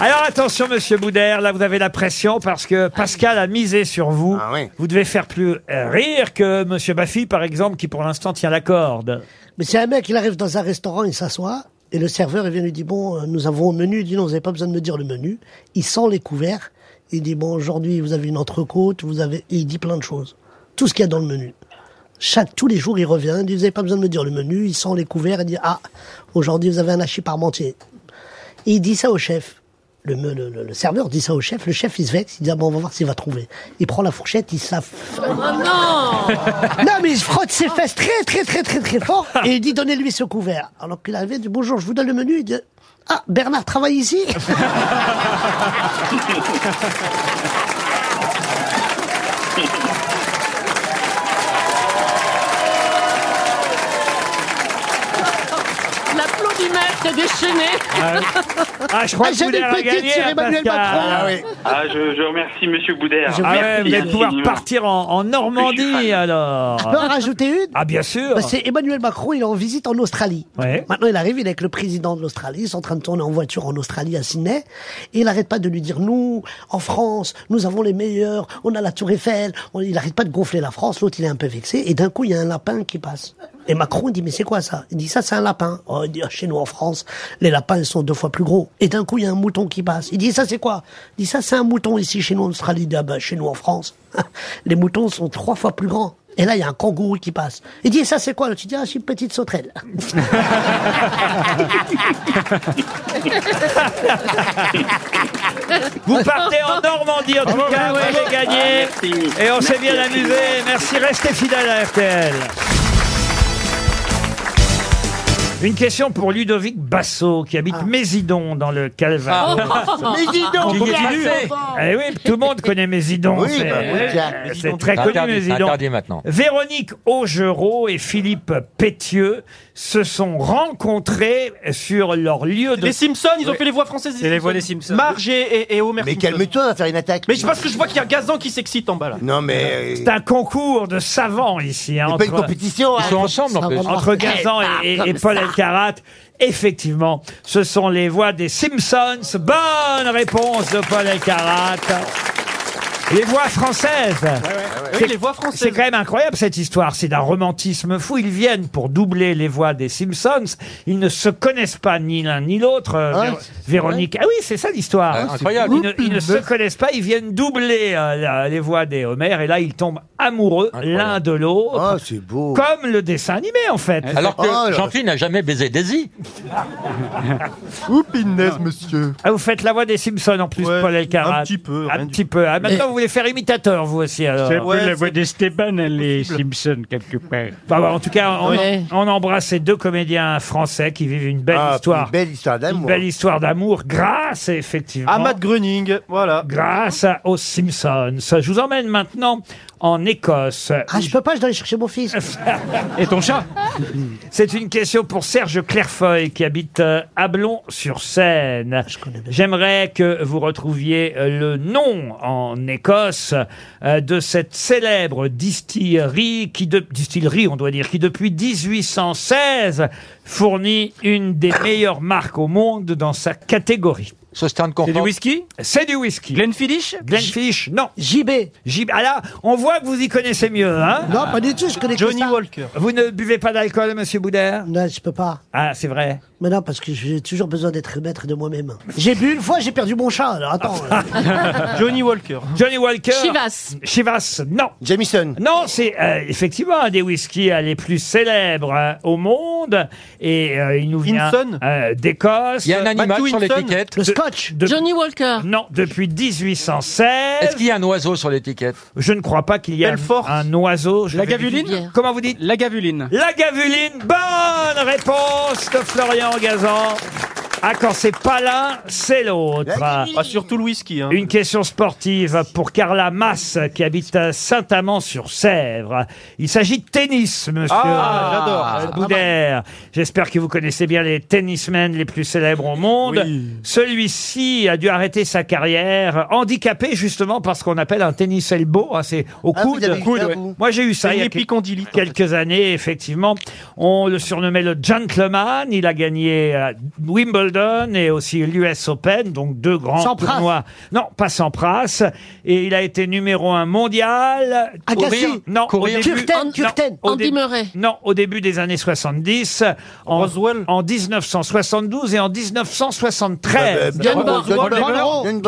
S2: Alors attention, monsieur Boudère, là vous avez la pression parce que Pascal a misé sur vous.
S8: Ah,
S2: Vous devez faire plus euh, rire que monsieur Baffy, par exemple, qui pour l'instant tient la corde.
S6: Mais c'est un mec, il arrive dans un restaurant, il s'assoit, et le serveur, il vient lui dire, bon, euh, nous avons au menu, il dit, non, vous n'avez pas besoin de me dire le menu. Il sent les couverts, il dit, bon, aujourd'hui, vous avez une entrecôte, vous avez, et il dit plein de choses. Tout ce qu'il y a dans le menu. Chaque, tous les jours, il revient, il dit, vous n'avez pas besoin de me dire le menu, il sent les couverts, il dit, ah, aujourd'hui, vous avez un hachis parmentier. Et il dit ça au chef. Le, me- le- le- le serveur dit ça au chef, le chef, il se vexe, il dit, ah, bon, on va voir s'il va trouver. Il prend la fourchette, il se la
S3: Oh non
S6: non, mais il se frotte ses fesses très, très, très, très, très fort et il dit donnez-lui ce couvert. Alors qu'il arrivait, il dit bonjour, je vous donne le menu. Il dit ah, Bernard travaille ici
S3: L'applaudimètre est déchaîné.
S2: Ah, je crois
S3: Ah,
S2: que
S3: j'avais
S2: Boudère a
S3: une petite
S2: gagné,
S3: sur
S2: hein,
S3: Emmanuel
S2: Pascal.
S3: Macron.
S2: Ah, oui.
S17: Ah, je, je remercie Monsieur Boudère.
S2: Ah ouais,
S17: Merci
S2: vous allez pouvoir
S17: infiniment.
S2: partir en, en Normandie alors.
S6: Je peux en rajouter une
S2: Ah, bien sûr.
S6: Bah, C'est Emmanuel Macron, il est en visite en Australie.
S2: Ouais.
S6: Maintenant, il arrive, il est avec le président de l'Australie, ils sont en train de tourner en voiture en Australie à Sydney, et il n'arrête pas de lui dire, nous, en France, nous avons les meilleurs, on a la Tour Eiffel, On- il n'arrête pas de gonfler la France, l'autre, il est un peu vexé, et d'un coup, il y a un lapin qui passe. Et Macron dit, mais c'est quoi ça Il dit, ça, c'est un lapin. Oh, il dit, Ah, chez nous, en France, les lapins, ils sont deux fois plus gros. Et d'un coup, il y a un mouton qui passe. Il dit, ça, c'est quoi Il dit, ça, c'est un mouton ici, chez nous, en Australie. Il dit, Ah, bah, chez nous, en France, les moutons sont trois fois plus grands. Et là, il y a un kangourou qui passe. Il dit, ça, c'est quoi L'autre, il dit, ah, c'est une petite sauterelle.
S2: Vous partez en Normandie en tout cas, vous avez gagné. Et on s'est bien amusé. Merci, restez fidèles à RTL. Une question pour Ludovic Basso, qui
S5: Ah.
S2: habite Mésidon, dans le Calvados.
S10: Ah. Mésidon,
S2: Qui
S10: bien
S2: continue.
S10: fait.
S2: Eh oui, tout le monde connaît Mésidon.
S5: Oui,
S2: c'est
S5: bah oui, tiens.
S2: c'est très
S5: C'est
S2: connu,
S5: interdit, c'est
S2: Mésidon.
S5: interdit maintenant.
S2: Véronique Augereau et Philippe Pétieux se sont rencontrés sur leur lieu de...
S8: Les Simpsons, ils ont fait les voix françaises. Marge et, et, et Homer
S2: Mais
S8: calme-toi,
S7: on va faire une attaque.
S8: Mais je pense que je vois qu'il y a Gazan qui s'excite en bas là.
S7: Non mais...
S2: C'est un concours de savants ici. hein,
S7: C'est pas
S2: entre-
S7: une compétition, hein. Ils sont ensemble, Eh, en plus.
S2: Entre Gazan et, et- et Paul Alcarat. Effectivement, ce sont les voix des Simpsons. Bonne réponse de Paul Alcarat. Les voix françaises.
S8: Oui,
S2: C'est-
S8: les voix françaises.
S2: C'est quand même incroyable cette histoire. C'est d'un romantisme fou. Ils viennent pour doubler les voix des Simpsons. Ils ne se connaissent pas ni l'un ni l'autre. Euh,
S5: Ah,
S2: Véro-
S5: c'est
S2: Véronique. Ah oui, c'est ça l'histoire.
S5: Ah, incroyable.
S2: Ils ne, ils ne se connaissent pas. Ils viennent doubler euh, la- les voix des Homer. Et là, ils tombent amoureux l'un de l'autre.
S7: Ah, c'est beau.
S2: Comme le dessin animé, en fait.
S5: Alors que Jean-Philippe n'a jamais baisé Daisy.
S2: Oupinez, monsieur. Ah, vous faites la voix des Simpsons en plus, Paul Elkarat.
S18: un petit peu,
S2: Un petit peu. Ah, maintenant, vous voulez faire imitateur, vous aussi, alors.
S18: C'est un peu la voix d'Esteban, les Simpsons, quelque part.
S2: Bah, bah, en tout cas, on,
S18: Ouais.
S2: on embrasse ces deux comédiens français qui vivent une belle histoire. Une belle histoire d'amour. Une belle histoire d'amour grâce, effectivement.
S8: À Matt Groening, voilà.
S2: Grâce à- aux Simpsons. Je vous emmène maintenant en Écosse. Ah, je peux pas, je dois aller chercher mon fils. Et ton chat C'est une question pour Serge Clairefeuille qui habite euh, Ablon-sur-Seine. J'aimerais que vous retrouviez euh, le nom en Écosse euh, de cette célèbre distillerie qui de- distillerie on doit dire qui depuis 1816 fournit une des meilleures marques au monde dans sa catégorie. C'est
S5: du
S2: whisky C'est du whisky. Glenfiddich Glenfiddich, non. JB. JB. Ah là, on voit que vous y connaissez mieux, hein
S6: Non, pas du tout, je connais que
S2: Johnny
S6: ça.
S2: Walker. Vous ne buvez pas d'alcool, monsieur Boudère
S6: Non, je peux pas.
S2: Ah, c'est vrai.
S6: Mais non, parce que j'ai toujours besoin d'être maître de moi-même. J'ai bu une fois, j'ai perdu mon chat, alors attends.
S2: Ah, Johnny Walker. Johnny Walker. Chivas. Chivas, non. Jamison. Non, c'est euh, effectivement un des whiskies euh, les plus célèbres euh, au monde. Et euh, il nous vient
S8: Hinson.
S2: euh, d'Écosse.
S5: Il y a un animal Matthew sur Hinson. l'étiquette.
S2: Le scotch. Johnny Walker. Non, depuis 1816. Est-ce qu'il y a un oiseau sur l'étiquette Je ne crois pas qu'il y ait un, un oiseau. Je
S16: La
S2: vais
S16: gavuline
S2: vérifier. Comment vous dites
S16: La gavuline.
S2: La gavuline, bonne réponse de Florian Gazan. Ah, quand c'est pas l'un, c'est l'autre.
S8: Ah, surtout le whisky. Hein.
S2: Une question sportive pour Carla Masse qui habite à Saint-Amand-sur-Sèvre. Il s'agit de tennis, monsieur.
S8: Ah, j'adore.
S2: euh, Boudère. J'espère que vous connaissez bien les tennismen les plus célèbres au monde. Celui-ci a dû arrêter sa carrière, handicapé justement parce qu'on appelle un tennis elbow. hein, c'est au
S8: Ah, vous
S2: coude.
S8: avez eu Coude, ça, ouais. vous
S2: Moi, j'ai eu ça.
S8: C'est
S2: il y a
S8: une
S2: quel- Quelques années, effectivement. On le surnommait le gentleman. Il a gagné euh, Wimbledon et aussi l'US Open, donc deux grands
S6: Sampras.
S2: tournois. Non, pas Sampras. Et il a été numéro un mondial.
S6: Agassi.
S2: Courir- Non,
S6: Courir.
S2: au début.
S6: Curten,
S2: non,
S6: Curten.
S2: au
S6: Andy
S2: dé-
S6: Murray.
S2: Non, au début des années 70. En, En 1972 et en 1973.
S5: Ah, bah, John Borg. John Borg. John Borg.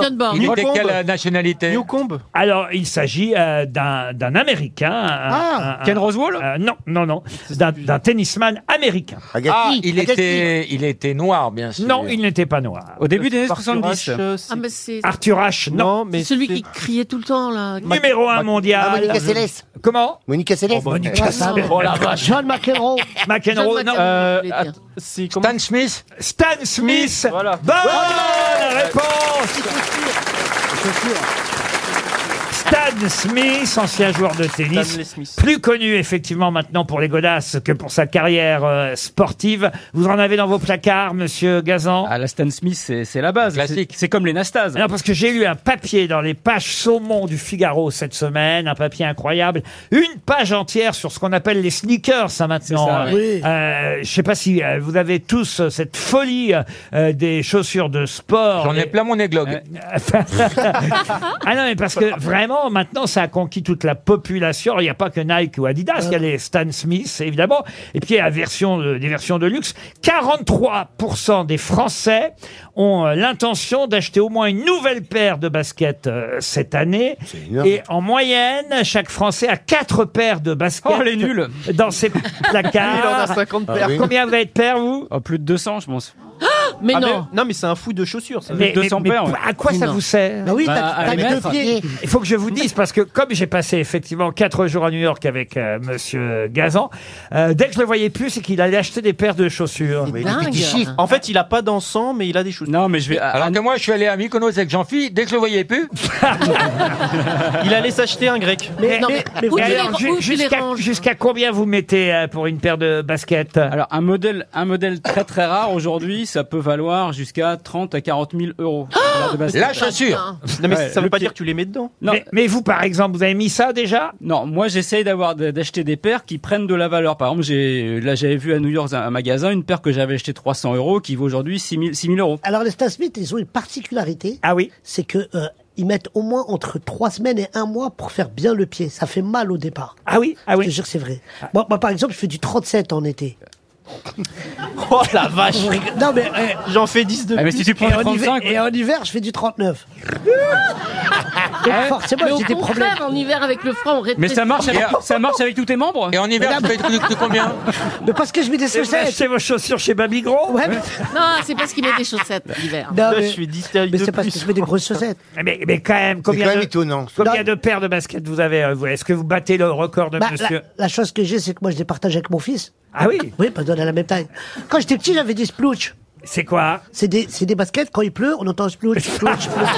S5: John Borg. Il était quelle
S2: nationalité
S8: Newcombe.
S2: Alors, il s'agit euh, d'un d'un Américain.
S5: Ah, Ken
S2: Roswell euh, Non, non, non. D'un- D'un tennisman américain.
S5: Ah, il était, il était noir, bien sûr.
S2: Non, il n'était pas noir.
S5: Au début des années
S2: Arthur
S5: 70.
S2: Ashe,
S3: Ah, mais c'est
S2: Arthur H, non. mais
S3: celui qui criait tout le temps, là.
S2: Numéro 1 mondial.
S3: Ah, Monica Seles.
S2: Comment Monica Seles. Monica
S3: Ah,
S2: Seles.
S3: non. Oh la vache.
S6: John McEnroe.
S2: McEnroe,
S3: John
S2: non.
S3: McEnroe, Euh, je voulais dire.
S2: Stan Smith. Stan Smith. Bonne réponse. Stan Smith, ancien joueur de
S8: Stanley
S2: tennis,
S8: Smith.
S2: plus connu effectivement maintenant pour les godasses que pour sa carrière euh, sportive. Vous en avez dans vos placards, monsieur Gazan
S16: Ah, la Stan Smith, c'est c'est la base. Classique. C'est comme les Nastas.
S2: Non, parce que j'ai lu un papier dans les pages saumon du Figaro cette semaine, un papier incroyable, une page entière sur ce qu'on appelle les sneakers, ça maintenant.
S16: ça, ouais.
S2: Euh, euh, je sais pas si euh, vous avez tous euh, cette folie euh, des chaussures de sport. Euh, J'en ai
S5: plein mon églogue.
S2: ah non, mais parce que vraiment, maintenant, ça a conquis toute la population. Il n'y a pas que Nike ou Adidas, il y a les Stan Smith, évidemment. Et puis, il y a version de- des versions de luxe. 43% des Français ont euh, l'intention d'acheter au moins une nouvelle paire de baskets euh, cette année. Et en moyenne, chaque Français a quatre paires de baskets
S16: Oh, les nuls.
S2: dans ses placards.
S16: Il en a 50 paires. Ah oui.
S2: Combien vous avez de paires, vous
S16: Oh, plus de 200, je pense.
S3: Mais
S8: Ah,
S3: non.
S8: Non, mais c'est un fou de chaussures. ça. Bah
S2: Mais- mais- mais à quoi ça vous sert
S6: Bah
S2: Il faut que je vous dise, parce que comme j'ai passé effectivement 4 jours à New York avec euh, Monsieur Gazan, euh, dès que je le voyais plus, c'est qu'il allait acheter des paires de chaussures.
S8: En fait, il a pas d'encens, mais il a des chaussures. Non, mais je vais.
S5: Alors que moi, je suis allé à Mykonos avec Jean-Philippe, dès que je le voyais plus.
S8: Il allait s'acheter un grec.
S2: Mais- mais- mais alors, ju- jusqu'à jusqu'à combien vous mettez euh, pour une paire de baskets
S9: Alors, un modèle, un modèle très très rare aujourd'hui, ça peut valoir jusqu'à 30 à 40 000 euros.
S2: Ah
S8: La chaussure. Non, mais ça veut pas dire que tu les mets dedans.
S9: Mais,
S2: vous, par exemple, vous avez mis ça déjà
S9: Non, moi j'essaye d'avoir d'acheter des paires qui prennent de la valeur. Par exemple, j'ai là j'avais vu à New York un magasin une paire que j'avais acheté 300 euros qui vaut aujourd'hui 6 000, 6 000 euros.
S6: Alors les Stan Smith, ils ont une particularité.
S2: Ah oui.
S6: C'est que euh, ils mettent au moins entre trois semaines et un mois pour faire bien le pied. Ça fait mal au départ.
S2: Ah oui. Ah oui.
S6: Je te jure que c'est vrai. Moi, moi, par exemple, je fais du 37 en été.
S8: Oh la vache.
S6: Non mais euh,
S8: J'en fais 10 de
S6: Ah, mais si tu prends
S8: Et
S6: le
S8: en
S6: 35,
S8: hiver-
S6: et en hiver, je fais du 39. Donc
S2: Hein
S6: forcément,
S3: mais au
S6: j'ai des problèmes.
S3: contraire, en hiver avec le franc, on reste
S9: ça marche avec tous tes membres
S5: Et en hiver,
S6: Mais
S5: tu
S6: là-
S5: fais plus de combien
S6: Mais parce que je mets des
S2: Et vous
S6: chaussettes.
S2: achetez vos chaussures chez Baby Gros
S3: Non, c'est parce qu'il met des chaussettes l'hiver.
S6: Non, mais- Je suis
S8: distraite.
S6: Mais c'est parce que je mets des grosses chaussettes.
S2: Mais, mais quand même, combien,
S6: quand même
S2: de, combien de paires de baskets vous avez euh, vous Est-ce que vous battez le record de
S6: Bah,
S2: monsieur
S6: la, la chose que j'ai, c'est que moi, je les partage avec mon fils.
S2: Ah oui
S6: Oui, parce qu'on a la même taille. Quand j'étais petit, j'avais des splouches.
S2: C'est quoi
S6: C'est des, c'est des baskets, quand il pleut, on entend splouch, splouch, splouch.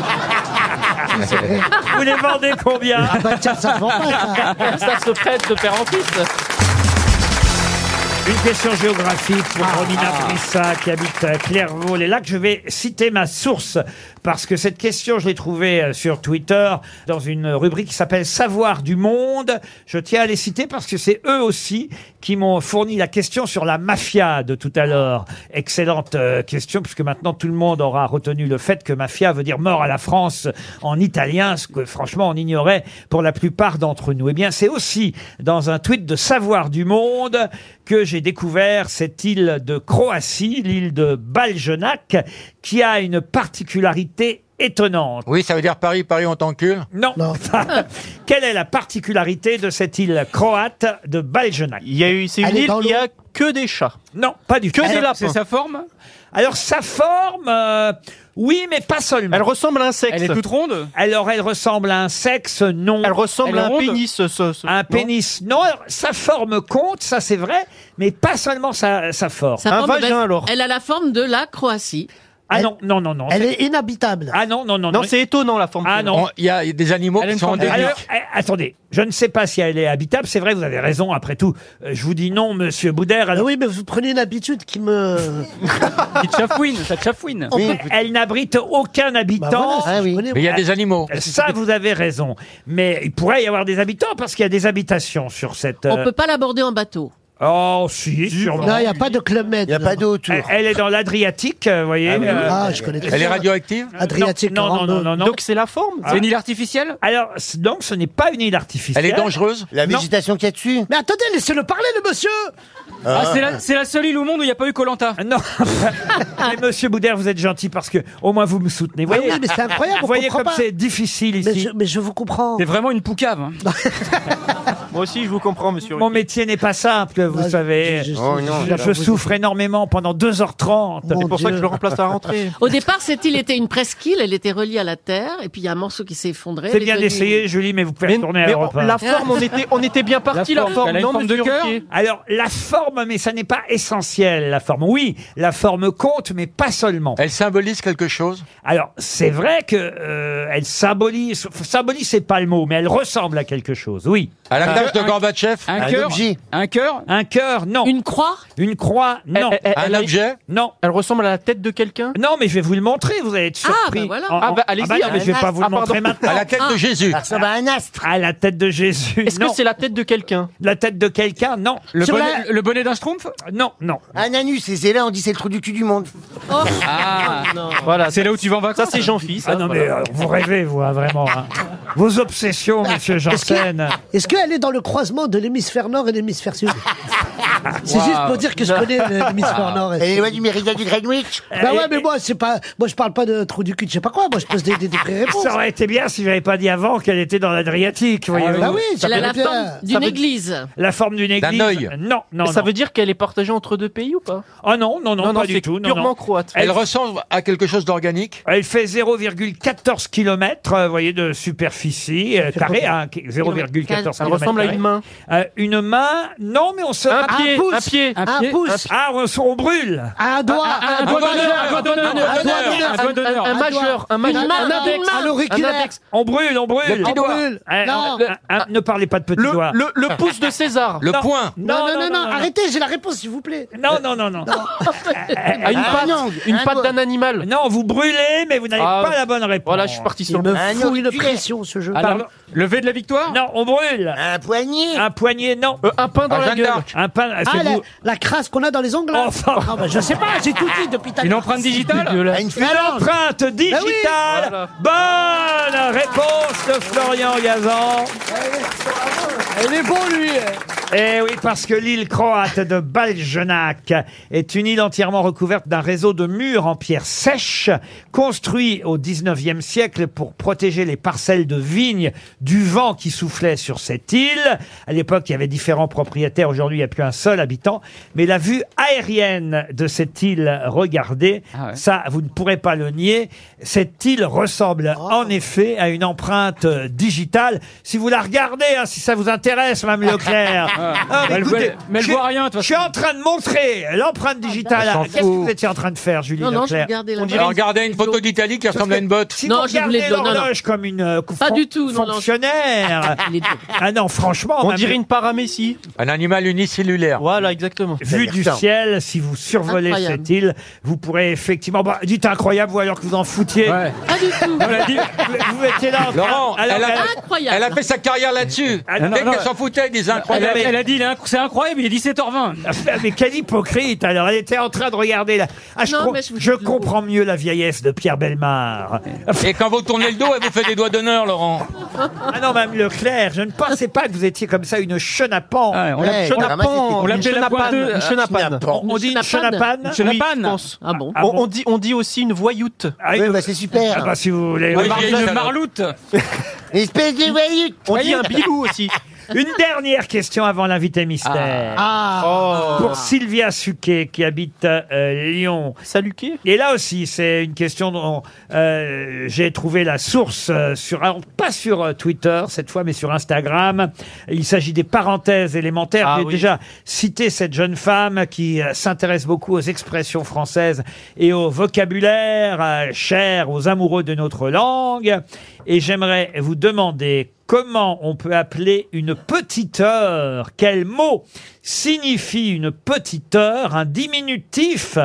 S2: Vous les vendez combien
S6: Ah bah tiens, ça se vend pas, ça.
S8: Ça se prête de père en fils.
S2: Une question géographique pour Romina Brissa qui habite à Clairvaux, les lacs. Je vais citer ma source parce que cette question, je l'ai trouvée euh, sur Twitter dans une rubrique qui s'appelle Savoir du monde. Je tiens à les citer parce que c'est eux aussi qui m'ont fourni la question sur la mafia de tout à l'heure. Excellente euh, question puisque maintenant tout le monde aura retenu le fait que mafia veut dire mort à la France en italien, ce que franchement on ignorait pour la plupart d'entre nous. Eh bien, c'est aussi dans un tweet de Savoir du Monde que j'ai découvert cette île de Croatie, l'île de Baljenac, qui a une particularité étonnante.
S5: Oui, ça veut dire Paris, Paris, on t'encule
S2: Non. Quelle est la particularité de cette île croate de Baljenac Il
S8: y a eu, c'est une île, il y a que des chats.
S2: Non, pas du
S8: Que
S2: tout.
S8: des lapins.
S9: forme
S2: Alors sa forme, euh, oui, mais pas seulement.
S8: Elle ressemble à un sexe.
S9: Elle est toute ronde
S2: Alors elle ressemble à un sexe, non.
S8: Elle ressemble
S2: Elle est
S8: à un
S2: ronde
S8: pénis. Ce, ce- ce-
S2: Un
S8: non
S2: pénis, non. Alors, sa forme compte, ça c'est vrai, mais pas seulement sa, sa forme.
S3: Sa forme, ben, Elle a la forme de la Croatie.
S2: Ah non, non, non, non.
S6: Elle est inhabitable.
S2: Ah non, non, non. Non,
S8: c'est étonnant la forme.
S2: Ah non.
S5: Il y a des animaux qui sont en
S2: Alors, eh, attendez, je ne sais pas si elle est habitable. C'est vrai, vous avez raison. Après tout, Euh, je vous dis non, Monsieur Boudère.
S6: Ah oui, mais vous prenez une habitude qui me.
S9: qui te chafouine, ça te chafouine.
S2: On peut- Elle n'abrite aucun habitant.
S6: Bah voilà, Ah oui. Mais
S5: il y a des animaux.
S2: Ça, vous avez raison. Mais il pourrait y avoir des habitants parce qu'il y a des habitations sur cette.
S3: On
S2: euh,
S3: peut pas l'aborder en bateau.
S2: Oh, si, sûrement.
S6: Non, il n'y a pas de club Med. Il n'y a pas d'eau
S2: Elle, elle est dans l'Adriatique, euh, vous voyez.
S6: Ah oui,
S2: euh,
S6: ah, je connais très bien.
S5: radioactive
S6: Adriatique,
S2: Non, non, non, non, non, non.
S8: Donc c'est la forme.
S2: C'est une île
S9: artificielle
S2: Alors, c- non, ce n'est pas une île artificielle.
S5: Elle est dangereuse
S7: La
S2: Non.
S7: végétation qu'il y a dessus
S6: Mais attendez, laissez-le parler, le monsieur
S9: Ah, c'est la, c'est la seule île au monde où il n'y a pas eu Colanta.
S2: Non. Mais Monsieur Boudère, vous êtes gentil parce que au moins vous me soutenez. Vous
S6: Ah
S2: voyez-
S6: oui, mais c'est incroyable, on
S2: Vous voyez
S6: comprend
S2: comme
S6: pas.
S2: c'est difficile
S6: mais
S2: ici.
S6: je, mais je vous comprends.
S9: C'est vraiment une poucave. hein.
S8: Moi aussi, je vous comprends, monsieur.
S2: Mon métier n'est pas simple, vous
S8: Ah, je-
S2: savez.
S8: je- je- Oh, non,
S2: Je-
S8: je-
S2: je souffre énormément pendant 2h30.
S8: C'est pour ça que je le remplace à la rentrée.
S3: Au départ, cette île était une presqu'île, elle était reliée à la terre, et puis il y a un morceau qui s'est effondré.
S2: C'est
S3: elle est
S2: bien
S3: devenue-
S2: d'essayer, Julie, mais vous pouvez retourner à
S8: mais on-
S2: l'Europe. un.
S8: la forme, on était, on était bien parti. La, forme, non, monsieur Ruquier.
S2: Alors, la forme, mais ça n'est pas essentiel, la forme. Oui, la forme compte, mais pas seulement.
S5: Elle symbolise quelque chose
S2: Alors, c'est vrai que euh, elle symbolise, symbolise, c'est pas le mot, mais elle ressemble à quelque chose, oui.
S5: À la tâche de Gorbatchev
S9: Un cœur Un cœur
S2: Un cœur, non.
S3: Une croix
S2: Une croix, non.
S8: Elle- elle- elle-
S5: Un objet
S2: Non.
S8: Elle ressemble à la tête de quelqu'un
S2: Non, mais je vais vous le montrer, vous allez être
S8: Ah,
S2: surpris.
S8: bah voilà.
S2: En- en-
S8: Ah, bah, allez-y,
S2: non, mais je vais
S8: un
S2: pas vous le
S8: astre. Ah,
S2: montrer
S8: pardon.
S2: maintenant.
S5: À la tête de Jésus
S7: Ça ressemble à un astre.
S2: À la tête de Jésus.
S8: Est-ce que
S2: non.
S8: c'est la tête de quelqu'un
S2: La tête de quelqu'un, non.
S9: Le
S2: Sur
S9: bonnet, le bonnet d'un schtroumpf
S2: la- Non, non.
S7: Un anus, et Ah, c'est là, on dit c'est le trou du cul du monde.
S3: Oh,
S9: Ah,
S3: non.
S8: Voilà,
S9: c'est là où tu vas en
S8: ça
S9: vacances
S8: c'est Jean-Fils. hein.
S2: Ah non, mais euh, vous rêvez, vous, hein, vraiment. hein. Vos obsessions, monsieur
S6: Ah, Est-ce que-
S2: Janssen.
S6: Est-ce qu'elle est dans le croisement de l'hémisphère nord et l'hémisphère sud C'est juste pour dire que je connais le-
S2: Ah.
S6: l'hémisphère nord.
S7: Et ouais, du méridien du Greenwich
S6: Bah ouais, mais moi, c'est pas, moi, je parle pas de trou du cul, de je sais pas quoi. Moi, je pose des, des, des vraies réponses.
S2: Ça aurait été bien si j'avais pas dit avant qu'elle était dans l'Adriatique. voyez-vous.
S5: Ah
S6: bah oui,
S2: Ah Ça
S3: Elle a
S2: peut-
S3: la forme d'une église.
S2: La forme d'une église.
S5: œil.
S2: Non, non.
S8: Mais ça veut
S2: dire qu'elle est partagée entre deux pays ou pas Ah non, non, non,
S8: Non, non,
S2: pas du
S8: c'est
S2: tout. non,
S8: purement
S2: non.
S8: croate.
S5: Elle ressemble à quelque chose d'organique
S2: Elle fait 0,14 km, euh, vous voyez, de superficie euh, carrée. hein, qui- 0,14 km.
S8: Elle ressemble à une main.
S2: Euh, une main Non, mais on se.
S8: Un pied, un pied, un pied, un pied.
S2: Ah, on, se- on brûle.
S6: Un doigt,
S8: un- un doigt d'honneur, un doigt d'honneur, un doigt d'honneur, un doigt d'honneur. Un majeur, un majeur, un index, un index.
S2: On brûle, on brûle.
S8: Le petit
S2: On
S8: doigt.
S2: brûle. Eh,
S8: Non.
S2: euh, euh, Ne parlez pas de petit doigt.
S8: le- le pouce de César. Le
S2: Non.
S8: poing.
S6: Non, non, non, non, arrêtez, j'ai la réponse, s'il vous plaît.
S2: Non, non, non, non.
S8: À Ah, une patte, une patte d'un animal.
S2: Non, vous brûlez, mais vous n'avez
S8: Ah,
S2: pas la bonne réponse.
S8: Voilà, je suis parti sur
S6: Il me fout une pression, ce jeu.
S2: Pardon.
S8: Levé de la victoire Euh,
S2: Non, on brûle.
S7: Un poignet
S2: Un poignet, non.
S8: un pain dans
S2: Ah,
S8: la
S2: Jeanne
S8: gueule.
S2: d'Arc. Un pain, c'est
S6: Ah, la,
S2: vous.
S6: la crasse qu'on a dans les ongles. là.
S2: Enfin.
S6: Ah, bah, je sais pas, j'ai tout dit depuis ta
S2: Une
S6: Bah
S2: empreinte digitale. Bonne réponse de Florian Gazan.
S6: Elle est bon, lui. hein.
S2: Eh oui, parce que l'île croate de Baljenac est une île entièrement recouverte d'un réseau de murs en pierre sèche, construit au 19e siècle pour protéger les parcelles de vignes du vent qui soufflait sur cette île. À l'époque, il y avait différents propriétaires. Aujourd'hui, il n'y a plus un seul habitant. Mais la vue aérienne de cette île, regardez,
S9: Ah
S2: ça, vous ne pourrez pas le nier. Cette île ressemble
S9: Ah.
S2: en effet à une empreinte euh, digitale. Si vous la regardez, hein, si ça vous intéresse, Mme Leclerc. Ah, mais
S9: Bah, Elle
S2: écoutez,
S9: voit- mais elle
S2: je-
S9: voit rien, de toute
S2: Je suis en train de montrer l'empreinte digitale.
S5: Elle s'en
S2: Qu'est-ce que
S5: fout.
S2: vous étiez en train de faire, Julie
S3: Ah, bah, Non, non, je
S2: Leclerc
S3: regardais la
S5: On
S3: On
S5: dirait regarder une photo d'Italie qui ressemble à une botte.
S2: Si
S3: Non,
S2: vous
S3: je voulais
S2: regardez
S3: deux, non, non.
S2: l'horloge comme une euh,
S3: Pas
S2: fon-
S3: du tout, non, non.
S2: fonctionnaire.
S3: Les deux.
S2: ah non, franchement,
S8: On
S2: Mme
S8: dirait une paramécie.
S5: Un animal unicellulaire.
S8: Voilà, exactement.
S2: Vu du ciel, si vous survolez
S3: Incroyable.
S2: cette île, vous pourrez effectivement. Bah, dites incroyable, ou alors que vous en foutiez.
S3: Pas du tout.
S2: Vous, vous étiez là. en train-
S5: Laurent,
S2: alors
S5: elle, a,
S2: qu'elle-
S3: Incroyable.
S5: elle a fait sa carrière là-dessus.
S2: Ah, non,
S5: Dès
S2: non,
S5: qu'elle s'en foutait, elle disait
S9: Elle a,
S5: incroyable.
S9: elle a dit, il est inc- c'est incroyable, il est 17h20.
S2: Ah, Mais quelle hypocrite Alors, elle était en train de regarder là. Ah, je,
S3: Non,
S2: com-
S3: mais je vous-
S2: je comprends mieux la vieillesse de Pierre Belmar.
S5: Et quand vous tournez le dos, elle vous fait des doigts d'honneur, Laurent.
S2: Ah non, Mme Leclerc, je ne pensais pas que vous étiez comme ça une chenapan.
S9: Ouais, on l'a-
S7: Ouais,
S9: chenapan,
S7: dramatique.
S9: on l'appelait la pointe de-
S8: Une chenapane.
S2: On, on dit une
S3: chenapane
S2: chenapane
S8: Oui,
S9: Chenapan.
S8: je pense.
S3: Ah bon
S2: Ah
S8: on,
S2: bon
S8: on dit, on dit aussi une voyoute.
S2: Ah,
S7: Ouais,
S2: une-
S7: bah, c'est super.
S2: Ah bah, si vous voulez.
S5: Oui,
S2: oui.
S5: j'ai
S9: Une
S5: une-
S9: marloute.
S7: Espèce de voyou
S8: On dit un bilou aussi.
S2: Une dernière question avant l'invité mystère. Ah. Pour Sylvia Suquet, qui habite euh, Lyon.
S8: Saluqué.
S2: Et là aussi, c'est une question dont euh, j'ai trouvé la source euh, sur, alors, pas sur euh, Twitter cette fois, mais sur Instagram. Il s'agit des parenthèses élémentaires.
S8: Ah
S2: j'ai
S8: oui.
S2: déjà cité cette jeune femme qui euh, s'intéresse beaucoup aux expressions françaises et au vocabulaire euh, cher aux amoureux de notre langue. Et j'aimerais vous demander comment on peut appeler une petite heure. Quel mot signifie une petite heure, un diminutif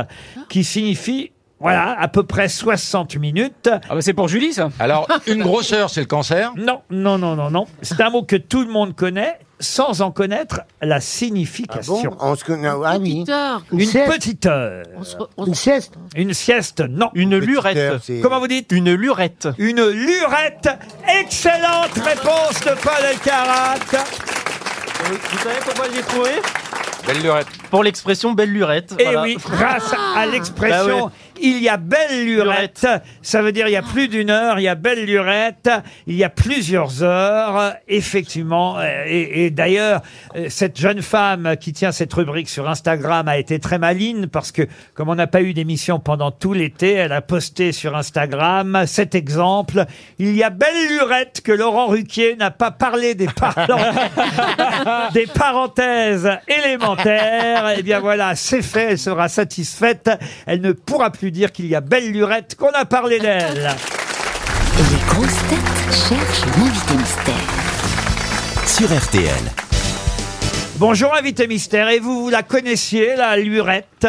S2: qui signifie voilà, à peu près 60 minutes.
S9: Ah bah c'est pour Julie ça.
S5: Alors, une grosseur, c'est le cancer.
S2: Non, non, non, non, non. C'est un mot que tout le monde connaît sans en connaître la signification.
S7: Ah On se connaît. Ah oui.
S3: Petite heure.
S2: Une
S6: sieste.
S2: petite heure.
S3: On se re- on se-
S6: Une sieste.
S2: Une sieste, non.
S8: Une
S7: heure,
S8: lurette.
S7: c'est-
S2: Comment vous dites
S8: Une lurette.
S2: Une lurette. Excellente réponse de Paul Elkarat.
S8: Euh, Vous savez pourquoi je l'ai trouvé
S5: Belle lurette.
S8: Pour l'expression belle lurette.
S2: Et
S8: voilà.
S2: oui, grâce à l'expression
S8: Ah. Bah ouais.
S2: il y a belle lurette. Ça veut dire il y a plus d'une heure, il y a belle lurette, il y a plusieurs heures, effectivement. Et, et d'ailleurs, euh, cette jeune femme qui tient cette rubrique sur Instagram a été très maline parce que, comme on n'a pas eu d'émission pendant tout l'été, elle a posté sur Instagram cet exemple. Il y a belle lurette que Laurent Ruquier n'a pas parlé des parlants des parenthèses élémentaires. Eh bien voilà, c'est fait, elle sera satisfaite. Elle ne pourra plus dire qu'il y a belle lurette qu'on a parlé d'elle.
S12: Les grosses têtes cherchent l'invité mystère.
S1: sur RTL.
S2: Bonjour invité mystère, et vous, vous la connaissiez, la lurette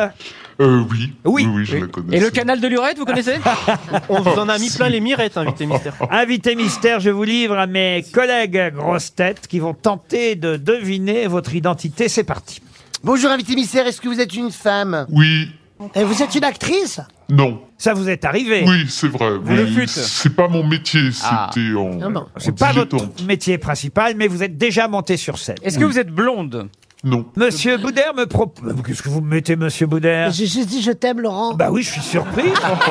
S19: Euh, oui.
S2: Oui.
S19: oui, je la connais.
S9: Et le canal de Lurette, vous connaissez
S8: On vous en a mis plein les mirettes, invité mystère.
S2: Invité mystère, je vous livre à mes collègues grosses têtes qui vont tenter de deviner votre identité. C'est parti.
S7: Bonjour, invité mystère, est-ce que vous êtes une femme Eh,
S19: Oui,
S6: Et vous êtes une actrice
S19: non.
S2: Ça vous est arrivé
S19: Oui, c'est vrai. mais
S9: le fûte.
S19: c'est pas mon métier. C'était
S9: Ah.
S19: en.
S3: Ah bon.
S19: en
S2: C'est pas votre
S19: dilettante.
S2: métier principal, mais vous êtes déjà monté sur scène.
S9: Est-ce que vous êtes blonde
S19: Non.
S2: Monsieur Boudère me propose. Qu'est-ce que vous me mettez, monsieur Boudère
S6: J'ai juste dit je t'aime, Laurent.
S2: Bah oui, je suis surpris.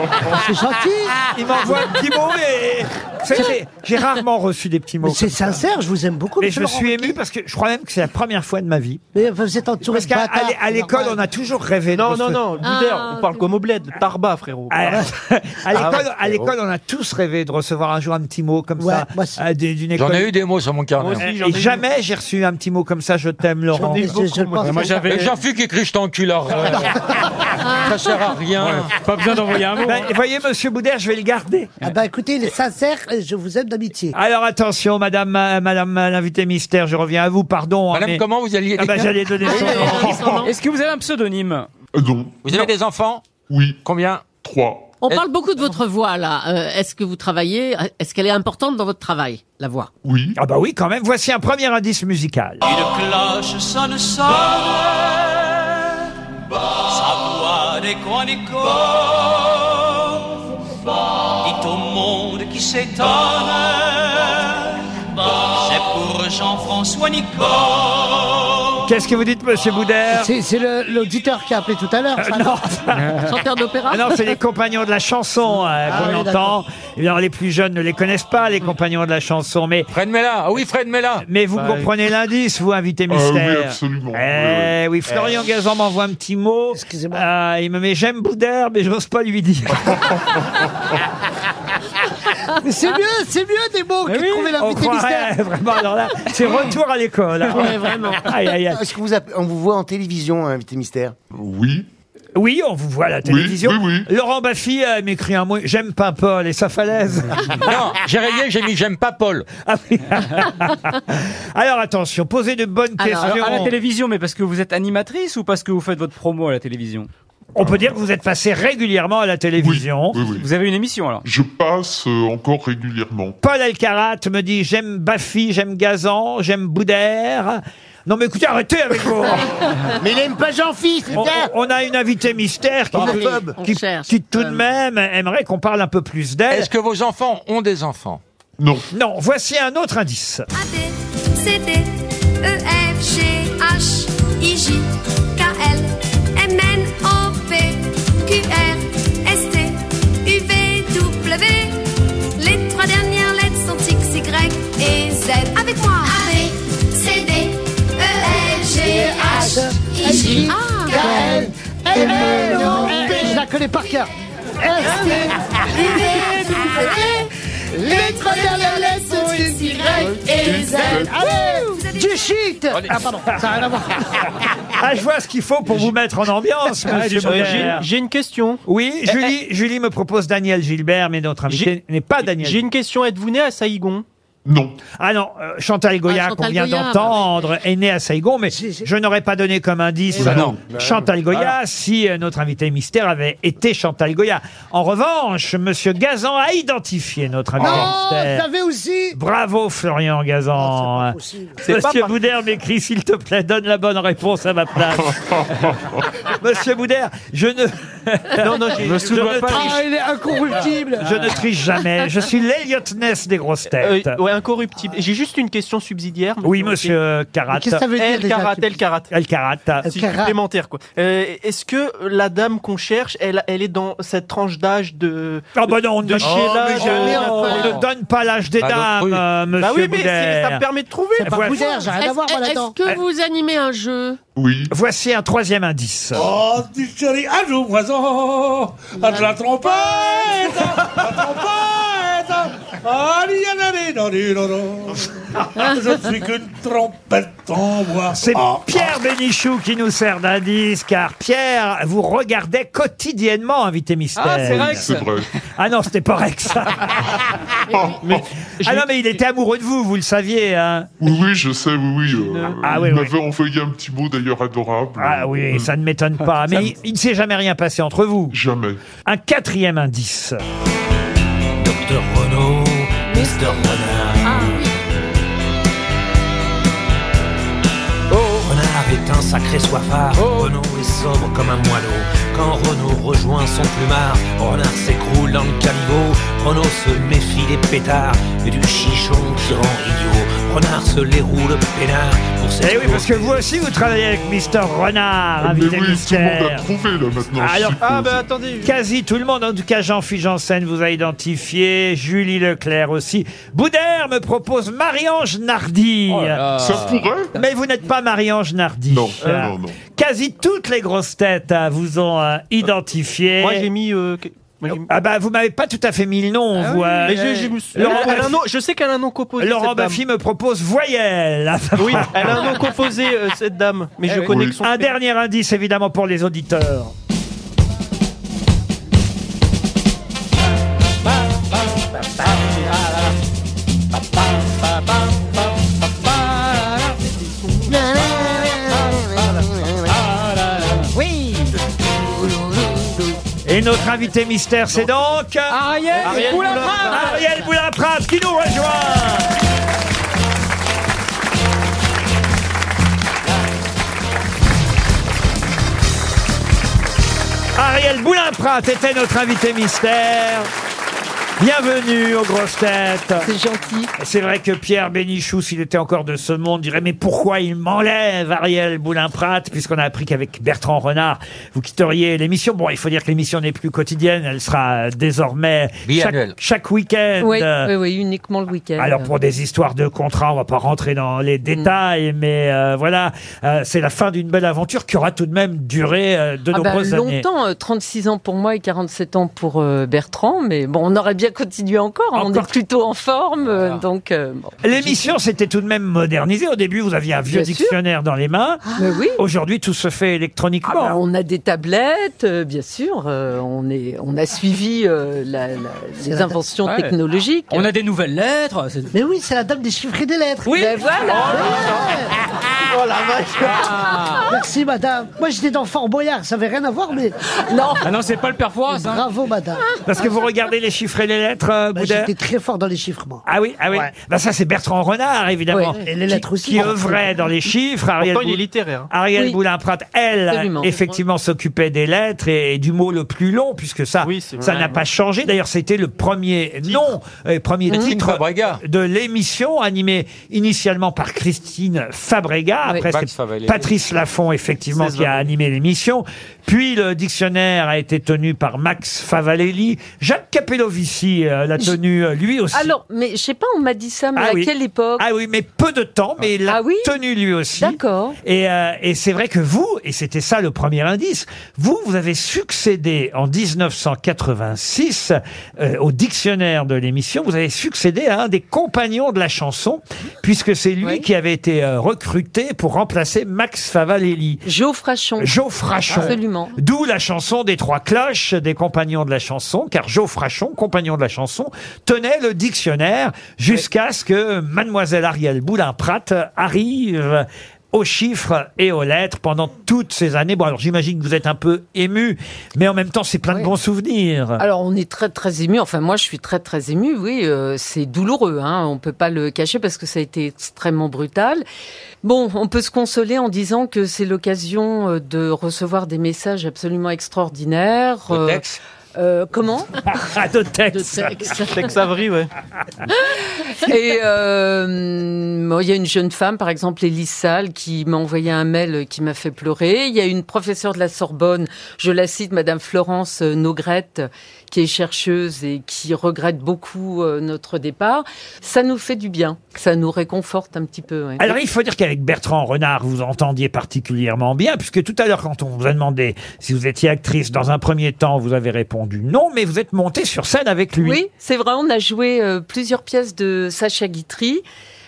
S6: C'est gentil.
S2: Il m'envoie un petit mot, mais. Vous savez, j'ai- J'ai rarement reçu des petits mots.
S6: C'est
S2: comme ça.
S6: sincère, je vous aime beaucoup.
S2: Mais
S6: monsieur
S2: je
S6: Laurent.
S2: suis ému parce que je crois même que c'est la première fois de ma vie.
S6: Mais enfin, vous êtes entouré
S2: Parce
S6: de
S2: qu'à
S6: bâtards. Ah,
S2: à l'é- à l'école, on a toujours rêvé. de
S8: Non, non,
S2: construire-
S8: non, Boudère, on parle comme au bled, Tarba, frérot.
S2: À, à
S8: Ah ouais,
S2: l'école, à
S8: frérot.
S2: l'école, on a tous rêvé de recevoir un jour un petit mot comme ça. à des- d'une
S5: J'en
S2: école.
S5: ai eu des mots sur mon carnet.
S2: Et- et jamais j'ai reçu un petit mot comme ça, je t'aime, Laurent.
S6: ai eu beaucoup, Je- je moi. pense que-
S5: Et j'en fus qui écrit je t'enculerai.
S2: Ah
S5: ça sert à rien.
S2: Pas besoin d'envoyer un mot. Ben,
S8: hein.
S2: voyez, monsieur Boudère, je vais le garder.
S6: Ah bah écoutez, il est sincère et je vous aime d'amitié.
S2: Alors attention, madame, euh, madame euh, l'invité mystère, je reviens à vous, pardon. hein,
S5: Madame,
S2: mais-
S5: comment vous alliez
S2: Ah bah, j'allais donner son nom.
S9: Est-ce que vous avez un pseudonyme
S19: Euh, Non.
S5: Vous avez des enfants
S19: Oui.
S5: Combien
S19: Trois.
S3: On parle beaucoup de votre voix là. Euh, Est-ce que vous travaillez Est-ce qu'elle est importante dans votre travail, la voix
S19: Oui.
S2: Ah bah oui, quand même. Voici un premier indice musical.
S4: Une cloche sonne sonne, sa voix des chroniqueurs dit au monde qui s'étonne, c'est pour Jean-François Nicole.
S2: Qu'est-ce que vous dites, monsieur Boudère Euh,
S6: C'est c'est le- l'auditeur qui a appelé tout à l'heure. ça,
S2: non.
S3: Chanteur d'opéra
S2: Ah non, c'est les compagnons de la chanson euh,
S6: Ah
S2: qu'on
S6: oui,
S2: entend. Eh bien, les plus jeunes ne les connaissent pas, les compagnons de la chanson, mais...
S5: Fred Mella, ah oui, Fred Mella.
S2: Mais vous
S5: Bah,
S2: comprenez l'indice, vous, invité
S19: Ah
S2: mystère.
S19: oui, absolument.
S2: Eh oui, Florian Gazan m'envoie un petit mot.
S6: Excusez-moi.
S2: Ah, il me met j'aime Boudère, mais j'ose pas lui dire.
S6: Mais C'est mieux, c'est mieux des mots que de trouver
S2: On
S6: l'invité
S2: croirait,
S6: mystère.
S2: vraiment, alors là, c'est retour à l'école. hein.
S3: Ouais, vraiment.
S2: Aïe, aïe, aïe.
S7: Est-ce que vous app- on vous voit en télévision, hein, invité mystère
S19: Oui.
S2: Oui, on vous voit à la télévision.
S19: oui,
S2: Laurent Baffy euh, m'écrit un mot, j'aime pas Paul et sa falaise.
S5: Non, j'ai rayé, j'ai mis j'aime pas Paul.
S2: Ah oui. Alors attention, posez de bonnes
S9: Alors,
S2: questions.
S9: alors, à la télévision, mais parce que vous êtes animatrice ou parce que vous faites votre promo à la télévision
S2: On peut dire que vous êtes passé régulièrement à la télévision.
S19: Oui, oui.
S9: Vous avez une émission alors
S19: Je passe euh, encore régulièrement.
S2: Paul Alcarat me dit j'aime Baffy, j'aime Gazan, j'aime Boudère. Non mais écoutez, arrêtez avec vous
S7: Mais il aime pas Jean-Phi, c'est
S2: on,
S7: ça
S2: on a une invitée mystère qui,
S7: Allez,
S2: qui-
S3: on
S2: qui-
S3: cherche.
S2: qui tout de même aimerait qu'on parle un peu plus d'elle.
S5: Est-ce que vos enfants ont des enfants
S19: Non.
S2: Non, voici un autre indice.
S20: A, B, C, D, E, F, G, H, I, J, K, L, M, N, O, P, Q, R, S, T, U, V, W. Les trois dernières lettres sont X, Y et Z. Avec moi. A, B, C, D, E, F, G, H, I, J, K, L, M, N, O, P,
S6: Je la connais par cœur.
S20: E U, V, W. Les trois dernières lettres sont X, Y et Z.
S6: Du shit Ah pardon, ça n'a rien à voir.
S2: Ah, je vois ce qu'il faut pour vous mettre en ambiance, monsieur
S8: Euh,
S2: Boudère.
S8: j'ai- J'ai une question. Eh,
S2: Oui, Julie, Julie me propose Daniel Gilbert, mais notre invité n'est pas Daniel.
S8: J'ai une question. Êtes-vous né à Saïgon
S19: Non.
S2: Ah non, euh, Chantal Goya,
S3: Ah, Chantal
S2: qu'on vient
S3: Goya,
S2: d'entendre, est née à Saigon, mais je n'aurais pas donné comme indice
S5: bah
S2: euh,
S5: non.
S2: Chantal Goya si euh, notre invité mystère avait été Chantal Goya. En revanche, Monsieur Gazan a identifié
S20: Ah,
S2: notre invité
S6: Non, je
S2: mystère.
S6: l'avais aussi
S2: Bravo Florian Gazan.
S6: possible.
S2: Monsieur Boudère m'écrit, s'il te plaît, donne la bonne réponse à ma place. Monsieur Boudère, je ne,
S8: Non, non, j'ai.
S2: je ne triche,
S6: Ah, il est incorruptible
S2: je ne triche jamais. Je suis l'Eliotness des grosses
S8: Euh,
S2: têtes.
S8: ouais, incorruptible. J'ai juste une question subsidiaire.
S2: Oui, monsieur euh, Carat.
S6: Qu'est-ce que ça veut dire
S8: El
S6: déjà
S8: Karat, El Karat.
S2: Alcarat.
S6: El
S8: Si,
S6: Karat.
S8: supplémentaire, quoi. Euh, Est-ce que la dame qu'on cherche, elle, elle est dans cette tranche d'âge de.
S2: Ah bah non, on ne
S8: de
S2: donne,
S8: chez là, euh, Oh,
S6: mais jamais,
S8: de-
S6: enfin.
S2: on ne donne pas l'âge des
S5: Bah,
S2: dames,
S5: l'autre, oui.
S2: euh, monsieur
S8: Bah Ah, oui, mais c'est-
S2: Boudère.
S8: ça me permet de trouver.
S6: C'est pas
S2: Voilà.
S6: Boudère,
S8: Ah,
S6: j'ai rien à voir, moi,
S3: Est-ce
S6: là-dedans.
S3: est-ce que vous animez un jeu
S19: Oui.
S2: Voici un troisième indice.
S4: Oh, tu chéris, un jour, oiseau, à de la trompette, la trompette, ah, li, la, li, la, li, la, la. Je ne suis qu'une trompette en bois.
S2: C'est
S4: Ah,
S2: Pierre Bénichou qui nous sert d'indice, car Pierre vous regardait quotidiennement, invité mystère.
S9: Ah, c'est vrai que
S19: C'est Oh. vrai.
S2: Ah non, c'était pas Rex. ah non, mais il était amoureux de vous, vous le saviez. Hein.
S19: Oui, oui, je sais, oui, oui. euh,
S2: Ah,
S19: il
S2: oui, oui.
S19: m'avait envoyé un petit mot d'ailleurs adorable.
S2: Ah
S19: Hmm.
S2: oui, ça ne m'étonne pas. Mais il, il ne s'est jamais rien passé entre vous.
S19: Jamais.
S2: Un quatrième indice.
S4: Dr. Renaud, Mr. Oh, Renard.
S20: Ah.
S4: Oh, Renard est un sacré soifard.
S7: Oh.
S4: Renaud est sobre comme un moineau. Quand Renaud rejoint son plumard, Renard s'écroule dans le caniveau. Renaud se méfie des pétards et du chichon qui rend idiot.
S21: Renard se les roule peinard pour cette
S2: Eh oui, parce que vous aussi, vous travaillez avec Mister Renard,
S19: Oh, Mais oui, tout
S2: invité
S19: le monde a
S2: mystère.
S19: trouvé là maintenant.
S8: Ah,
S19: je
S2: Alors,
S19: suppose.
S8: bah,
S2: attendez. Quasi tout le monde, en tout cas Jean-Philippe Janssen vous a identifié, Julie Leclerc aussi. Boudère me propose Marie-Ange Nardi.
S8: Oh
S19: Ça pourrait
S2: Mais vous n'êtes pas Marie-Ange Nardi. Non,
S19: non, non.
S2: Quasi toutes les grosses têtes euh, vous ont euh, identifié.
S8: Moi, j'ai mis. euh, que- moi, j'ai mis- Ah
S2: Ah bah vous m'avez pas tout à fait mis le nom, vous. euh,
S8: Mais je, je me suis-
S2: Laurent
S8: elle a- elle a un
S2: Baffy-
S8: nom- je sais qu'elle a un nom composé.
S2: Laurent
S8: cette dame.
S2: Baffy me propose Voyelle.
S8: Oui, elle a un nom composé, euh, cette dame. Mais je connais que son.
S2: Un dernier indice, évidemment, pour les auditeurs.
S16: Oui
S2: Et notre invité mystère, c'est donc... euh, Ariel,
S16: Ariel Boulin-Prade. Boulin-Prade.
S2: Ariel Boulin-Prade qui nous rejoint Ariel Boulin-Prat était notre invité mystère. Bienvenue aux grosses têtes. C'est gentil. C'est vrai que Pierre Bénichou, s'il était encore de ce monde, dirait mais pourquoi il m'enlève Ariel Boulin-Prat puisqu'on a appris qu'avec Bertrand Renard, vous quitteriez l'émission. Bon, il faut dire que l'émission n'est plus quotidienne, elle sera euh, désormais
S5: Biannuelle.
S2: chaque, chaque week-end.
S22: Oui,
S2: Euh,
S22: oui, oui, uniquement le week-end.
S2: alors pour des histoires de contrats, on va pas rentrer dans
S22: Mm.
S2: les détails, mais euh, voilà, euh, c'est la fin d'une belle aventure qui aura tout de même duré euh, de
S22: Ah bah,
S2: nombreuses années.
S22: longtemps, euh, 36 ans pour moi et 47 ans pour euh, Bertrand, mais bon, on aurait bien continué encore, hein, on est plutôt en forme, euh, donc... euh, bon.
S2: L'émission s'était tout de même modernisée. Au début, vous aviez un vieux
S22: Bien sûr. Ah.
S2: dictionnaire dans les mains.
S22: Mais oui.
S2: Aujourd'hui, tout se fait électroniquement.
S22: Ah bah, on a des tablettes, euh, bien sûr, euh, on, est, on a suivi euh, la- la- les inventions
S16: Ouais.
S22: technologiques.
S16: On a des nouvelles lettres. c'est-
S6: Mais oui, c'est la dame des chiffres et des lettres.
S16: Oui.
S22: Ben voilà.
S6: Oh la vache Merci madame. Moi j'étais dans Fort Boyard, ça avait rien à voir mais...
S22: Non
S16: Ah non, c'est pas le père Fouras, hein.
S6: Bravo madame.
S2: Parce que vous regardez les chiffres et les lettres, euh,
S6: Bah,
S2: Boudin
S6: j'étais très fort dans les chiffres moi.
S2: Ah oui, ah oui. Bah ça, c'est Bertrand Renard, évidemment.
S6: Ouais. Et les
S2: qui-
S6: lettres aussi.
S2: Qui œuvrait dans les chiffres. Ariel
S8: Pourtant, il est
S2: Boul-
S8: littéraire.
S2: Ariel
S8: Oui.
S2: Boulin-Prat, elle,
S8: Absolument.
S2: effectivement, s'occupait des lettres et, et du mot le plus long, puisque ça, ça
S5: vrai,
S2: n'a
S5: ouais.
S2: pas changé. D'ailleurs, c'était le premier nom, euh, premier
S5: Christine
S2: titre
S5: Fabrega.
S2: de l'émission, animée initialement par Christine Fabrega.
S5: Oui.
S2: Après,
S5: Max
S2: c'est
S5: Favalli.
S2: Patrice Laffont, effectivement, qui a animé l'émission. Puis, le dictionnaire a été tenu par Max Favalelli. Jacques Capellovici euh, l'a tenu, euh, lui aussi.
S22: Alors, mais je sais pas, on m'a dit ça, Ah, mais à
S2: oui.
S22: quelle époque Ah
S2: Ah oui, mais peu de temps, mais il l'a tenu lui aussi.
S22: D'accord.
S2: Et, euh, et c'est vrai que vous, et c'était ça le premier indice, vous, vous avez succédé en 1986 euh, au dictionnaire de l'émission, vous avez succédé à un des compagnons de la chanson, puisque c'est lui qui avait été euh, recruté pour remplacer Max Favalelli.
S22: Geoffrachon.
S2: Geoffrachon.
S22: Absolument.
S2: D'où la chanson des trois cloches des compagnons de la chanson, car Geoffrachon, compagnon de la chanson, tenait le dictionnaire jusqu'à ce que mademoiselle Ariel Boulin-Prat arrive aux chiffres et aux lettres pendant toutes ces années. Bon, alors j'imagine que vous êtes un peu ému, mais en même temps, c'est plein de bons souvenirs.
S22: Alors on est très très ému. Enfin moi je suis très très ému. Oui, euh, c'est douloureux. Hein. On peut pas le cacher parce que ça a été extrêmement brutal. Bon, on peut se consoler en disant que c'est l'occasion euh, de recevoir des messages absolument extraordinaires.
S5: De
S22: Euh,
S5: texte
S22: euh, comment
S2: de texte.
S8: Tex Avery, ouais.
S22: Et euh, bon, il y a une jeune femme, par exemple, Élise Salle, qui m'a envoyé un mail qui m'a fait pleurer. Il y a une professeure de la Sorbonne, je la cite, Madame Florence euh, Nogrette, qui est chercheuse et qui regrette beaucoup euh, notre départ. Ça nous fait du bien, ça nous réconforte un petit peu. ouais.
S2: Alors, il faut dire qu'avec Bertrand Renard, vous entendiez particulièrement bien, puisque tout à l'heure, quand on vous a demandé si vous étiez actrice, dans un premier temps, vous avez répondu non, mais vous êtes montée sur scène avec lui.
S22: Oui, c'est vrai, on a joué euh, plusieurs pièces de Sacha Guitry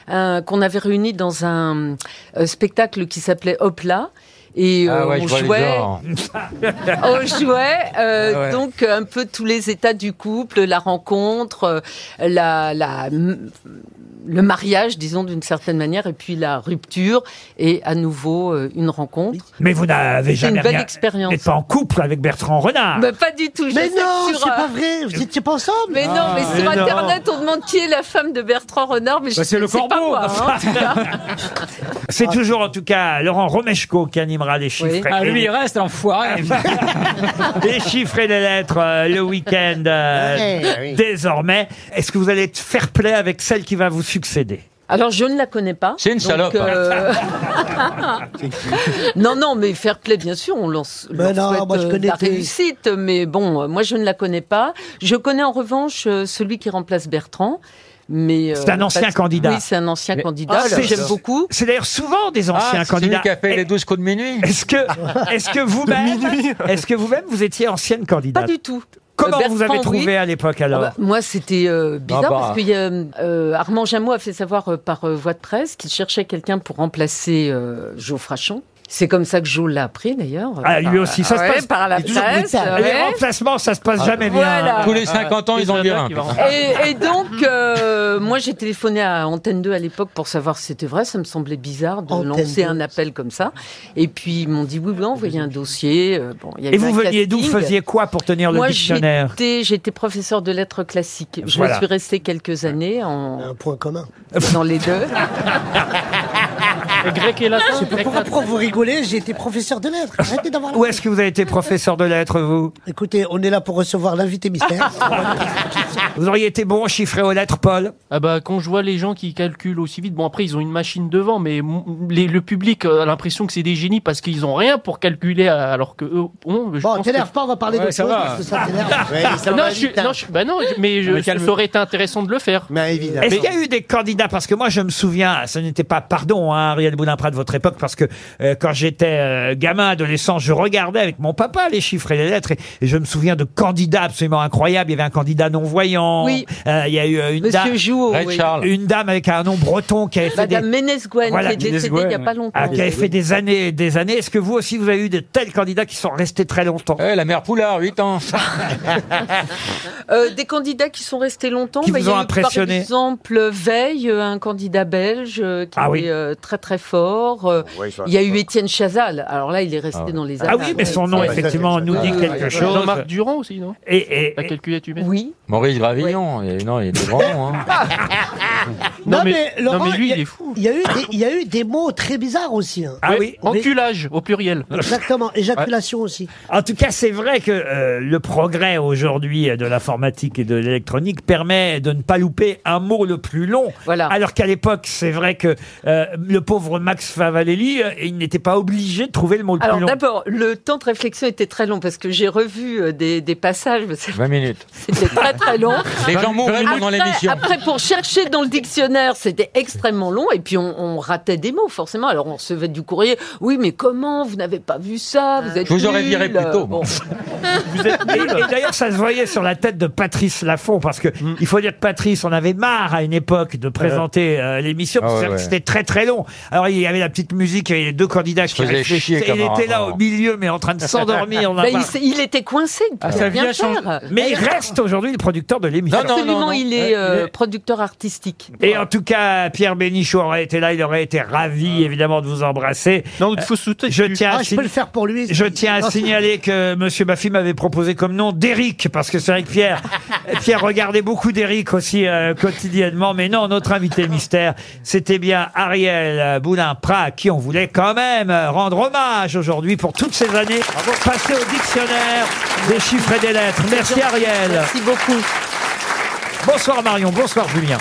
S22: euh, qu'on avait réunies dans un euh, spectacle qui s'appelait Hopla. Et
S5: Ah
S22: euh,
S5: ouais, je
S22: on,
S5: vois les
S22: jouait,
S5: genres.
S22: on jouait Oh, euh,
S5: Ah ouais.
S22: donc euh, un peu tous les états du couple, la rencontre, euh, la, la- m- le mariage, disons d'une certaine manière, et puis la rupture, et à nouveau euh, une rencontre.
S2: Mais vous n'avez
S22: C'est une
S2: jamais
S22: belle
S2: rien-
S22: expérience.
S2: n'êtes pas en couple avec Bertrand Renard.
S22: Bah, pas du tout. je
S6: Mais
S22: sais
S6: non,
S22: que sur,
S6: c'est
S22: euh,
S6: pas vrai, vous étiez pas ensemble
S22: Mais non, mais sur
S2: Ah, mais non.
S22: Internet, on demande qui est la femme de Bertrand Renard, mais je
S2: Bah, c'est le
S22: sais pas
S2: corbeau.
S22: moi. hein. ah.
S2: C'est toujours en tout cas Laurent Romeshko qui animera les chiffres. Ah, bah,
S16: Ah, lui, il reste, l'enfoiré.
S2: les chiffres et les lettres euh, le week-end euh,
S16: Ouais, bah oui.
S2: désormais. Est-ce que vous allez être fair play avec celle qui va vous succéder
S22: Alors, je ne la connais pas.
S5: C'est une
S22: donc, euh,
S5: salope.
S22: non, non, mais fair play, bien sûr, on lance euh,
S6: Mais Bah non, moi, je connais
S22: la
S6: tes-
S22: réussite, mais bon, euh, moi, je ne la connais pas. Je connais en revanche euh, celui qui remplace Bertrand. Mais euh,
S2: C'est un ancien
S22: parce-
S2: candidat.
S22: Oui, c'est un ancien candidat.
S2: Ah,
S22: que
S2: c'est-
S22: J'aime beaucoup.
S2: C'est d'ailleurs souvent des anciens
S5: Ah, c'est
S2: candidats.
S5: celui qui a fait
S2: Et-
S5: les 12 coups de minuit
S2: Est-ce que, est-ce que vous-même, est-ce que vous-même, vous étiez ancienne candidate
S22: Pas du tout.
S2: Comment
S22: Euh,
S2: vous avez
S22: Bertrand,
S2: trouvé
S22: oui.
S2: à l'époque alors
S22: Ah bah, Moi, c'était euh, bizarre
S2: Ah bah.
S22: parce que y a, euh, Armand Jameau a fait savoir euh, par euh, voie de presse qu'il cherchait quelqu'un pour remplacer euh, Jo Frachon. C'est comme ça que Jo l'a appris d'ailleurs.
S2: Ah,
S22: Par-
S2: lui aussi, ça
S22: ouais,
S2: se passe.
S22: par la presse.
S2: Les
S22: ouais.
S2: remplacements, ça se
S5: Ah.
S2: passe jamais bien. Ah,
S22: Voilà. Tous les
S5: 50 ans, ils en virent un.
S22: Et, et donc, euh, moi, j'ai téléphoné à Antenne 2 à l'époque pour savoir si c'était vrai. Ça me semblait bizarre de
S6: Antenne
S22: lancer
S6: 2.
S22: un appel comme ça. Et puis, ils m'ont dit oui, oui, envoyez un dossier. Euh, Bon, il y a
S2: Et
S22: eu
S2: vous
S22: un
S2: veniez d'où Vous
S22: casting.
S2: Faisiez quoi pour tenir le
S22: Moi,
S2: dictionnaire
S22: j'étais- J'étais professeur de lettres classiques. Je
S2: Voilà.
S22: suis restée quelques années en,
S6: Un point commun.
S22: dans les deux.
S6: grec et latin. Je sais pas pourquoi, pourquoi vous rigolez, j'ai été professeur de lettres. Arrêtez d'avoir la...
S2: Où est-ce que vous avez été professeur de lettres, vous
S6: Écoutez, on est là pour recevoir l'invité mystère.
S2: Vous auriez été bon chiffré aux lettres, Paul
S8: Ah bah quand je vois les gens qui calculent aussi vite, bon après ils ont une machine devant, mais m- les- le public a l'impression que c'est des génies parce qu'ils ont rien pour calculer euh, alors que eux ont. je
S6: bon,
S8: pense
S6: t'énerve
S8: que-
S6: pas, on va parler
S8: Ouais,
S6: d'autre
S8: ça
S6: chose
S8: va.
S6: parce que ça t'énerve.
S8: non, je suis- non, je suis- bah non, je- mais je,
S2: hein. Mais
S8: ça
S2: calme-
S8: aurait été intéressant de le faire.
S7: Mais évidemment.
S2: Est-ce qu'il y a eu des candidats Parce que moi, je me souviens, ça n'était pas, pardon, hein, Ariel Boulin-Prat de votre époque, parce que euh, quand j'étais euh, gamin, adolescent, je regardais avec mon papa les chiffres et les lettres, et, et je me souviens de candidats absolument incroyables. Il y avait un candidat non-voyant.
S22: Oui.
S2: Euh, il y a eu euh, une
S22: Monsieur
S2: dame.
S22: Jouot, Red oui. Charles.
S2: Une dame avec un nom breton qui avait fait
S22: Madame
S2: des-
S22: Ménez-Gouën,
S2: Voilà.
S22: qui est décédée il n'y a pas longtemps.
S2: Ah, qui avait fait des années et des années. Est-ce que vous aussi, vous avez eu de tels candidats qui sont restés très longtemps
S5: Eh, la mère Poulard, 8 ans.
S22: Euh, des candidats qui sont restés longtemps.
S2: Qui
S22: bah,
S2: vous
S22: il y a
S2: ont
S22: eu,
S2: impressionné
S22: Par exemple, Veil, euh, un candidat belge euh, qui
S2: Ah oui.
S22: était euh, très très fort. Euh,
S2: Oh, ouais, ça,
S22: il y a
S2: ça.
S22: eu Étienne Chazal. Alors là, il est resté dans les
S2: Ah oui,
S22: annales.
S2: mais son nom,
S22: Ouais,
S2: effectivement,
S22: ça,
S2: nous dit
S22: Euh,
S2: quelque chose.
S8: Jean-Marc Durand aussi, non
S2: Et, et,
S8: La calculette humaine.
S22: Oui.
S5: Maurice Gravillon. Et non, il était grand nom. Hein.
S6: Non,
S8: Non,
S6: mais,
S8: mais-
S6: Laurent,
S8: non, mais lui,
S6: y a-
S8: il est fou.
S6: Il y, a eu des- il y a eu des mots très bizarres aussi. hein.
S2: Ah oui.
S8: Enculage au pluriel.
S6: Exactement, éjaculation aussi.
S2: En tout cas, c'est vrai que euh, le progrès aujourd'hui euh, de l'informatique et de l'électronique permet de ne pas louper un mot le plus long.
S22: Voilà.
S2: Alors qu'à l'époque, c'est vrai que euh, le pauvre Max Favalelli, euh, il n'était pas obligé de trouver le mot le
S22: Alors
S2: plus long.
S22: d'abord, le temps de réflexion était très long parce que j'ai revu euh, des, des passages, mais c'est-
S5: 20 minutes.
S22: c'était très très long.
S5: Les gens mouraient pendant
S22: Après,
S5: l'émission.
S22: après, pour chercher dans le dictionnaire, c'était extrêmement long et puis on, on ratait des mots forcément. Alors on recevait du courrier. Oui, mais comment Vous n'avez pas vu ça Vous êtes
S5: Je Ah. vous aurais viré
S22: nul.
S5: plus tôt.
S22: Bon.
S2: Et, et d'ailleurs, ça se voyait sur la tête de Patrice Laffont, parce que
S5: Mm.
S2: il faut dire que Patrice, on avait marre à une époque de présenter euh, l'émission, parce que
S5: Ah ouais,
S2: c'est vrai que
S5: ouais.
S2: c'était très très long. Alors il y avait la petite musique, il y avait les deux candidats qui
S5: faisait
S2: réfléchissaient.
S5: chier,
S2: il
S5: Camara,
S2: était là au
S5: vraiment.
S2: milieu, mais en train de s'endormir. on Ah, a
S22: Bah, il,
S2: marre.
S22: s'est- il était coincé. il pouvait
S18: sa vie
S22: rien
S18: a changé.
S22: faire.
S2: Mais il reste aujourd'hui le producteur de l'émission.
S5: Non, non,
S22: Absolument, il est euh,
S5: est-
S22: producteur artistique.
S2: Et en tout cas, Pierre Bénichou aurait été là, il aurait été ravi, évidemment, de vous embrasser.
S8: Ah. Non, il faut soutenir.
S2: Je tiens à,
S6: Ah, je peux
S2: sign-
S6: le faire pour lui.
S2: je tiens à
S6: Non, c'est-
S2: signaler que Monsieur Baffy m'avait proposé comme nom d'Éric, parce que c'est vrai que Pierre, Pierre regardait beaucoup d'Éric aussi euh, quotidiennement, mais non, notre invité mystère, c'était bien Ariel euh, Boulin-Prat, à qui on voulait quand même euh, rendre hommage aujourd'hui pour toutes ces années passées au dictionnaire des chiffres et des lettres. Merci Ariel.
S22: Merci beaucoup.
S2: Bonsoir Marion, bonsoir Julien.